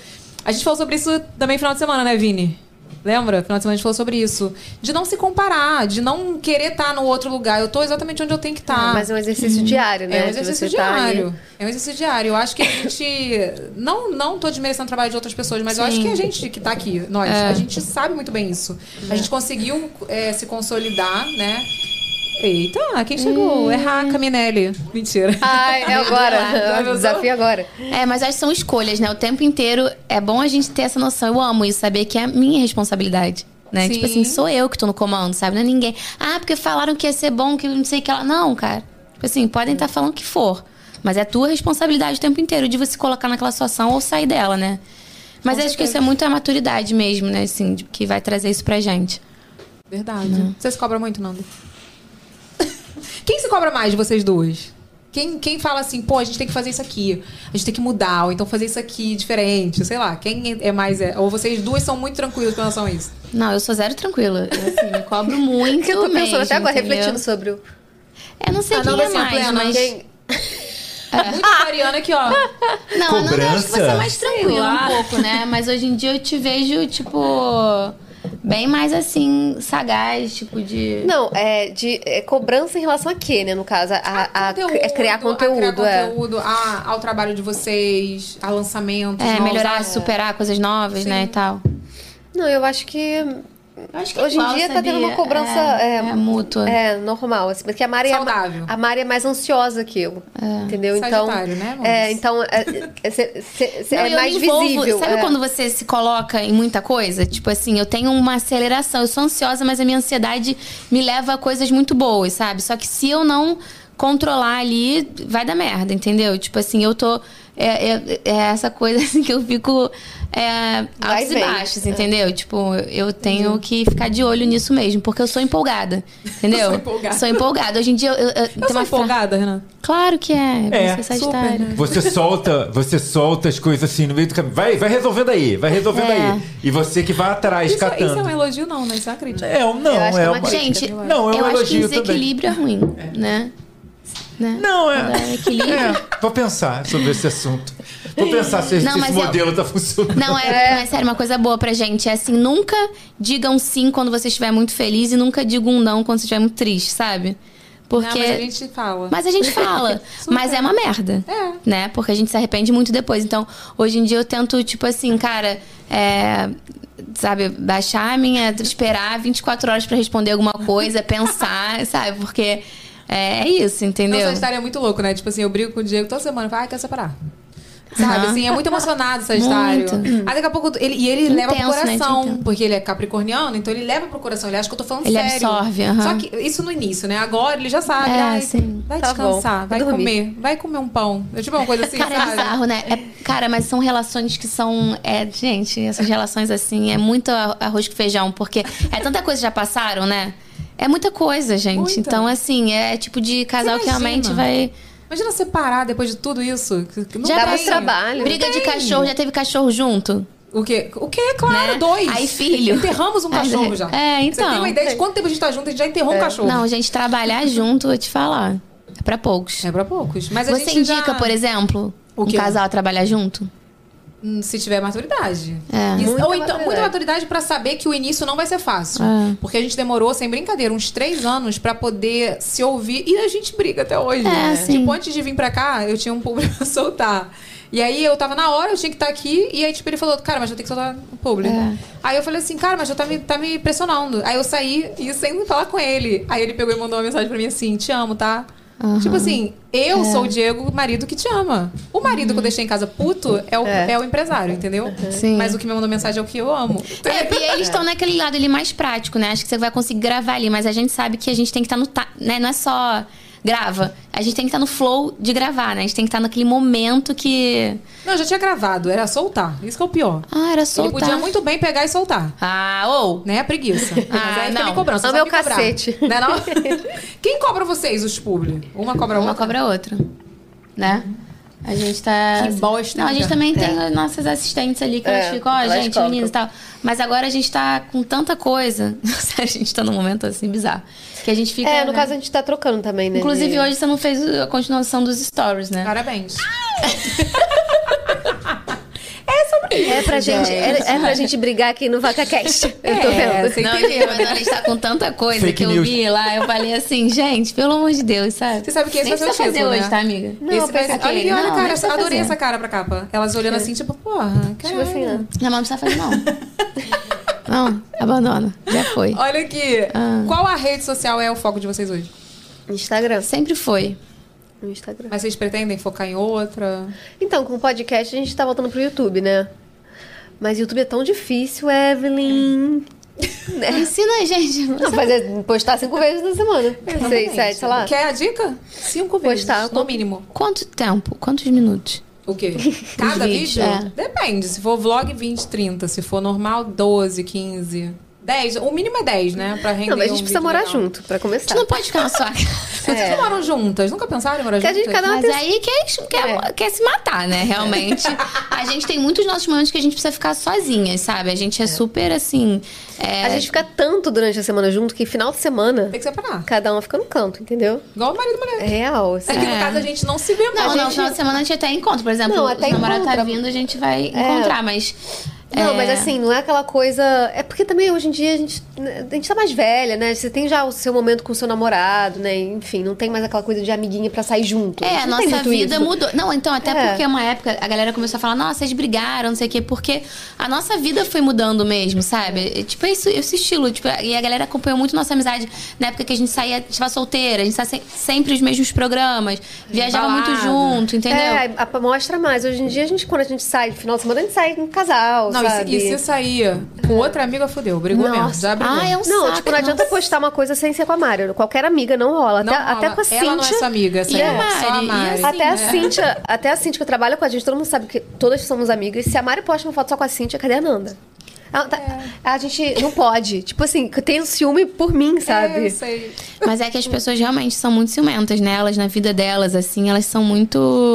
A gente falou sobre isso também final de semana, né, Vini? Lembra? Final de semana a gente falou sobre isso. De não se comparar, de não querer estar no outro lugar. Eu tô exatamente onde eu tenho que tá. estar.
Mas é um
Uhum.
exercício diário, né?
Ah. É um
de
exercício
você tá ali.
diário. É um exercício diário. Eu acho que a gente. Não, não tô desmerecendo o trabalho de outras pessoas, mas eu acho que a gente que tá aqui, nós,
É.
a gente sabe muito bem isso. A gente conseguiu é, se consolidar, né? Eita, quem chegou? É Raca Minelli. Mentira.
Ai,
Tá
é
Já
agora.
pensou?
Desafio agora.
É, mas acho que são escolhas, né? O tempo inteiro é bom a gente ter essa noção. Eu amo isso, saber que é minha responsabilidade. Né?
Sim.
Tipo assim, sou eu que tô no comando, sabe? Não é ninguém. Ah, porque falaram que ia ser bom, que não sei o que lá. Não, cara. Tipo assim, podem estar falando o que for. Mas é tua responsabilidade o tempo inteiro de você colocar naquela situação ou sair dela, né? Mas acho que isso é muito a maturidade mesmo, né? Assim, de- que vai trazer isso pra gente.
Verdade. Você se cobra Hum. muito, Nando? quem se cobra mais de vocês duas? Quem, quem fala assim, pô, a gente tem que fazer isso aqui, a gente tem que mudar, ou então fazer isso aqui diferente, sei lá, quem é mais. É, ou vocês duas são muito tranquilas com relação a isso?
Não, eu sou zero tranquila. Eu, assim, me cobro muito.
Que eu tô pensando
mesmo,
até agora,
entendeu?
refletindo sobre o.
Eu não sei
Ah, não,
quem
vai
é
ser a
mais,
plena.
mas...
Quem...
Muito Mariana aqui, ó.
Não, a Nanda eu acho que você é mais
Sei
tranquila
lá.
um pouco, né? Mas hoje em dia eu te vejo, tipo, bem mais assim, sagaz, tipo, de.
Não, é de é cobrança em relação a quê, né? No caso, a, a- a
Conteúdo,
cri- é criar conteúdo.
a criar
é.
conteúdo, a- ao trabalho de vocês, a lançamentos,
É,
novos,
melhorar,
a-
superar coisas novas, né? E tal.
Não, eu acho que.
Eu acho
Hoje em
igual,
dia tá tendo
sabia?
uma cobrança.
É,
É,
é mútua.
É, normal, assim. Porque a Mari é.
Saudável.
A Mari é mais ansiosa que eu.
É.
Entendeu? Então.
Sagitário, né, amor?
é, então. É, é, cê- cê- cê-
Não,
é
eu
mais
me envolvo-
visível.
Sabe
é.
quando você se coloca em muita coisa? Tipo assim, eu tenho uma aceleração, eu sou ansiosa, mas a minha ansiedade me leva a coisas muito boas, sabe? Só que se eu não controlar ali, vai dar merda, entendeu? Tipo assim, eu tô. É, é- é essa coisa assim que eu fico é,
Vai
altos
É. Uhum. e
e
vem.
baixos, entendeu? Tipo, eu tenho que ficar de olho nisso mesmo, porque eu sou empolgada, entendeu?
Sou empolgada.
Sou empolgada. Hoje em dia eu, eu, eu
Eu sou
uma fra-
empolgada, Renan.
Claro que é.
É,
você é Sagitário.
super, né?
Você solta, você solta as coisas assim no meio do caminho. Vai, vai resolvendo aí, vai resolvendo
É.
aí. E você que vai atrás,
Isso, isso
catando.
é um elogio, não, né? Isso é uma crítica.
É um não,
Eu acho que
é
é uma
uma.
crítica.
Gente,
Não,
eu
é um
acho que
elogio também.
desequilíbrio é ruim, né? Né?
Não, é.
Quando equilíbrio.
é. Vou pensar sobre esse assunto. Vou pensar se
Não,
esse
mas eu-
modelo tá funcionando.
Não, é, não, é sério, uma coisa boa pra gente. É assim, nunca digam sim quando você estiver muito feliz e nunca digam um não quando você estiver muito triste, sabe? Porque.
Não, mas a gente fala.
Mas a gente fala. mas é uma merda.
É.
Né? Porque a gente se arrepende muito depois. Então, hoje em dia eu tento, tipo assim, cara, é, Sabe, baixar a minha. Esperar 24 horas pra responder alguma coisa, pensar, sabe? Porque é, é isso,
Não,
entendeu?
Sagitário é muito louco, né? Tipo assim, eu brigo com o Diego toda semana, fala, ah, quer separar. Sabe, assim, é muito emocionado, Sagitário.
Muito.
Aí daqui a pouco, ele, e ele leva pro
Intenso, né,
coração,
Intenso.
porque ele é capricorniano, então ele leva pro coração, ele acha que eu tô falando
Ele
sério.
absorve, aham.
Só que isso no início, né? Agora ele já sabe,
É,
ai,
sim.
vai
Tá bom,
descansar,
vou
vai
dormir.
comer, vai comer um pão. É tipo uma coisa assim,
Cara, é
sabe?
bizarro, né? É- cara, mas são relações que são. É, gente, essas relações assim, é muito ar- arroz com feijão, porque é tanta coisa que já passaram, né? É muita coisa, gente.
Muita.
Então, assim, é tipo de casal que
imagina?
realmente vai.
Imagina separar depois de tudo isso. que- que não
Já
tem.
dá muito trabalho.
tá assim? Briga de cachorro, já teve cachorro junto?
O quê? O quê? Claro,
Né?
dois.
Aí, filho.
Enterramos um
Aí,
cachorro já.
é,
Você tem
então.
uma ideia de quanto tempo a gente tá junto? A gente já enterrou
É.
um cachorro.
Não, gente, trabalhar junto, vou te falar. É pra poucos.
É pra poucos. Mas a
Você
gente já-
indica, por exemplo,
O
um
quê?
casal a trabalhar junto?
Hum, Se tiver maturidade.
É.
Isso-
Muita
ou então,
maturidade.
muita maturidade pra saber que o início não vai ser fácil.
É.
Porque a gente demorou, sem brincadeira, uns três anos pra poder se ouvir e a gente briga até hoje.
É,
né?
sim.
Tipo, antes de vir pra cá, eu tinha um publi pra soltar. E aí eu tava na hora, eu tinha que estar aqui, e aí tipo, ele falou, cara, mas eu tenho que soltar um publi.
É.
Aí eu falei assim, cara, mas já tá me, tá me pressionando. Aí eu saí e sem falar com ele. Aí ele pegou e mandou uma mensagem pra mim assim, te amo, tá?
Aham. É.
Tipo assim, eu sou o Diego, o marido que te ama. O marido que eu deixei em casa puto é o, é. o empresário, entendeu?
Uhum. Sim.
Mas o que me mandou mensagem é o que eu amo.
É, e eles estão naquele lado ali mais prático, né? Acho que você vai conseguir gravar ali, mas a gente sabe que a gente tem que estar no. ta- né? Não é só grava. A gente tem que estar no flow de gravar, né? A gente tem que estar naquele momento que.
Não, eu já tinha gravado, era soltar. Isso que é o pior.
Ah, era
Ele
soltar.
podia muito bem pegar e soltar.
Ah, ou.
Né? A preguiça. Mas aí fica
não.
me cobrança.
Ah,
só
meu
me cobrar.
cacete.
Né, não? Quem cobra vocês, os publi? Uma cobra
Uma
outra?
cobra a outra. Né? A gente tá.
Que bosta,
Não, a gente
cara.
também tem as nossas assistentes ali que
É,
elas ficam, ó,
elas
gente,
cobram.
meninas e tal. Mas agora a gente tá com tanta coisa. a gente tá num momento assim bizarro. Que a gente fica.
É, no
né?
caso a gente tá trocando também, né?
Inclusive,
de-
hoje você não fez a continuação dos stories, né?
Parabéns.
É pra gente, é, é pra gente brigar aqui no VacaCast. Eu tô
É,
vendo.
você
Não,
entendeu,
mas
né?
ela está tá com tanta coisa
Fake
que eu
news.
vi lá, eu falei assim, gente, pelo amor de Deus, sabe?
Você sabe que esse
Nem
vai ser o
precisa fazer
título,
hoje,
né?
tá, amiga?
Não,
Esse vai ser-
pensei-
Olha, que olha,
Não,
cara,
deixa eu
adorei
fazer.
essa cara pra capa. Elas olhando assim, tipo, porra,
Tipo assim,
caralho.
né?
Não, mas não precisa fazer, não. Não, abandona. Já foi.
Olha aqui.
Ah.
Qual a rede social é o foco de vocês hoje?
Instagram.
Sempre foi.
No Instagram.
Mas vocês pretendem focar em outra?
Então, com o podcast a gente tá voltando pro YouTube, né? Mas YouTube é tão difícil, Evelyn.
Ensina a gente.
Não, fazer, postar cinco vezes na semana. Seis, sete, sei lá.
Quer a dica? Cinco vezes,
Postar,
no
quanto-
mínimo.
Quanto tempo? Quantos minutos?
O quê? Cada
vídeos,
vídeo?
é.
Depende. Se for vlog, 20, 30. Se for normal, 12, 15. 10. O mínimo é 10, né? Pra render
Não, mas a
um
gente precisa
vídeo
morar
legal.
junto pra
A
começar.
gente não pode ficar na sua casa.
Vocês
É.
não moram juntas? Nunca pensaram em morar
Que a
juntas?
gente cada um
Mas
tem-
aí quer, quer, quer se matar, né? Realmente. A gente tem muitos nossos momentos que a gente precisa ficar sozinha, sabe? A gente é super assim. é,
A gente fica tanto durante a semana junto que final de semana
Tem que separar.
cada uma fica no canto, entendeu?
Igual o marido e mulher.
É real.
É
assim.
que no caso a gente não se vê
Não,
mais.
não, final de semana a gente até encontra. Por exemplo,
Não,
o
até
namorado tá
encontra. É.
vindo, a gente vai encontrar, mas.
Não,
é,
mas assim, não é aquela coisa. É porque também hoje em dia a gente, a gente tá mais velha, né? Você tem já o seu momento com o seu namorado, né? Enfim, não tem mais aquela coisa de amiguinha pra sair junto.
É, a
Não tem
nossa
muito
vida
isso.
mudou. Não, então, até
É.
porque uma época a galera começou a falar, nossa, vocês brigaram, não sei o quê, porque a nossa vida foi mudando mesmo, sabe? E, Tipo, é isso, esse estilo. Tipo, e a galera acompanhou muito nossa amizade na época que a gente saía, a gente tava solteira, a gente saía se- sempre os mesmos programas, viajava
Balada.
muito junto, entendeu?
É, a- a- mostra mais. Hoje em dia, a gente, quando a gente sai, final de semana, a gente sai com casal,
Não, e se-
sabe?
e se sair com outra amiga, fodeu. Brigou mesmo. Já brigou.
Ah, é um
Não,
saco,
tipo, não adianta
nossa.
postar uma coisa sem ser com a Mário. Qualquer amiga não rola.
Não
até,
rola.
até com a
Ela não é
Cíntia.
sua amiga, essa
E a
aí, é só a
Mari? E
Mari.
a
Até a
né?
Cíntia, até a Cíntia que trabalha com a gente, todo mundo sabe que todas somos amigas. Se a Mari posta uma foto só com a Cíntia, cadê a Nanda? Ela tá-
É.
A gente não pode. Tipo assim, que eu tenho ciúme por mim,
É,
sabe?
eu sei.
Mas é que as pessoas realmente são muito ciumentas, né? Elas, na vida delas, assim, elas são muito.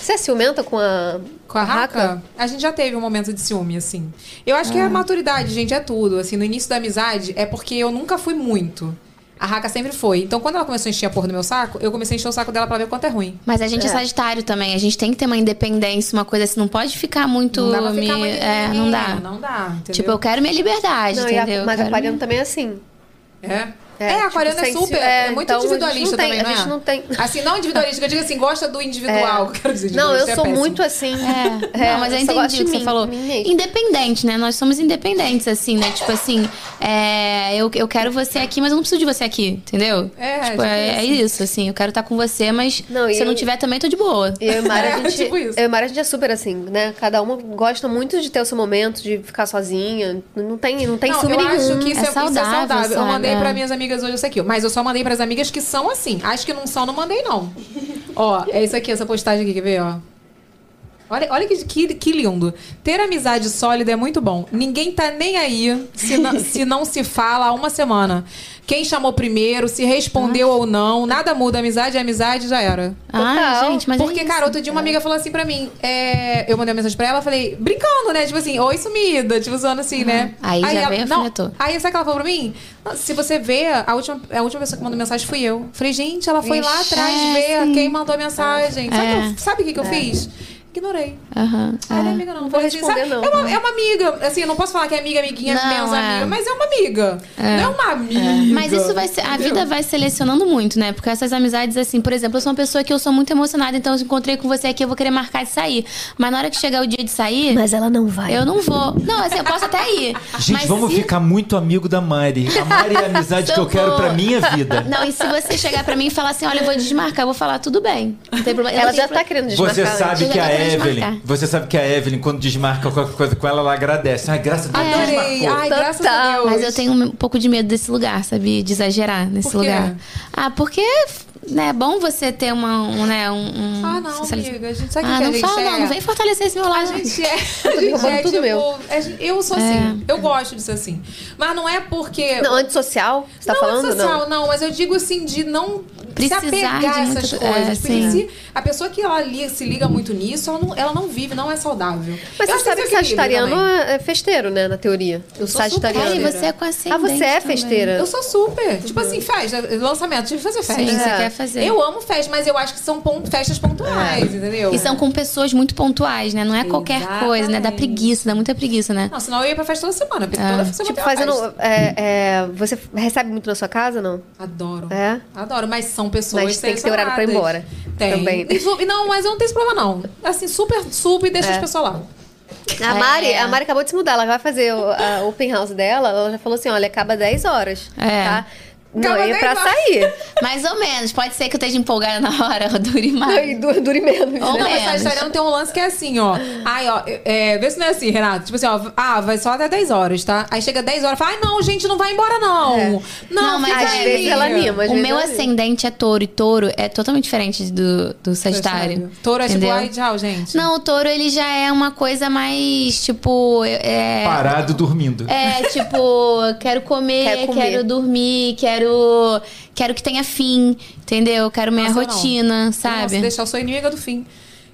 Você é ciumenta com a.
Com a Raca, a gente já teve um momento de ciúme, assim. Eu acho que a maturidade, gente, é tudo. Assim, no início da amizade, é porque eu nunca fui muito. A Raca sempre foi. Então, quando ela começou a encher a porra do meu saco, eu comecei a encher o saco dela pra ver quanto é ruim.
Mas a gente é. sagitário também, a gente tem que ter uma independência, uma coisa assim, não pode ficar muito.
Não dá pra
me-
ficar muito...
É, não dá.
Não dá, entendeu?
Tipo, eu quero minha liberdade,
Não, e a-
entendeu?
mas
Eu
a
quero
Aquariano
minha-
também é assim.
É.
É,
É, a aquariana
tipo,
é
sem-
super.
é,
É, muito
então, a gente não
individualista
tem-
também, não
a
é?
gente não tem-
Assim, não individualista, que eu digo assim, gosta do individual. que eu Quero dizer,
Não, eu
individualista é
sou
péssimo.
muito assim.
É, não, mas eu
só
entendi o
gosto
que
de
você
mim,
falou.
mim mesmo.
Independente, né? Nós somos independentes, assim, né? Tipo assim, é, eu, eu quero você aqui, mas eu não preciso de você aqui, entendeu?
É,
tipo,
tipo
é, é isso, assim, eu quero estar com você, mas
Não,
se
e
eu não
eu-
tiver também, eu tô de boa.
E eu e Mara, a
É,
gente,
tipo isso.
eu e Mara, a gente é super assim, né? Cada uma gosta muito de ter o seu momento, de ficar sozinha. Não tem, não tem
não,
ciúme
eu
nenhum.
acho que isso é, isso
É
é saudável.
saudável,
Eu
sabe?
mandei
É.
pra minhas amigas hoje isso aqui. Mas eu só mandei pras amigas que são assim. Acho que não são, não mandei, não. Ó, é isso aqui, essa postagem aqui, quer ver, ó? Olha, olha que, que, que lindo. Ter amizade sólida é muito bom. Ninguém tá nem aí se não se, não se fala há uma semana. quem chamou primeiro, se respondeu ou não. Nada muda, amizade é amizade, já era.
Ah,
Total.
gente, mas é
Porque,
isso.
cara, outro dia uma amiga falou assim pra mim, é, eu mandei uma mensagem pra ela, falei, brincando, né? Tipo assim, oi sumida, tipo zoando assim, né?
Aí já
ela-
veio e
não,
alfinetou.
Aí sabe o que ela falou pra mim? Se você vê, a última, a última pessoa que mandou mensagem fui eu. Falei, gente, ela foi lá
Ixi,
atrás
é,
ver
sim.
quem mandou a mensagem. Sabe o que eu-
É.
sabe o que, que eu fiz? Ignorei.
Aham.
Ah, não é
é.
amiga, não.
Não vou
Falei assim, sabe?
responder, não.
É uma, é uma amiga. Assim, eu não posso falar que é amiga, amiguinha,
Não,
menos
é.
amiga, mas é uma amiga. Não é uma amiga.
Mas isso vai ser. A vida vai selecionando muito, né? Porque essas amizades, assim, por exemplo, eu sou uma pessoa que eu sou muito emocionada, então eu encontrei com você aqui, eu vou querer marcar de sair. Mas na hora que chegar o dia de sair,
Mas ela não vai.
eu não vou. Não, assim, eu posso até ir.
Gente,
mas
vamos
se-
ficar muito amigo da Mari. A Mari é a amizade que eu quero pra minha vida.
Não, e se você chegar pra mim e falar assim, olha, eu vou desmarcar, eu vou falar, tudo bem. Não tem problema. Eu
Ela
não tenho
já tá querendo desmarcar.
Você
né?
sabe
né?
que a
Chega pra
Evelyn,
desmarcar.
você sabe que a Evelyn, quando desmarca qualquer coisa com ela, ela agradece. Ai, graças a Deus,
Adorei.
desmarcou.
Ai, graças a
Total.
Deus.
Mas eu tenho um pouco de medo desse lugar, sabe? De exagerar nesse
Por quê?
lugar. Ah, porque né, é bom você ter uma, um, né, um, um-
Ah, não, amiga. A gente sabe o
Ah,
que
não
que a gente
fala
é.
não, não vem fortalecer esse meu lado.
A gente é. A gente
roubando
é,
tudo
tipo,
meu.
a gente- eu sou assim.
É.
Eu gosto de ser assim. Mas não é porque.
Não, antissocial? Você tá
não
falando?
antissocial,
Não.
não. mas eu digo assim, de não
Precisar
se apegar a
de
essas
muito-
coisas.
é,
Porque
sim.
se a pessoa que ela li- se liga muito nisso, ela não, ela não vive, não é saudável.
Mas
Eu
você
sei
sabe
seu
que sagitariano
equilíbrio
é é festeiro, né? Na teoria. O
sou
sagitariano.
Ai,
super.
você é com ascendente
Ah, você é
também.
festeira.
também. Eu sou
Uhum.
super. Tipo assim, festa, lançamento, tive que fazer festa.
Sim, você
É.
quer fazer. É.
Eu amo festa, mas eu acho que são pon- festas pontuais, entendeu?
E são com pessoas muito pontuais, né? Não é qualquer coisa, né? Dá
Exatamente.
preguiça, dá muita preguiça, né?
Não, senão eu ia pra festa toda semana,
É.
porque toda semana tem
Tipo,
uma
fazendo.
festa.
é, é, você recebe muito na sua casa, não?
Adoro.
É?
Adoro, mas são pessoas
Mas tem que ter horário pra ir
selecionadas.
embora.
Tem.
Também.
E su- e Não, mas eu não tenho esse problema, não. Assim, super, super, e
É.
deixa as pessoas lá. É.
A Mari, a Mari acabou de se mudar, ela vai fazer o, a open house dela, ela já falou assim, olha, acaba 10 horas,
É.
tá? Não
Acaba
é
10
pra
horas.
sair.
Mais ou menos. Pode ser que eu esteja empolgada na hora, dure
Não,
mais.
e du- dure menos. né?
Ou
Não,
menos.
mas sagitariano tem um lance que é assim, ó. Ai, ó, é, vê se não é assim, Renato. Tipo assim, ó, ah, vai só até 10 horas, tá? Aí chega 10 horas, fala, ai, não, gente, não vai embora, não.
É.
Não,
Não, mas
fica
às
aí.
vezes ela anima. Mas
O
mesmo
meu
assim.
ascendente é touro e touro é totalmente diferente do, do Sagitário.
Touro é tipo,
entendeu?
ai, tchau, gente.
Não, o touro ele já é uma coisa mais tipo. É,
Parado dormindo.
é tipo, quero comer,
Quer comer.
quero dormir, quero. Quero que tenha fim, entendeu? Quero minha
Nossa, eu não.
rotina, sabe?
Nossa, deixa, eu sou inimiga do fim.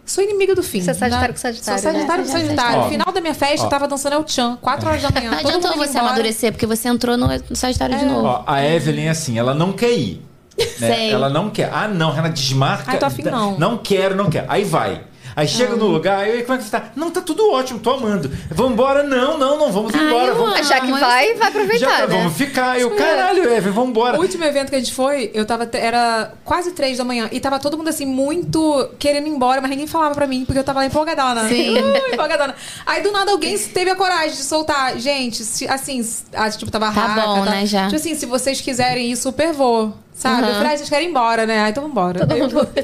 Sou inimiga do fim.
Você é sagitário
né?
com sagitário,
Sou sagitário
né?
com sagitário.
Ó.
No final da minha festa, eu tava dançando El Chan, 4 horas da manhã.
Não
todo
adiantou
mundo indo
você
embora.
amadurecer, porque você entrou no no Sagitário de novo.
Ó, a Evelyn é assim, ela não quer ir. né?
Sei.
Ela não quer. Ah, não, ela desmarca.
Ai, tô afim, não.
Não quero, não quero. Aí vai. Aí chega
Ah.
no lugar, aí como é que você tá? Não, tá tudo ótimo, tô amando. Vambora, não, não, não, vamos embora. vamos...
Já que
assim,
vai, vai
Já
aproveitar,
tá,
né?
vamos ficar. Eu, caralho, Evelyn, vambora.
O último evento que a gente foi, eu tava. te- Era quase três da manhã. E tava todo mundo assim, muito querendo ir embora, mas ninguém falava pra mim, porque eu tava lá empolgadona.
Sim.
Uh, empolgadona. Aí do nada alguém teve a coragem de soltar. Gente, se- assim, se- ah, tipo, tava
Tá
raca,
bom,
tava-
né, já.
Tipo assim, se vocês quiserem ir, super vou. Sabe? Eu falei, ah, vocês querem ir embora, né? Ah, então vambora. Todo mundo.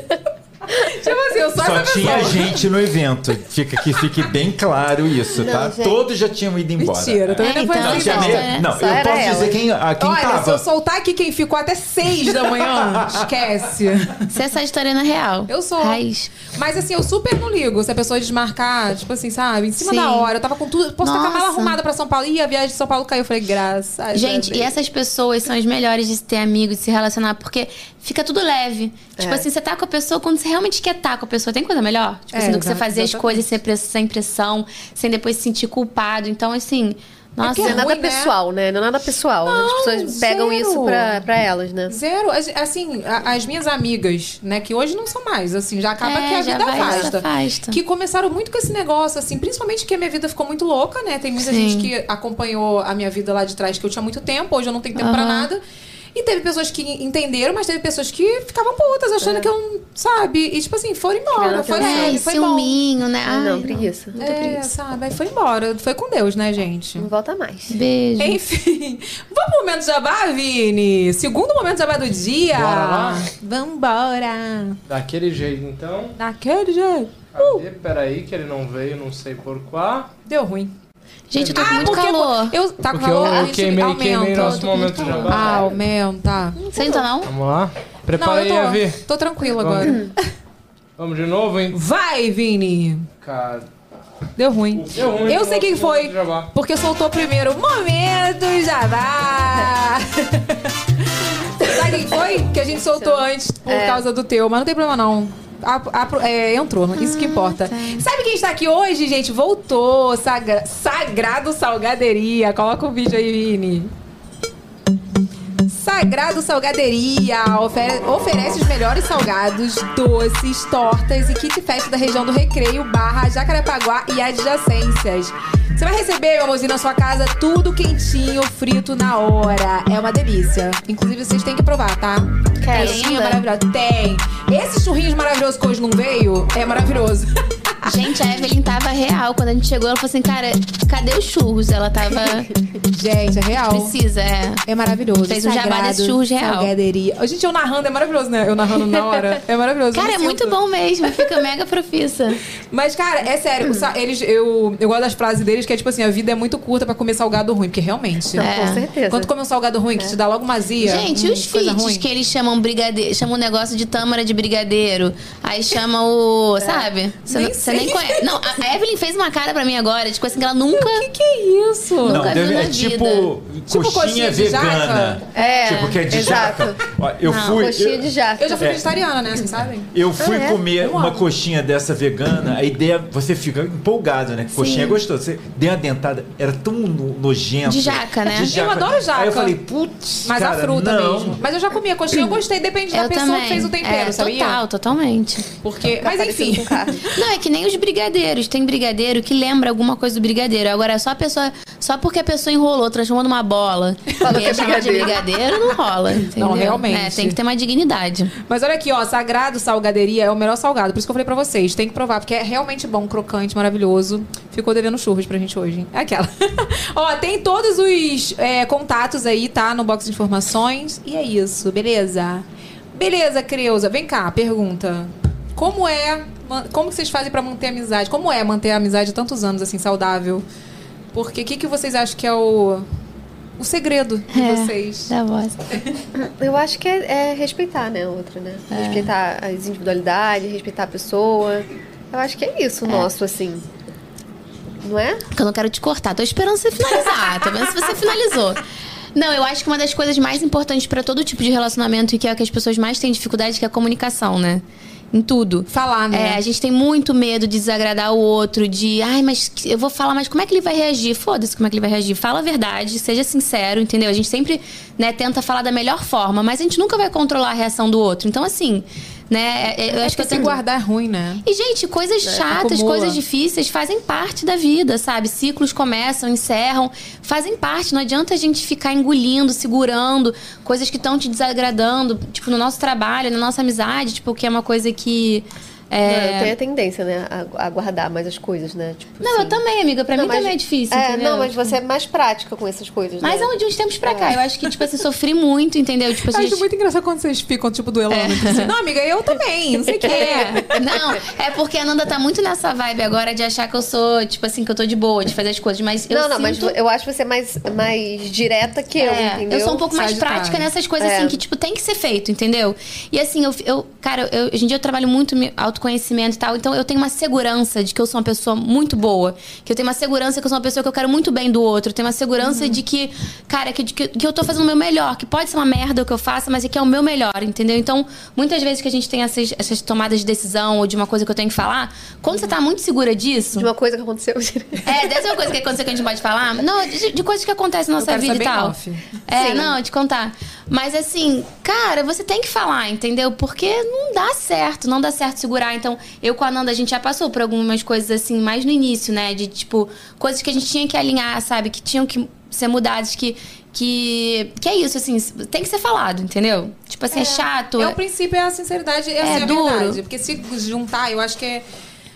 tipo assim, eu sou
Só
essa
tinha
pessoa.
gente no evento. Fica que fique bem claro isso, tá? Todos já tinham ido embora.
Mentira, também
É,
não foi
então,
Não,
assim,
tinha
não.
então.
meia-
né?
não,
Só
eu
era
posso
ela.
dizer quem, a quem
Olha, se
tava.
eu soltar aqui quem ficou até seis da manhã, esquece.
Você é Sagitariana real.
Eu sou.
Raiz.
Mas assim, eu super não ligo se a pessoa desmarcar, tipo assim, sabe? Em cima
Sim.
da hora. Eu tava com tudo. Posso estar com a mala
Nossa.
arrumada pra São Paulo. Ih, a viagem de São Paulo caiu. Eu falei, graças.
Gente,
a
e
Deus.
essas pessoas são as melhores de se ter amigo, de se relacionar, porque fica tudo leve.
É.
Tipo assim, você tá com a pessoa quando você realmente quer estar com a pessoa. Tem coisa melhor? Tipo
É,
assim, do que você
exato,
fazer as
exatamente.
coisas sem press- sem pressão, sem depois se sentir culpado. Então, assim, nossa.
Não é nada
ruim, né?
pessoal, né? Não é nada pessoal. né? As pessoas pegam
zero.
isso pra, pra elas, né?
Zero, As- assim, a- as minhas amigas, né, que hoje não são mais, assim, já acaba
É,
que a
já
vida
vai,
afasta.
se afasta.
Que começaram muito com esse negócio, assim, principalmente que a minha vida ficou muito louca, né? Tem muita
Sim.
gente que acompanhou a minha vida lá de trás que eu tinha muito tempo, hoje eu não tenho tempo pra
Aham.
nada. E teve pessoas que entenderam, mas teve pessoas que ficavam putas, achando
É.
que eu não, sabe? E tipo assim, foram embora.
Criando
Foi
atenção.
leve,
Ai,
foi bom.
É, ciúminho, né?
Ah,
Ai,
não, preguiça. Muito
É,
preguiça.
sabe? Aí foi embora. Foi com Deus, né, gente?
Não volta mais.
Beijo.
Enfim, vamos pro momento jabá, Vini? Segundo momento jabá do dia.
Bora lá?
Vambora.
Daquele jeito, então.
Daquele jeito.
Cadê? Peraí, que ele não veio, não sei por quá.
Deu ruim.
Gente, eu tô com muito
Ah, porque
calor.
Eu, tá com
Porque eu,
calor?
eu
gente
queimei,
aumenta.
queimei nosso
tô com
momento
muito
já.
calor.
Ah, aumenta.
Você não tá, não?
Vamos lá?
Não,
Prepara aí,
eu
Avi.
tô, tô tranquila agora.
Vamos de novo, hein?
Vai, Vini.
Cara,
Deu ruim.
Deu ruim,
eu sei
volta,
quem foi,
volta, jabá.
porque soltou primeiro o momento jabá. Sabe quem foi? Que a gente soltou antes por causa do teu, mas não tem problema não. A- a- é, entrou, isso que importa. Sabe quem está aqui hoje, gente? Voltou, sagra- Sagrado Salgaderia. Coloca o vídeo aí, Vini. Sagrado Salgaderia ofe- oferece os melhores salgados, doces, tortas e kit fest da região do Recreio, Barra, Jacarepaguá e adjacências. Você vai receber, meu amorzinho, na sua casa tudo quentinho, frito na hora. É uma delícia. Inclusive, vocês têm que provar, tá?
Quero.
Quentinho, maravilhoso. Tem. Esse churrinhos maravilhoso que hoje não veio é maravilhoso. Ah.
Gente, a Evelyn tava real. Quando a gente chegou, ela falou assim, cara, cadê os churros? Ela tava.
Gente, é real.
Precisa, é.
É maravilhoso.
Fez um jabá
Sagrado
desse churros real.
Salgaderia. Gente, eu narrando é maravilhoso, né? Eu narrando na hora. É maravilhoso. eu
Cara,
me
é muito
sinto.
bom mesmo. Fica mega profissa.
Mas, cara, é
Uhum.
sério, sa- eles, eu, eu gosto das frases deles que é tipo assim: a vida é muito curta pra comer salgado ruim, porque realmente.
É.
Com certeza.
Quando come um salgado ruim, que te dá logo mazia.
Gente,
hum,
e os
coisa
feats
ruim.
que eles chamam brigadeiro, chamam o negócio de tâmara de brigadeiro. Aí chama o. Sabe?
É.
Você
Nem
não- você nem
sei.
conhece. Não, a a Evelyn fez uma cara pra mim agora, tipo assim, que ela nunca.
O que, que é isso?
Nunca
Não,
vi
deve,
na
é
vida.
tipo,
Tipo coxinha
coxinha
de jaca?
vegana.
É,
Tipo, que é de
exato.
jaca. Ó, Eu fui.
Coxinha
eu-
de jaca.
Eu já fui
É.
vegetariana, né? Vocês sabem?
Eu fui
Ah, é?
comer
Eu
uma
amo.
coxinha dessa vegana, a ideia, você fica empolgado, né? Coxinha é gostosa. Você deu uma dentada, era tão no- nojento.
De jaca, né?
De
Eu
adoro jaca.
Aí eu falei, putz,
Mas
cara,
a fruta
não.
mesmo. Mas eu já comi a coxinha, eu gostei, depende da
Eu
pessoa
também.
que fez o tempero,
é,
sabia?
Total, totalmente.
Porque. Mas
Parecido
enfim.
com carne.
Não, é que nem os brigadeiros. Tem brigadeiro que lembra alguma coisa do brigadeiro. Agora, só a pessoa. Só porque a pessoa enrolou, transformou numa bola.
Falou
e
que é
aí chamar de brigadeiro, não rola. entendeu?
realmente.
É, tem que ter uma dignidade.
Mas olha aqui, ó, Sagrado Salgaderia é o melhor salgado. Por isso que eu falei pra vocês, tem que provar, porque é realmente bom, crocante, maravilhoso. Ficou devendo churros pra gente hoje, hein? É aquela. ó, tem todos os é, contatos aí, tá? No box de informações. E é isso, beleza? Beleza, Creuza. Vem cá, pergunta. Como é. ma- Como que vocês fazem pra manter a amizade? Como é manter a amizade há tantos anos, assim, saudável? Porque o que, que vocês acham que é o. O segredo de
É.
vocês?
Da voz.
Eu acho que é, é respeitar, né, o outro, né?
É.
Respeitar as individualidades, respeitar a pessoa. Eu acho que é isso o nosso, assim. Não é?
Porque eu não quero te cortar. Tô esperando você finalizar. Tô vendo se você finalizou. Não, eu acho que uma das coisas mais importantes pra todo tipo de relacionamento e que é o que as pessoas mais têm dificuldade, que é a comunicação, né? Em tudo.
Falar, né?
É, a gente tem muito medo de desagradar o outro, de, ai, mas que- eu vou falar, mas como é que ele vai reagir? Foda-se como é que ele vai reagir. Fala a verdade, seja sincero, entendeu? A gente sempre, né, tenta falar da melhor forma, mas a gente nunca vai controlar a reação do outro. Então, assim, né, é- é- eu acho
Porque
que eu
se
tenho
guardar é ruim, né?
e, gente, coisas chatas,
acumula.
coisas difíceis fazem parte da vida, sabe? Ciclos começam, encerram, fazem parte. Não adianta a gente ficar engolindo, segurando coisas que estão te desagradando, tipo, no nosso trabalho, na nossa amizade, tipo, que é uma coisa que. é,
Não, eu tenho a tendência, né, a, a guardar mais as coisas, né? Tipo,
Não, eu
assim.
também, amiga. Pra
Não,
mim
mas-
também é difícil.
É,
entendeu?
não, mas você é mais prática com essas coisas,
Mas
né?
é um- de uns tempos pra cá. Eu acho que, tipo assim, sofri muito, entendeu? Tipo,
Eu
assim,
acho muito engraçado quando vocês ficam, tipo, duelando. Tipo assim, não, amiga, eu também, não sei o que.
É, não, é porque a Nanda tá muito nessa vibe agora de achar que eu sou, tipo assim, que eu tô de boa, de fazer as coisas, mas eu
não, não, mas
sinto...
vo- eu acho você é mais, mais direta que eu,
É,
entendeu?
eu sou um pouco mais
Sagitário.
prática nessas coisas,
É.
assim, que, tipo, tem que ser feito, entendeu? E, assim, eu, eu cara, eu, hoje em dia eu trabalho muito me- autoconhecimento e tal, então eu tenho uma segurança de que eu sou uma pessoa muito boa, que eu tenho uma segurança que eu sou uma pessoa que eu quero muito bem do outro, eu tenho uma segurança
Uhum.
de que, cara, que, de que, que eu tô fazendo o meu melhor, que pode ser uma merda o que eu faço, mas é que é o meu melhor, entendeu? Então, muitas vezes que a gente tem essas, essas tomadas de decisão ou de uma coisa que eu tenho que falar,
Uhum.
quando você tá muito segura disso...
De uma coisa que aconteceu.
É, dessa é uma coisa que aconteceu que a gente pode falar? Não, de, de coisas que acontecem na nossa
quero
vida
saber
e tal.
em off.
É, não, te contar. Mas assim, cara, você tem que falar, entendeu? Porque não dá certo, não dá certo segurar. Então, eu com a Nanda, a gente já passou por algumas coisas assim, mais no início, né? De tipo, coisas que a gente tinha que alinhar, sabe? Que tinham que ser mudadas, que. Que, que é isso, assim, tem que ser falado, entendeu? Tipo assim, é, chato.
É o princípio, é a sinceridade, é, assim, a
duro.
verdade. Porque se juntar, eu acho que é...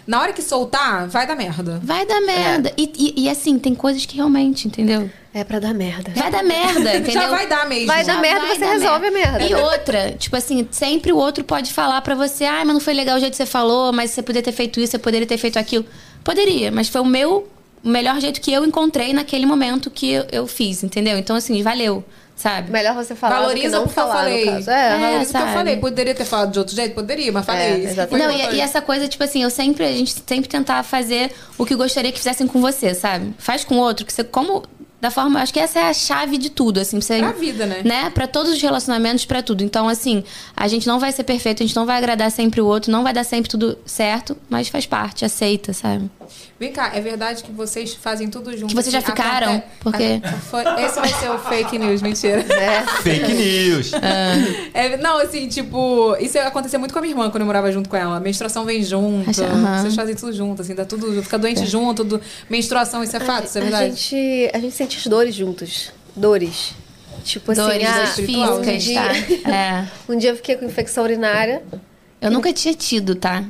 Na hora que soltar, vai dar merda.
Vai dar merda. E, e- e, assim, tem coisas que realmente, entendeu?
É pra dar merda.
Vai dar merda, entendeu?
Já vai dar mesmo.
Vai dar merda,
vai
você
dar
resolve a merda.
E outra, tipo assim, sempre o outro pode falar pra você, ai, mas não foi legal o jeito que você falou, mas você poderia ter feito isso, você poderia ter feito aquilo. Poderia, mas foi o meu o melhor jeito que eu encontrei naquele momento que eu, eu fiz, entendeu? Então, assim, valeu. sabe?
Melhor você falar
Valoriza
do
o
que
que
não
eu
falar,
falei.
no caso. É.
Valoriza o que eu
sabe?
falei. Poderia ter falado de outro jeito? Poderia, mas falei.
É,
isso.
exatamente.
Foi
Não, e,
importante.
e essa coisa, tipo assim, eu sempre, a gente sempre tentava fazer o que gostaria que fizessem com você, sabe? Faz com o outro, que você, como, da forma, acho que essa é a chave de tudo, assim, pra você.
Pra vida, né?
Né? Pra todos os relacionamentos, pra tudo. Então, assim, a gente não vai ser perfeito, a gente não vai agradar sempre o outro, não vai dar sempre tudo certo, mas faz parte, aceita, sabe?
Vem cá, é verdade que vocês fazem tudo junto?
Que vocês já
Assim,
ficaram,
acontece-
porque-
Ah, foi- Esse vai ser o fake news, mentira. Né?
Fake news.
É, não, assim, tipo, isso acontecia muito com a minha irmã quando eu morava junto com ela. A menstruação vem junto,
Acho- aham.
vocês fazem tudo junto, assim, dá tudo, fica doente junto, do, menstruação, isso é fato, isso é
É. A
verdade.
gente, a gente sente as dores juntos. Dores. Tipo
Dores
assim,
espiritual,
físicas,
gente.
tá? É.
ah, um dia eu fiquei com infecção urinária.
Eu nunca tinha tido, tá?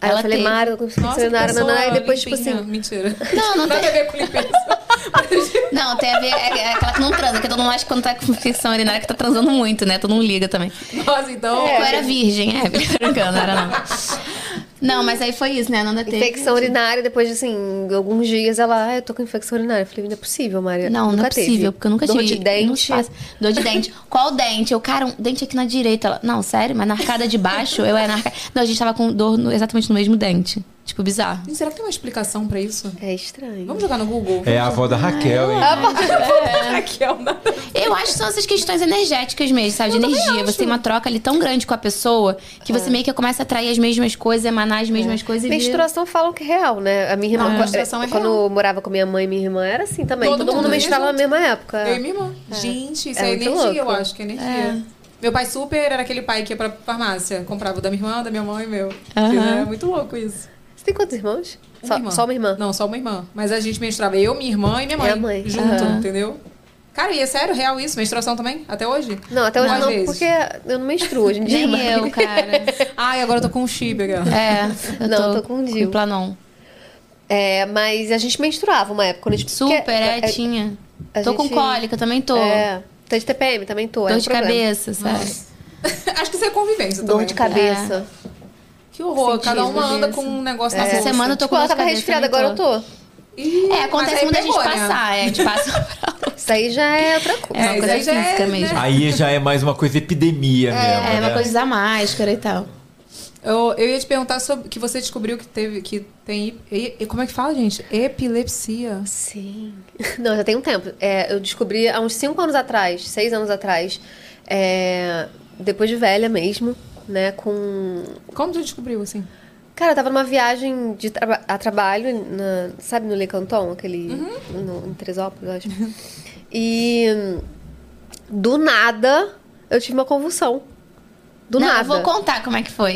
Aí eu falei,
teve.
Mara, eu tô com infecção
Nossa, que
urinária,
pessoa
naná, e depois, tipo
limpinha.
assim.
Mentira.
Não, não
Nada a
tem.
ver com limpeza.
Não, tem a ver. É, é aquela que não transa, que todo mundo acha que quando tá com infecção urinária que tá transando muito, né? Todo mundo liga também.
Nossa, então.
Eu era virgem, é, brincando, era não. Não, mas aí foi isso, né? A Nanda teve.
Infecção urinária, depois de assim, alguns dias ela, ah, eu tô com infecção urinária. Eu falei, não é possível, Maria.
Não, não
Nunca
é possível,
teve.
porque eu nunca
Dor
tive.
de
não
dente.
se passa. Dor de dente. Qual dente? Eu, cara, um dente aqui na direita. Ela, não, sério, mas na arcada de baixo eu era na arcada. Não, a gente tava com dor no- exatamente no mesmo dente. Tipo, bizarro.
Gente, será que tem uma explicação pra isso?
É estranho.
Vamos jogar no Google?
É a avó da Raquel, hein?
Raquel, nada a ver.
Eu acho que são essas questões energéticas mesmo, sabe? De energia. Você tem uma troca ali tão grande com a pessoa que você meio que começa a atrair as mesmas coisas, emanar as mesmas coisas e. vira-
É. Menstruação falam que é real, né? A minha irmã,
Ah,
qua-
menstruação é
quando
real.
eu morava com minha mãe e minha irmã, era assim também.
Todo
Todo,
mundo
mundo
ia
menstruava na
junto.
mesma época.
Eu e minha irmã. Gente, isso
É
é,
muito
energia, eu
louco.
acho que é energia. Meu pai super era aquele pai que ia pra farmácia. Comprava o da minha irmã, da minha mãe e meu.
Aham.
É muito louco isso.
Você tem quantos irmãos?
Uma
só, só uma irmã.
Não, só uma irmã. Mas a gente menstruava eu, minha irmã e minha mãe.
Minha mãe.
Junto,
Aham.
entendeu? Cara, e é sério, real isso? Menstruação também? Até hoje?
Não, até hoje
Às
não,
vezes.
porque eu não menstruo hoje em dia.
Nem
mas-
eu, cara.
Ai, agora eu tô com um chip, galera.
É, eu
Não,
tô,
tô com DIU.
Planon.
É, mas a gente menstruava uma época. Quando a gente,
Super,
porque-
é, tinha.
a
Tô com
gente-
cólica, também tô.
É, tô de TPM, também tô. é
Dor
um
de
problema.
cabeça, sabe?
acho que isso é convivência também.
Dor de
é.
cabeça.
Que horror.
Senti
Cada
isso,
uma anda
isso.
com um negócio na
Essa
bolsa.
semana eu tô com
Tipo,
dor
ela
de
tava
cabeça.
resfriada,
também
agora eu tô.
Ih,
É,
mas
acontece
aí
quando a gente
pegou, né?
passar, é, a gente passa pra outra.
Isso aí já é outra coisa.
É, uma
isso
coisa
aí já é,
física
né?
mesmo.
Aí já é mais uma coisa epidemia mesmo,
É,
né?
uma coisa da máscara e tal.
Eu, eu ia te perguntar sobre que você descobriu que teve que tem e, e- como é que fala, gente? Epilepsia.
Sim. Não, já tem um tempo. É, eu descobri há uns 5 anos atrás, 6 anos atrás, é, depois de velha mesmo, né? Com.
Como você descobriu assim?
Cara, eu tava numa viagem de traba- a trabalho, na- sabe, no Le Canton, aquele.
Uhum.
no- em Teresópolis, eu acho. E. Do nada, eu tive uma convulsão. Do
Não,
nada.
eu vou contar como é que foi.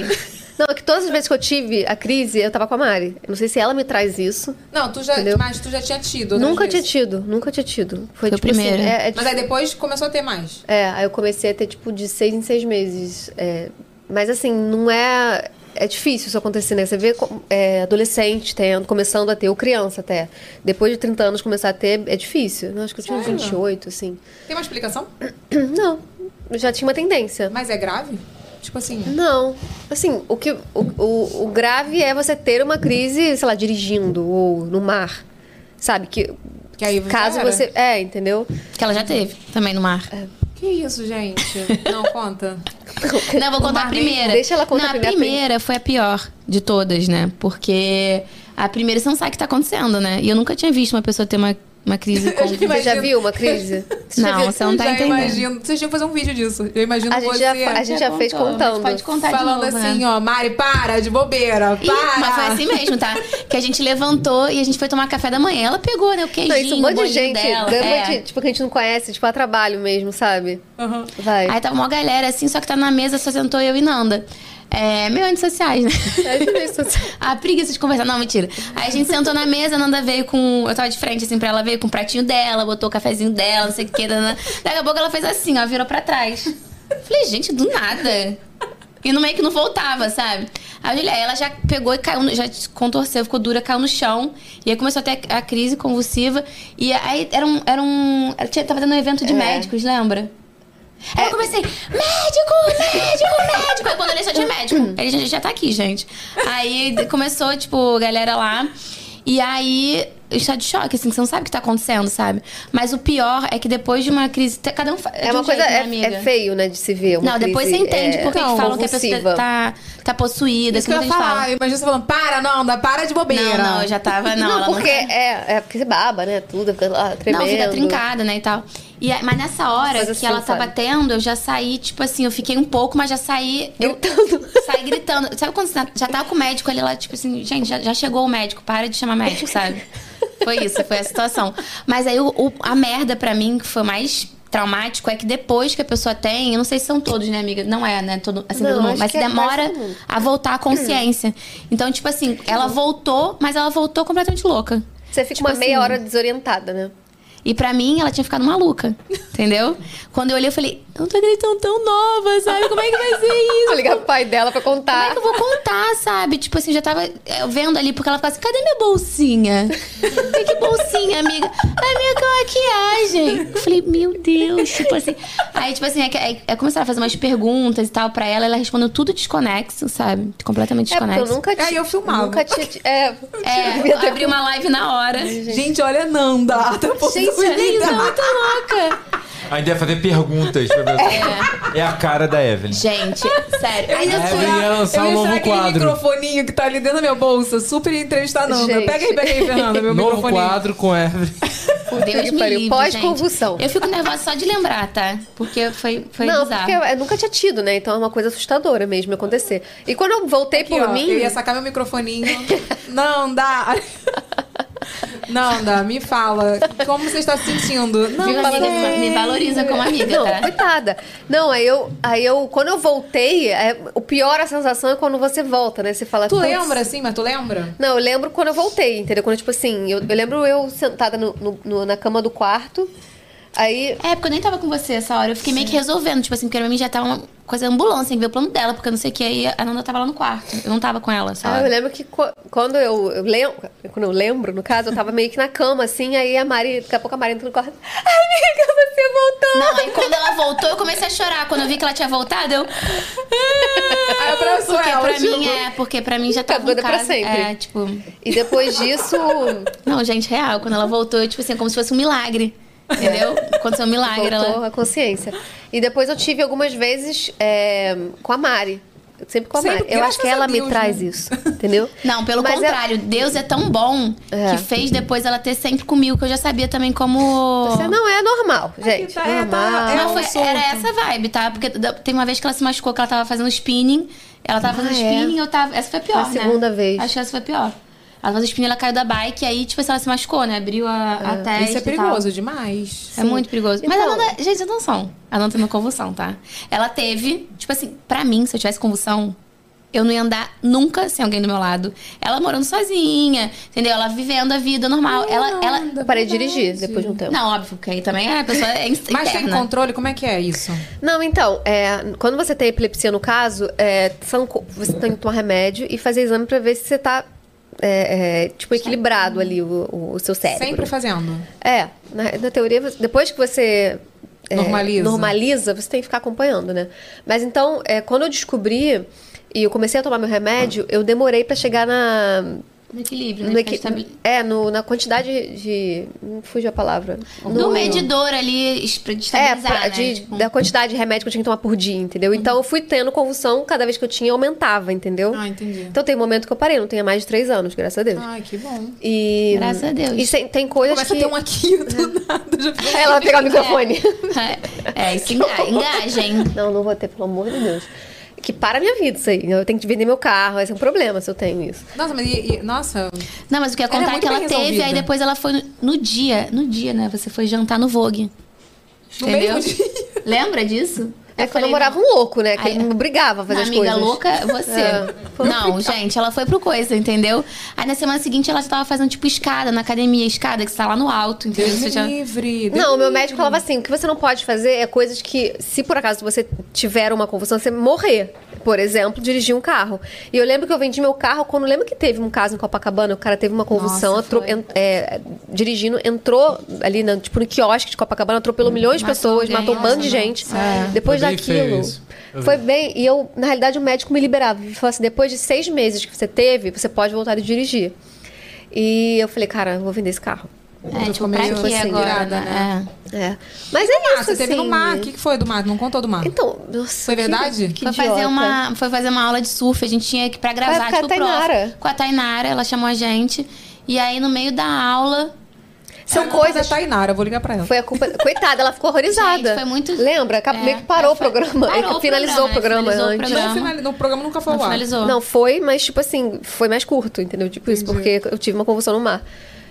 Não, é que todas as vezes que eu tive a crise, eu tava com a Mari. Eu não sei se ela me traz isso.
Não, tu já,
Entendeu?
mas tu já tinha tido. outras
Nunca tinha
vezes.
tido, nunca tinha tido.
Foi
Foi
o
tipo assim,
primeiro.
é- é
Mas aí depois começou a ter mais.
É, aí eu comecei a ter, tipo, de seis em seis meses. É, mas assim, não é. É difícil isso acontecer, né? Você vê co- é, adolescente tendo, começando a ter, ou criança até. Depois de 30 anos começar a ter, é difícil. Eu acho que eu tinha uns 28, assim.
Tem uma explicação?
Não, eu já tinha uma tendência.
Mas é grave? Tipo assim,
Não. Assim, o, que, o, o, o grave é você ter uma crise, sei lá, dirigindo ou no mar. Sabe? Que,
Que aí já
caso
era.
você. É, entendeu?
Que ela já teve, também no mar.
que isso, gente? Não conta.
Não, eu vou contar a primeira.
Deixa ela contar
não, a
primeiro, a
primeira foi a pior de todas, né? Porque a primeira você não sabe o que tá acontecendo, né? E eu nunca tinha visto uma pessoa ter uma, uma crise com...
Você já viu uma crise? Você já
Não,
viu?
você não tá
já
entendendo.
imagino. Vocês tinham que fazer um vídeo disso. Eu imagino
A gente
você
já, a gente já fez
contou, mas
contando.
Pode contar
falando
de novo,
assim,
né?
ó, Mari, para de bobeira, para.
Ih, mas foi assim mesmo, tá? Que a gente levantou e a gente foi tomar café da manhã. Ela pegou, né, o queijinho,
Não, isso um monte
o
de
bolinho
gente,
dela.
dando
é.
de- tipo, que a gente não conhece, tipo, a trabalho mesmo, sabe?
Aham.
Vai.
Aí tava uma galera assim, só que tá na mesa, só sentou eu e Nanda. É, meio antissociais, né?
É
a preguiça de conversar. Não, mentira. Aí a gente sentou na mesa, a Nanda veio com. Eu tava de frente, assim, pra ela, veio com o pratinho dela, botou o cafezinho dela, não sei o que. nanã. Daqui a pouco ela fez assim, ó, virou pra trás. Falei, gente, do nada. E no meio que não voltava, sabe? Aí eu olhei, aí ela já pegou e caiu, no- já contorceu, ficou dura, caiu no chão. E aí começou a ter a crise convulsiva. E aí era um. Era um ela tinha- tava tendo um evento de médicos, lembra? Aí eu comecei, médico, médico, médico. Aí quando ele só tinha médico. Ele já, já tá aqui, gente. Aí começou, tipo, a galera lá. E aí, está de choque, assim, que você não sabe o que tá acontecendo, sabe? Mas o pior é que depois de uma crise. Cada um fa- de
É uma
um
coisa.
jeito, né,
é-
amiga?
é, feio, né, de se ver. uma
Não, depois você
crise,
entende
é,
por que que falam que a
convulsiva.
pessoa tá, tá possuída.
Isso que eu ia
muita gente fala.
falar. é Imagina você falando, para, não, dá para de bobeira.
Não, não, eu já tava. Não, ela
Não,
não tá
porque é, é porque você baba, né? Tudo, fica lá tremendo.
Não, fica trincada, né, e tal. E, aí- mas nessa hora
Coisa
que
assim,
ela tá
sabe?
batendo, eu já saí, tipo assim, eu fiquei um pouco, mas já saí. Eu
Gritando.
saí gritando. Sabe quando você tá, já tava com o médico ali lá, tipo assim, gente, já, já chegou o médico, para de chamar médico, sabe? Foi isso, foi a situação. Mas aí o- o- a merda pra mim, que foi mais traumático, é que depois que a pessoa tem, eu não sei se são todos, né, amiga? Não é, né? Todo, assim,
Não,
todo mundo.
acho
Mas
que é
demora
quase todo mundo.
a voltar à consciência. Então, tipo assim, ela voltou, mas ela voltou completamente louca.
Você fica
Tipo
uma
assim-
meia hora desorientada, né?
E pra mim, ela tinha ficado maluca, entendeu? Quando eu olhei, eu falei, eu não tô acreditando tão nova, sabe? Como é que vai ser isso?
Vou ligar pro Tá pai dela pra
Como é
contar.
que eu vou contar, sabe? Tipo assim, já tava é, vendo ali, porque ela ficava assim, cadê minha bolsinha? Falei, que bolsinha, amiga? A minha com maquiagem. é, Eu falei, meu Deus, tipo assim. Aí, tipo assim, é, que- é, é começar a fazer umas perguntas e tal pra ela, ela respondeu tudo desconexo, sabe? Completamente
É, porque eu
desconexo.
nunca te.
Aí eu filmava.
Nunca te. É.
É, eu abri uma live na hora.
Gente, olha a Nanda. ela tá
Gente, a Evelyn tá
possuída.
muito louca.
Ainda ia fazer perguntas pra pessoa. É. a cara da Evelyn.
Gente, sério. Aí eu
É,
fui-
Evelyn ia lançar
eu ia
um novo
tirar aquele
quadro.
microfoninho que tá ali dentro da minha bolsa. Super ia entrevistar a Nanda.
Gente.
Pega aí, pega aí, Fernanda, meu
Novo
microfone.
quadro com Evelyn.
Deus
que
me
pariu.
livre,
Pós-convulsão.
gente. Eu fico nervosa só de lembrar, tá? Porque foi, foi
não,
bizarro.
porque eu, eu nunca tinha tido, né? Então é uma coisa assustadora mesmo acontecer. E quando eu voltei
Aqui,
por
ó,
mim.
Eu ia sacar meu microfoninho. Não dá. Não dá, me fala. Como você está se sentindo? Não,
Viu, amiga? Me valoriza como amiga,
Não,
tá?
coitada. Não, aí eu, aí eu, quando eu voltei, é, o pior a sensação é quando você volta, né? Você fala.
tu
"Putz,
lembra, assim, mas tu lembra?
Não, eu lembro quando eu voltei, entendeu? Quando, tipo assim, eu, eu lembro eu sentada no- no- no- na cama do quarto. Aí.
É, porque eu nem tava com você essa hora. Eu fiquei meio que resolvendo. Tipo assim, porque pra mim já tava uma coisa ambulância, que ver o plano dela, porque eu não sei o que. Aí a Nanda tava lá no quarto. Eu não tava com ela,
Ah,
sabe?
eu lembro que co- quando eu, eu lembro, quando eu lembro, no caso, eu tava meio que na cama, assim, aí a Mari, daqui a pouco a Mari entra no quarto. Amiga, você voltou!
Não, aí quando ela voltou, eu comecei a chorar. Quando eu vi que ela tinha voltado, eu.
Ah,
Aí eu abraço
Porque
ela,
pra
tipo,
mim é, porque pra mim já
Tá
tava
doida
um
pra
caso-
sempre.
É, tipo.
E depois disso,
Não, gente, real. Quando ela voltou, eu, tipo assim, é como se fosse um milagre. Entendeu? Aconteceu um milagre. Ela...
voltou a consciência. E depois eu tive algumas vezes é, com a Mari. Sempre com a
Sempre,
Mari. Eu acho que
é graças a
ela me
Deus,
traz
né?
isso, entendeu?
Não, pelo
Mas é-
contrário, Deus é tão bom
É.
que fez depois ela ter sempre comigo, que eu já sabia também como.
Você não é normal, gente.
tá- é, tá-
normal.
é
Mas
um
foi-
solto.
era essa vibe, tá? Porque da- tem uma vez que ela se machucou, que ela tava fazendo spinning. Ela tava fazendo
Ah, é?
spinning, eu tava. Essa foi a pior,
A
né?
segunda vez.
Acho que essa foi a pior. Ela fazendo spinning, ela caiu da bike, aí, tipo assim, ela se machucou, né? Abriu a, a testa.
Isso é
e tal.
perigoso demais.
É muito perigoso. Mas
Então-
a Nanda, gente, eu não são. A Nanda tem uma convulsão, tá? Ela teve, tipo assim, pra mim, se eu tivesse convulsão, eu não ia andar nunca sem alguém do meu lado. Ela morando sozinha, entendeu? Ela vivendo a vida normal. ela, ela.
Eu parei de dirigir depois de um tempo.
Não, óbvio, porque aí também é, a pessoa é in-
Mas tem
interna.
controle? Como é que é isso?
Não, então, é, quando você tem epilepsia no caso, é, são co- você tem que tomar remédio e fazer exame pra ver se você tá, é, é, tipo, equilibrado ali o, o- o seu cérebro.
Sempre fazendo.
É, na, na teoria, você- depois que você... é,
Normaliza.
normaliza, você tem que ficar acompanhando, né? Mas então, é, quando eu descobri e eu comecei a tomar meu remédio, eu demorei pra chegar na...
No equilíbrio, né?
no
Fica
equi-
estabil-
é, no- na quantidade de... Não fugiu a palavra.
No medidor é ali, es- pra
É,
destabilizar,
pra-
né?
de-
Tipo, Uhum.
da quantidade de remédio que eu tinha que tomar por dia, entendeu? Então eu fui tendo convulsão, cada vez que eu tinha, aumentava, entendeu?
Ah, entendi.
Então tem um momento que eu parei, não tenho há mais de três anos, graças a Deus.
Ai, que bom.
E.
Ah. Graças a Deus.
E sem- tem coisas
Começa a
que.
ter um aqui do nada. Já fica-
Ela vai pegar o microfone.
é, isso enga- engaja, hein?
Não, não vou ter, pelo amor de Deus. Que para a minha vida isso aí. Eu tenho que vender meu carro, esse é um problema se eu tenho isso.
Nossa, mas e- e- nossa,
Não, mas o que eu ia
Ela é
contar é,
muito
que ela
bem
teve,
resolvida.
aí depois ela foi no- no dia, no dia, né? Você foi jantar no Vogue.
No
entendeu?
mesmo dia.
Lembra disso?
É que eu
falei,
namorava um louco, né? Que
Ai,
ele me obrigava a fazer
"Não,
as
amiga
coisas.
louca, você.
É, foi um
não, gente, ela foi pro coisa, entendeu? Aí na semana seguinte ela já tava fazendo tipo escada na academia, escada que você tá lá no alto, entendeu?
Deus
Você
me
já...
livre. Deus
Não,
é
me
meu médico falava assim: o que você não pode fazer é coisas que, se por acaso você tiver uma convulsão, você morrer. Por exemplo, dirigir um carro. E eu lembro que eu vendi meu carro quando lembro que teve um caso em Copacabana, o cara teve uma convulsão,
Nossa,
atro-
foi.
en- é, dirigindo, entrou ali na- tipo, no quiosque de Copacabana, atropelou milhões de
Hum, Matou
pessoas,
alguém, né? É.
matou um bando de
nossa,
gente. Depois
Foi bem feio
daquilo.
isso. Eu
Foi
vi.
bem. E eu, na realidade, o médico me liberava. Ele falou assim: depois de seis meses que você teve, você pode voltar a dirigir. E eu falei, cara, eu vou vender esse carro.
É, tipo, pra
Tipo
quê
assim,
agora,
irada,
né?
É. Mas é
Ah,
isso,
você teve
assim,
no mar. O
né?
que que foi do mar? Não contou do mar.
Então, nossa,
Foi
que-
verdade?
que
Foi fazer,
idiota.
uma, foi fazer uma aula de surf, a gente tinha que pra
Ah,
gravar,
é com a
tipo, prof,
Tainara.
com a Tainara, ela chamou a gente. E aí, no meio da aula,
São
Não, mas
coisas.
é Tainara, eu vou ligar pra ela.
Foi a culpa. Coitada, ela ficou horrorizada.
Ah, tá Gente, foi muito-
Lembra? Acabou-
É.
meio que parou o
Foi-
programa.
parou
Ele
o
finalizou o
programa, é, finalizou o
programa
É,
antes.
Não,
programa.
finali- no programa nunca foi
não
ao ar.
finalizou.
Não, foi, mas tipo assim, foi mais curto, entendeu? Tipo isso, porque eu tive uma convulsão no mar.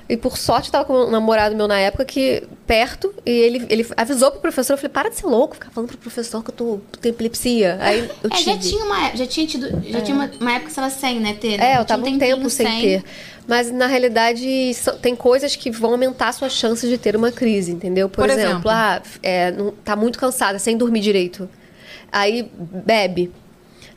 E por sorte eu tava com um namorado meu na época que perto, e ele, ele avisou pro professor, eu falei, para de ser louco, ficar falando pro professor que eu tô, tenho epilepsia. Aí eu
É,
tive.
já tinha uma, já tinha tido, já tinha uma, uma época que estava sem, né, ter. né?
É, eu
Tinha
tava um
tempinho
tempo sem ter. Mas na realidade, são- tem coisas que vão aumentar a sua chance de ter uma crise, entendeu? Por,
Por
exemplo,
exemplo?
ah, é, não, tá muito cansada, sem dormir direito. Aí bebe.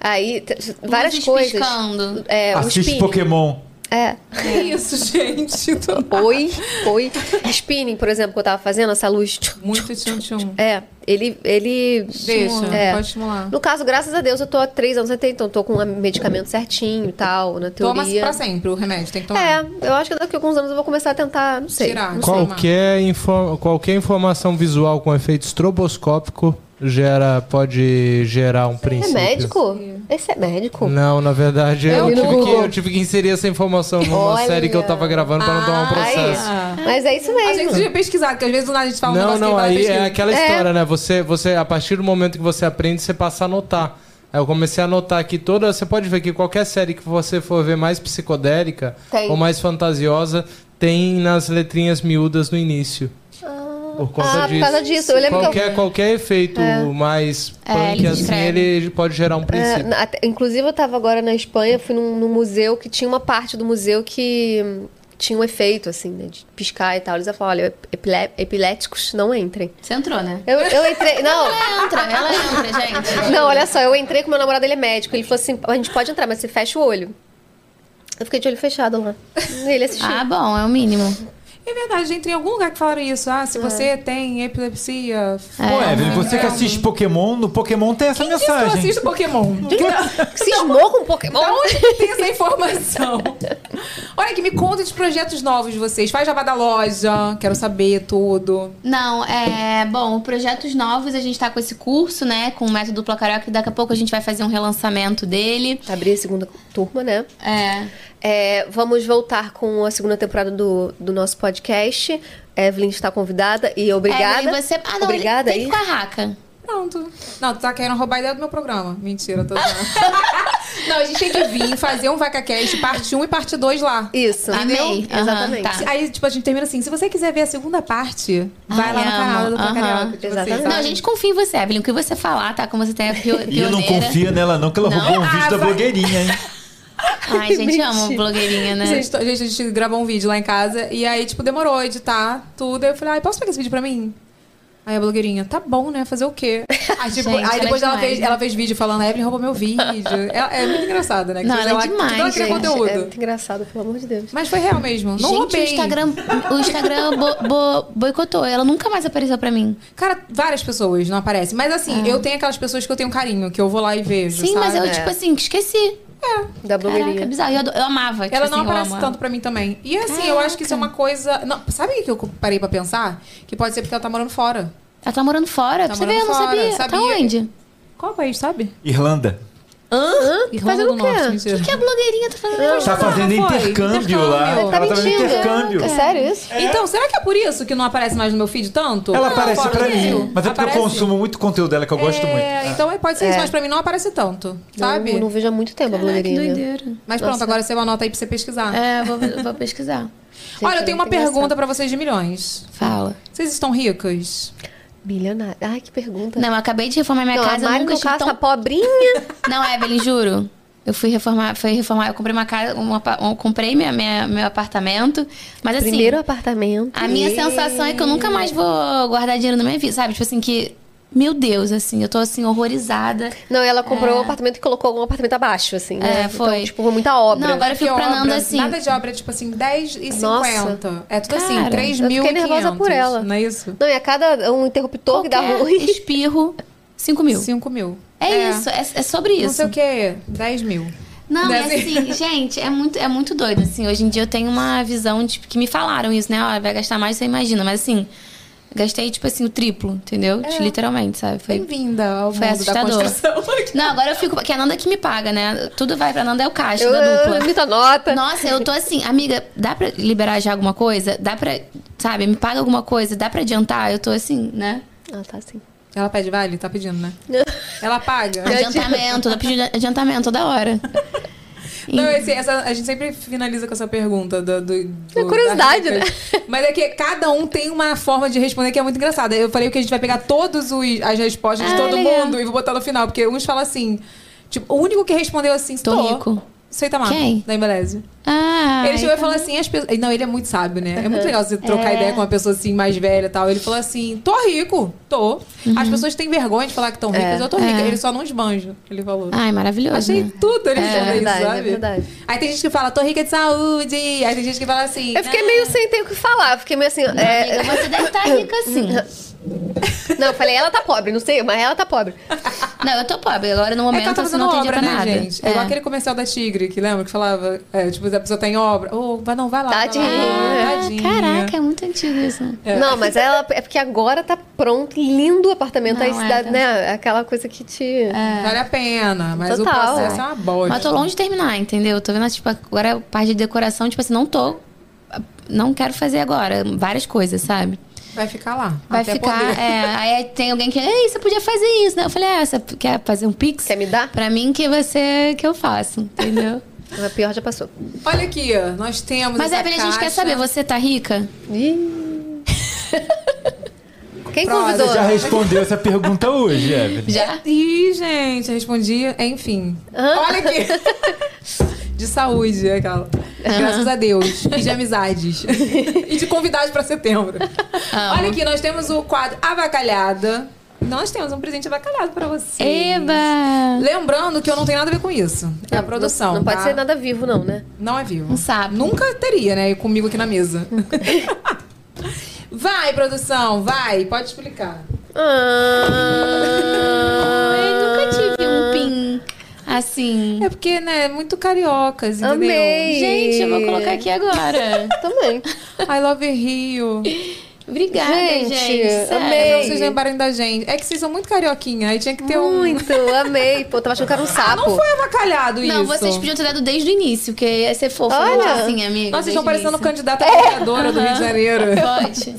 Aí t- várias
Luzes
coisas.
piscando.
É, um
Assiste
espinho.
Pokémon.
É.
Que isso, gente? Do-
Oi, oi. Spinning, por exemplo, que eu tava fazendo, essa luz.
Muito tchum tchum.
É, ele. ele
Deixa,
É.
pode estimular.
No caso, graças a Deus, eu tô há três anos até, então tô com o medicamento certinho e tal, na
Toma
teoria.
pra sempre o remédio, tem que tomar.
É, eu acho que daqui a alguns anos eu vou começar a tentar, não sei.
Tirar. não sei,
Qualquer, info- qualquer informação visual com efeito estroboscópico gera, pode gerar um
É
princípio.
médico? Esse é médico?
Não, na verdade,
Eu
eu,
vi no
tive que,
Google.
eu tive que inserir essa informação numa
É um tipo Olha.
série que eu tava gravando pra não tomar um processo.
Ah.
Mas é isso
A
mesmo.
gente devia pesquisar, porque às vezes do nada a gente fala um
Não,
negócio
não,
que vai
aí é
pesquisar.
aquela história, né? Você, você, a partir do momento que você aprende, você passa a anotar. Aí eu comecei a anotar aqui toda. Você pode ver que qualquer série que você for ver mais psicodélica
Tem.
ou mais fantasiosa tem nas letrinhas miúdas no início. Por
ah,
conta
por
disso.
causa disso. Eu lembro que eu.
Qualquer, qualquer efeito mais
É,
punk
ele
assim,
descreve.
ele pode gerar um
É,
princípio.
na- até- inclusive, eu tava agora na Espanha, fui num, num museu que tinha uma parte do museu que hum, tinha um efeito, assim, né, de piscar e tal. Eles falaram, olha, epile- epiléticos não entrem.
Você entrou, né?
Eu, eu entrei, não...
Ela entra, ela entra, gente.
Não, olha só, eu entrei com meu namorado, ele é médico. Ele falou assim, a gente pode entrar, mas você fecha o olho. Eu fiquei de olho fechado lá. Ele assistiu.
Ah, bom, é o mínimo.
É verdade, gente, tem algum lugar que falaram isso. Ah, se
É.
você tem epilepsia...
Pô, Evelyn, você que assiste Pokémon, no Pokémon tem essa
Diz É. que eu
mensagem.
assisto Pokémon.
Cismou com Pokémon?
Da onde que tem essa informação? Olha aqui, me conta os projetos novos de vocês. Faz jabá da loja, quero saber tudo.
Não, é. Bom, projetos novos, a gente tá com esse curso, né? Com o método Placarioca, que daqui a pouco a gente vai fazer um relançamento dele.
Abri a segunda turma, né?
É.
É, vamos voltar com a segunda temporada do, do nosso podcast. Evelyn está convidada e obrigada.
É, e você... Ah, não,
obrigada
tem
aí.
que ficar raca.
Pronto. Não, tu tá querendo roubar a ideia do meu programa. Mentira, tô zoando. Não, a gente tem que vir fazer um VacaCast parte 1 e parte 2 lá.
Isso.
Entendeu?
Amei.
Aham,
Exatamente.
tá.
Aí, tipo, a gente termina assim. Se você quiser ver a segunda parte, vai
Ai,
lá no
amo.
canal do
Aham.
Placarioca. de vocês,
Exatamente.
assim, sabe?
Não, a gente confia em você, Evelyn. O que você falar, tá? Como você tem a pio- pioneira.
E eu não confio nela não, que ela roubou um vídeo da
Ah,
blogueirinha, hein?
Ai, gente, amo blogueirinha, né?
Gente, a gente, a gente gravou um vídeo lá em casa e aí, tipo, demorou a editar tudo. Aí eu falei, ai, posso pegar esse vídeo pra mim? Aí a blogueirinha, tá bom, né? Fazer o quê? Aí, tipo,
Gente,
aí
ela é
depois ela,
demais,
fez,
né?
ela fez vídeo falando, a Evelyn roubou meu vídeo. Ela- é muito engraçada, né? Que
Não,
às
ela é
vezes
demais,
ela cria
gente.
conteúdo.
É muito engraçado, pelo amor de Deus.
Mas foi real mesmo. Não
gente,
roubei.
o Instagram, o Instagram bo- bo- boicotou. Ela nunca mais apareceu pra mim.
Cara, várias pessoas não aparecem. Mas assim, eu tenho aquelas pessoas que eu tenho um carinho, que eu vou lá e vejo.
Ah. Sim,
sabe?
mas eu,
É.
tipo assim, esqueci.
Da
Caraca, é
blogueirinha.
bizarro. Eu, ado- eu amava. tipo
Ela não
assim, eu
aparece
amava.
tanto pra mim também. E assim, eu acho que isso é uma coisa. Não, sabe o que eu parei pra pensar? Que pode ser porque ela tá morando fora.
Ela tá morando fora.
Tá
pra você ver, eu não
morando fora,
sabia. Tá
sabia.
onde?
Qual país, sabe?
Irlanda.
Tá
Irlanda do Norte, mentira.
Tá O que a blogueirinha tá fazendo? pra
Tá fazendo
foi.
intercâmbio lá.
Intercâmbio. né?
Ela tá fazendo intercâmbio.
É sério isso?
Então, será que é por isso que não aparece mais no meu feed tanto?
Ela
Ah,
aparece
fora
pra
do
mim.
Brasil.
Mas é porque eu
Aparece?
consumo muito conteúdo dela, que eu gosto
É,
muito. Ah.
então pode ser isso, mas pra mim não aparece tanto, sabe?
Eu não vejo há muito tempo
lá?
a
Que
blogueirinha.
doideira.
Mas pronto, agora você anota aí pra você pesquisar.
É, vou, vou pesquisar.
Olha, eu tenho uma
muito engraçado.
pergunta pra vocês de milhões.
Fala.
Vocês estão ricos?
Milionária. Ai, que pergunta.
Tá.
Não, eu acabei de reformar minha
Não,
casa. eu
armário
nunca
que eu
tive
caso,
tão
tá pobrinha.
Não, Evelyn, juro. Eu fui reformar, foi reformar, eu comprei uma casa, uma apa- eu comprei minha, minha- meu apartamento, mas assim,
Primeiro apartamento.
a minha sensação é que eu nunca mais vou guardar dinheiro na minha vida, sabe? Tipo assim que meu Deus, assim, eu tô assim horrorizada.
Não, ela comprou um apartamento e colocou um apartamento abaixo, assim. né?
É, foi.
Então, tipo, foi muita obra.
Não, agora eu fico
Que
pra Nanda
obra?
assim.
Nada de obra, é tipo assim, 10 e
Nossa.
50. É tudo assim,
Cara,
3
eu
mil
fiquei nervosa por ela.
Não é isso?
Não, e a cada um interruptor que dá
qualquer
ruim.
espirro, 5 mil.
5 mil.
É, isso, é, é sobre
Não
isso.
sei o que, 10 mil.
Não,
Né,
é assim, gente, é muito, é muito doido, assim. Hoje em dia eu tenho uma visão, tipo, que me falaram isso, né? Ó, vai gastar mais, você imagina. Mas assim, gastei, tipo assim, o triplo, entendeu?
É.
Tipo, Literalmente, sabe? Foi...
Bem-vinda ao
Foi
mundo
assustador.
da construção.
Não, agora eu fico. Porque a Nanda que me paga, né? Tudo vai pra Nanda, é o caixa
Eu,
da dupla.
eu, muita nota.
Nossa, eu tô assim, amiga, dá pra liberar já alguma coisa? Dá pra, sabe, me paga alguma coisa? Dá pra adiantar? Eu tô assim, né?
Ah, tá assim.
Ela pede vale? Tá pedindo, né? Ela paga?
Adiantamento, tô pedindo adiantamento toda hora.
Não, esse- essa- a gente sempre finaliza com essa pergunta do, do, do-
É curiosidade,
da-
né?
Mas é que cada um tem uma forma de responder que é muito engraçada. Eu falei que a gente vai pegar todas os- as respostas de
Ah,
todo
legal.
mundo e vou botar no final. Porque uns falam assim... Tipo, o único que respondeu assim...
Tô rico.
Sei Tamar,
Quem?
da Embeleze.
Ah,
ele chegou e
então-
falou assim, as pessoas... Não, ele é muito sábio, né? É muito legal você trocar ideia com uma pessoa assim, mais velha e tal. Ele falou assim, tô rico, tô. As pessoas têm vergonha de falar que estão ricas, eu tô rica.
Uhum. é.
Ele só não esbanja, ele falou.
Ai, maravilhoso.
Achei
né?
tudo ele
É
responder
verdade,
isso, sabe?
é verdade.
Aí tem gente que fala, tô rica de saúde. Aí tem gente que fala assim.
Eu fiquei
"Ah,
meio sem ter o que falar. Fiquei meio assim. é,
Amiga, você deve estar rica assim.
não, eu falei, ela tá pobre, não sei, mas ela tá pobre.
Não, eu tô pobre. Agora no
É que
momento
ela tá
você
fazendo
não tem
obra,
dinheiro
né,
pra nada.
gente? É. igual aquele comercial da Tigre, que lembra? Que falava, é, tipo, a pessoa tá em obra. Ô, vai não, vai lá. vai lá,
Tadinha.
vai lá,
Ah,
tadinha.
caraca, é muito antigo isso. né?
Não, mas ela é porque agora tá pronto, lindo o apartamento.
Não,
aí
é,
se dá,
tá- É.
né? Aquela coisa que te.
Vale a pena, mas
Total.
o processo é uma bosta.
Mas tô longe de terminar, entendeu? Tô vendo, tipo, agora a parte de decoração, tipo assim, não tô. Não quero fazer agora várias coisas, sabe?
Vai ficar lá.
Vai
até
ficar.
poder.
É, aí tem alguém que. Ei, você podia fazer isso, né? Eu falei, ah, você quer fazer um pix?
Quer me dar?
Pra mim que você que eu faço, entendeu?
A pior já passou.
Olha aqui, ó, nós temos.
é
Mas
essa
Evelyn, a gente
tá
quer
caixa.
saber, você tá rica?
Ih. Quem
Próximo.
convidou?
Já respondeu essa pergunta hoje, Evelyn.
Já?
Ih, gente, eu respondi. Enfim. Olha aqui. De saúde, né, aquela. Graças a Deus. E de amizades. e de convidados pra setembro. Olha aqui, nós temos o quadro Avacalhada. Nós temos um presente avacalhado pra você.
Eba!
Lembrando que eu não tenho nada a ver com isso. É a
Não,
produção.
Não, não pode
tá?
ser nada vivo, não, né?
Não é vivo.
Um sapo.
Nunca teria, né? Comigo aqui na mesa. vai, produção, vai. Pode explicar.
Eu
Ah,
nunca tive um pin assim.
É porque, né? Muito cariocas, entendeu?
amei.
Gente, eu vou colocar aqui agora.
Também.
I love Rio.
Obrigada, gente.
Gente,
sério.
amei.
Pra vocês lembrarem da gente. É que vocês são muito carioquinha, aí tinha que ter um.
Muito, então, amei. Pô, tava achando que era um
Ah,
sapo.
não foi avacalhado isso.
Não, vocês podiam ter dado desde o início, porque ia ser fofo.
Olha.
Olha. assim,
Nossa, vocês
amiga. desde
estão
o
parecendo
início.
candidata
É.
a vereadora do Rio de Janeiro.
Vote.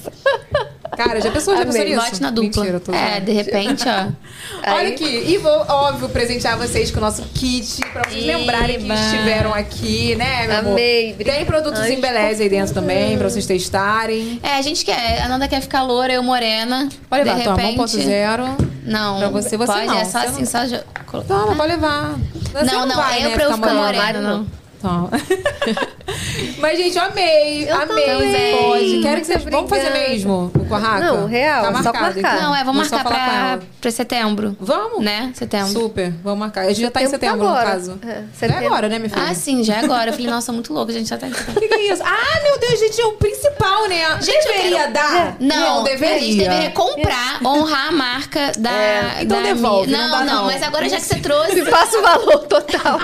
Cara, já pensou, já pensou
Amei.
nisso?
Vote na dupla.
Mentira, eu tô
é,
zoando.
de repente, ó.
Olha aqui, e vou, óbvio, presentear vocês com o nosso kit, pra vocês
Eba.
lembrarem que estiveram aqui, né, meu amor?
Amei, obrigada.
Tem produtos em beleza aí dentro também, pra vocês testarem.
É, a gente quer. A Nanda quer ficar loura, eu morena.
Pode
de
levar, toma,
repente...
1.0.
Não.
Pra você, você
pode,
não.
É só
Você
assim,
não-
só... jo- colo-
Toma, pode levar. Você
Não, não,
vai,
é
né,
pra eu ficar
morena,
morena, não.
Toma. Tá. Mas, gente, eu amei.
Eu
amei.
também.
Pode. Quero que
Muito
vocês. Vamos fazer
obrigada.
mesmo o Corraca?
Não, real,
Tá
só
marcado.
marcar.
então.
Não, é, vou
só falar
marcar
com
pra,
ela.
pra setembro.
Vamos?
Né? Setembro.
Super, vamos marcar. A gente já tá em setembro,
Setembro tá
no
agora.
caso.
É,
Já é
setembro.
agora, né, minha filha?
Ah, sim, já é agora. Eu falei, nossa, muito louco, a gente já tá em setembro.
O que, que é isso? Ah, meu Deus, gente, é o principal, né?
Gente, eu
deveria
quero-
É.
dar?
Não,
deveria.
a gente deveria comprar, honrar a marca da.
É, então
da
devolve,
Mi-
não
Não,
dá
não,
não.
mas agora já que você trouxe.
Passa o valor total.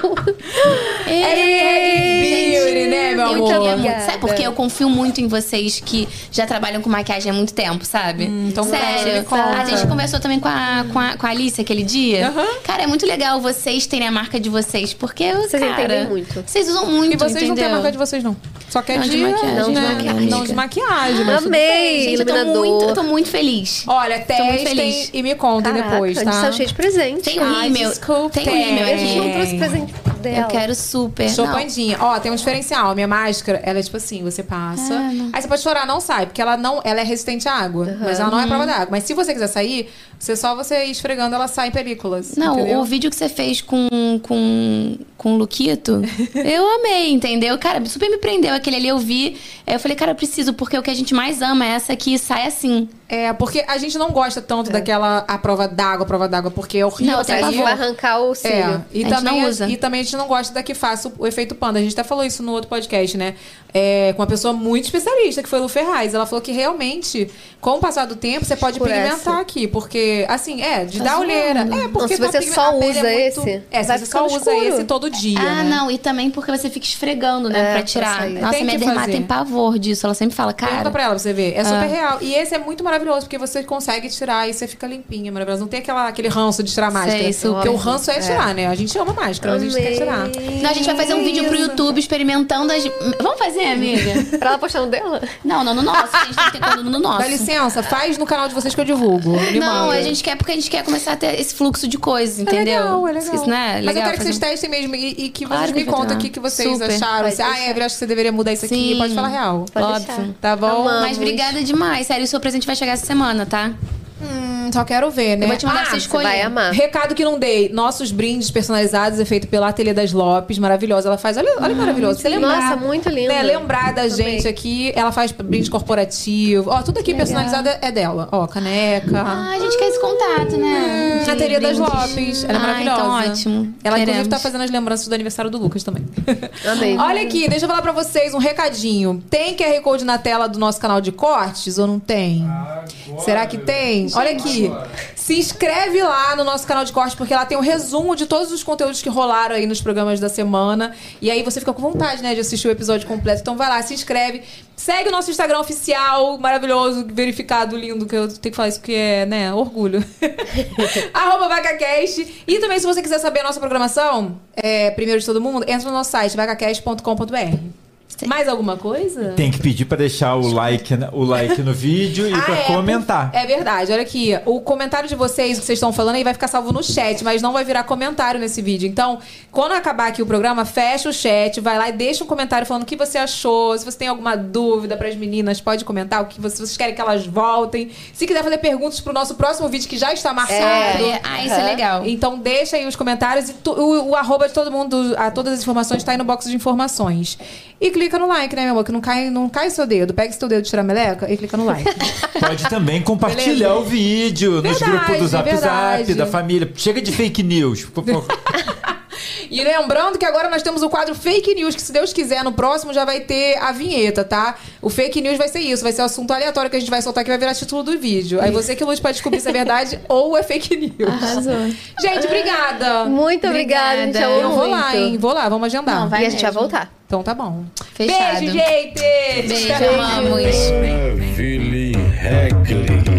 É,
Ei,
Gente,
Beauty, É, né, meu
eu
amor?
queria muito.
Obrigada.
Sabe por quê? Eu confio muito em vocês que já trabalham com maquiagem há muito tempo, sabe?
então
Sério.
conta, me
a gente
conta.
conversou também com a, com a, com a Alice aquele dia.
Aham.
Cara, é muito legal vocês terem a marca de vocês, porque
Vocês
cara,
entendem muito.
Vocês usam muito,
E vocês não têm
entendeu?
a marca de vocês, não. Só que é
Não, de
de,
maquiagem,
né?
não, de maquiagem.
Não de maquiagem, mas tudo
Amei,
Gente, eu tô
iluminador.
muito, eu tô muito feliz.
Olha,
muito
testem
feliz.
e me contem
Caraca,
depois,
a gente
tá?
saiu cheio de presente.
Tem um o
Ai,
rímel.
desculpa.
Tem o rímel
A gente
Tem.
não
aqui.
trouxe presente dela.
Eu quero super.
Sou
É, Não.
pandinha. Ó, tem um diferencial. Minha máscara, ela é tipo assim, você passa.
É,
aí você pode chorar, não sai, porque ela não, ela é resistente à água, mas ela não é prova
Uhum.
da água. Mas se você quiser sair, você só você ir esfregando ela sai em películas.
Não,
entendeu?
o vídeo que você fez com, com, com o Luquito, eu amei, entendeu? Cara, super me prendeu aquele ali, eu vi. Aí Eu falei, cara, eu preciso, porque o que a gente mais ama é essa que sai assim.
É, porque a gente não gosta tanto daquela a prova d'água, a prova d'água, porque é horrível
Não,
essa
tem
Mas
aí.
pavor.
vai arrancar o cílio.
É, e
A gente
também
não
a-
usa.
e também a gente não gosta da que faça o- o efeito panda. A gente até falou isso no outro podcast, né? É, com uma pessoa muito especialista, que foi Lu Ferraz. Ela falou que realmente, com o passar do tempo, você pode
Escurece.
pigmentar aqui. Porque, assim, é, de dar
Tá zoando.
olheira. É, porque
se você
a pigme-
só
a pele
usa
é muito-
esse,
É, se
vai
você só
ficando
usa
escuro.
esse todo dia.
Ah,
né?
não, e também porque você fica esfregando,
É,
né,
pra
pra tirar.
sair.
Nossa,
Tem
minha
que
dermata
fazer.
tem pavor disso. Ela sempre fala,
Pergunta
cara. Ah.
pra ela, pra você ver. É super real. E esse é muito maravilhoso, porque você consegue tirar e você fica limpinha, maravilhosa. Não tem aquela, aquele ranço de tirar máscara.
Sei, super.
Porque o ranço é tirar, né? A gente ama
Então
máscara, mas a gente quer tirar.
Não, a gente vai fazer um vídeo pro YouTube experimentando as. Vamos fazer, amiga?
Pra ela postar no dela?
Não, não, no nosso. A gente tem que ter conteúdo no nosso.
Dá licença, faz no canal de vocês que eu divulgo. Me
Não,
manda.
a gente quer porque a gente quer começar a ter esse fluxo de coisas,
É
entendeu?
legal, é legal.
Isso, né?
Mas eu
Legal
quero que
fazer
vocês testem mesmo e, e que
Claro
vocês
que
me
vai
contem
dar.
o que, que vocês
Super.
acharam.
Vai
Se, ah,
deixar.
Evelyn, acho que você deveria mudar isso aqui.
Sim.
Pode falar real.
Pode
Óbvio.
deixar.
Tá bom?
Amamos.
Mas obrigada demais, sério. O seu presente vai chegar essa semana, tá?
Hum, só quero ver, né?
Eu vou te mandar
ah,
pra você escolher.
Vai amar.
Recado que não dei. Nossos brindes personalizados é feito pela Ateliê das Lopes, maravilhosa. Ela faz, olha, olha que maravilhoso. Você lembrar,
Nossa, Ah, muito lindo.
né, lembrar da gente aqui, ela faz brinde corporativo. Ó, tudo aqui personalizado é dela. Ó, caneca.
Ah, a gente quer esse contato, né? De
Hum, a Ateliê das
brindes.
Lopes. Ela é
Ah,
maravilhosa.
Então, ótimo.
Ela, inclusive,
Queremos.
tá fazendo as lembranças do aniversário do Lucas também.
Amei.
Olha aqui, deixa eu falar pra vocês um recadinho. Tem QR Code na tela do nosso canal de cortes ou não tem? Será que tem? Olha aqui. Se inscreve lá no nosso canal de cortes, porque lá tem um resumo de todos os conteúdos que rolaram aí nos programas da semana. E aí você fica com vontade, né, de assistir o episódio completo. Então vai lá, se inscreve. Segue o nosso Instagram oficial, maravilhoso, verificado, lindo, que eu tenho que falar isso porque é, né, orgulho. Arroba VacaCast. E também, se você quiser saber a nossa programação, é, primeiro de todo mundo, entra no nosso site, vacacast.com.br. Mais alguma coisa?
Tem que pedir pra deixar o like, na- o like no vídeo e
Ah,
pra
é,
comentar.
É verdade, olha aqui. O comentário de vocês, o que vocês estão falando aí, vai ficar salvo no chat, mas não vai virar comentário nesse vídeo. Então, quando acabar aqui o programa, fecha o chat, vai lá e deixa um comentário falando o que você achou. Se você tem alguma dúvida pras meninas, pode comentar. O que você- se vocês querem que elas voltem. Se quiser fazer perguntas pro nosso próximo vídeo, que já está marcado.
É, Ah, isso é legal.
Então deixa aí os comentários e tu- o, o arroba de todo mundo, a todas as informações tá aí no box de informações. E clica no like, né, meu amor? Que não cai, não cai seu dedo. Pega esse teu dedo de tirar meleca e clica no like.
Pode também compartilhar o vídeo nos
Verdade,
grupos do Zap
verdade.
Zap, da família. Chega de fake news. por favor.
e lembrando que agora nós temos o quadro Fake News, que se Deus quiser, no próximo já vai ter a vinheta, tá? O Fake News vai ser isso, vai ser o assunto aleatório que a gente vai soltar que vai virar título do vídeo. Aí você que lute pra descobrir se é verdade ou é fake news.
Arrasou.
Gente, obrigada.
Muito obrigada, gente.
Obrigada.
Eu
Eu vou lá, hein? Vou lá, vamos agendar.
Não, vai
E a gente vai
mesmo.
voltar.
Então tá bom.
Fechado.
Beijo, gente!
Beijo, amamos.
Ville Heckley.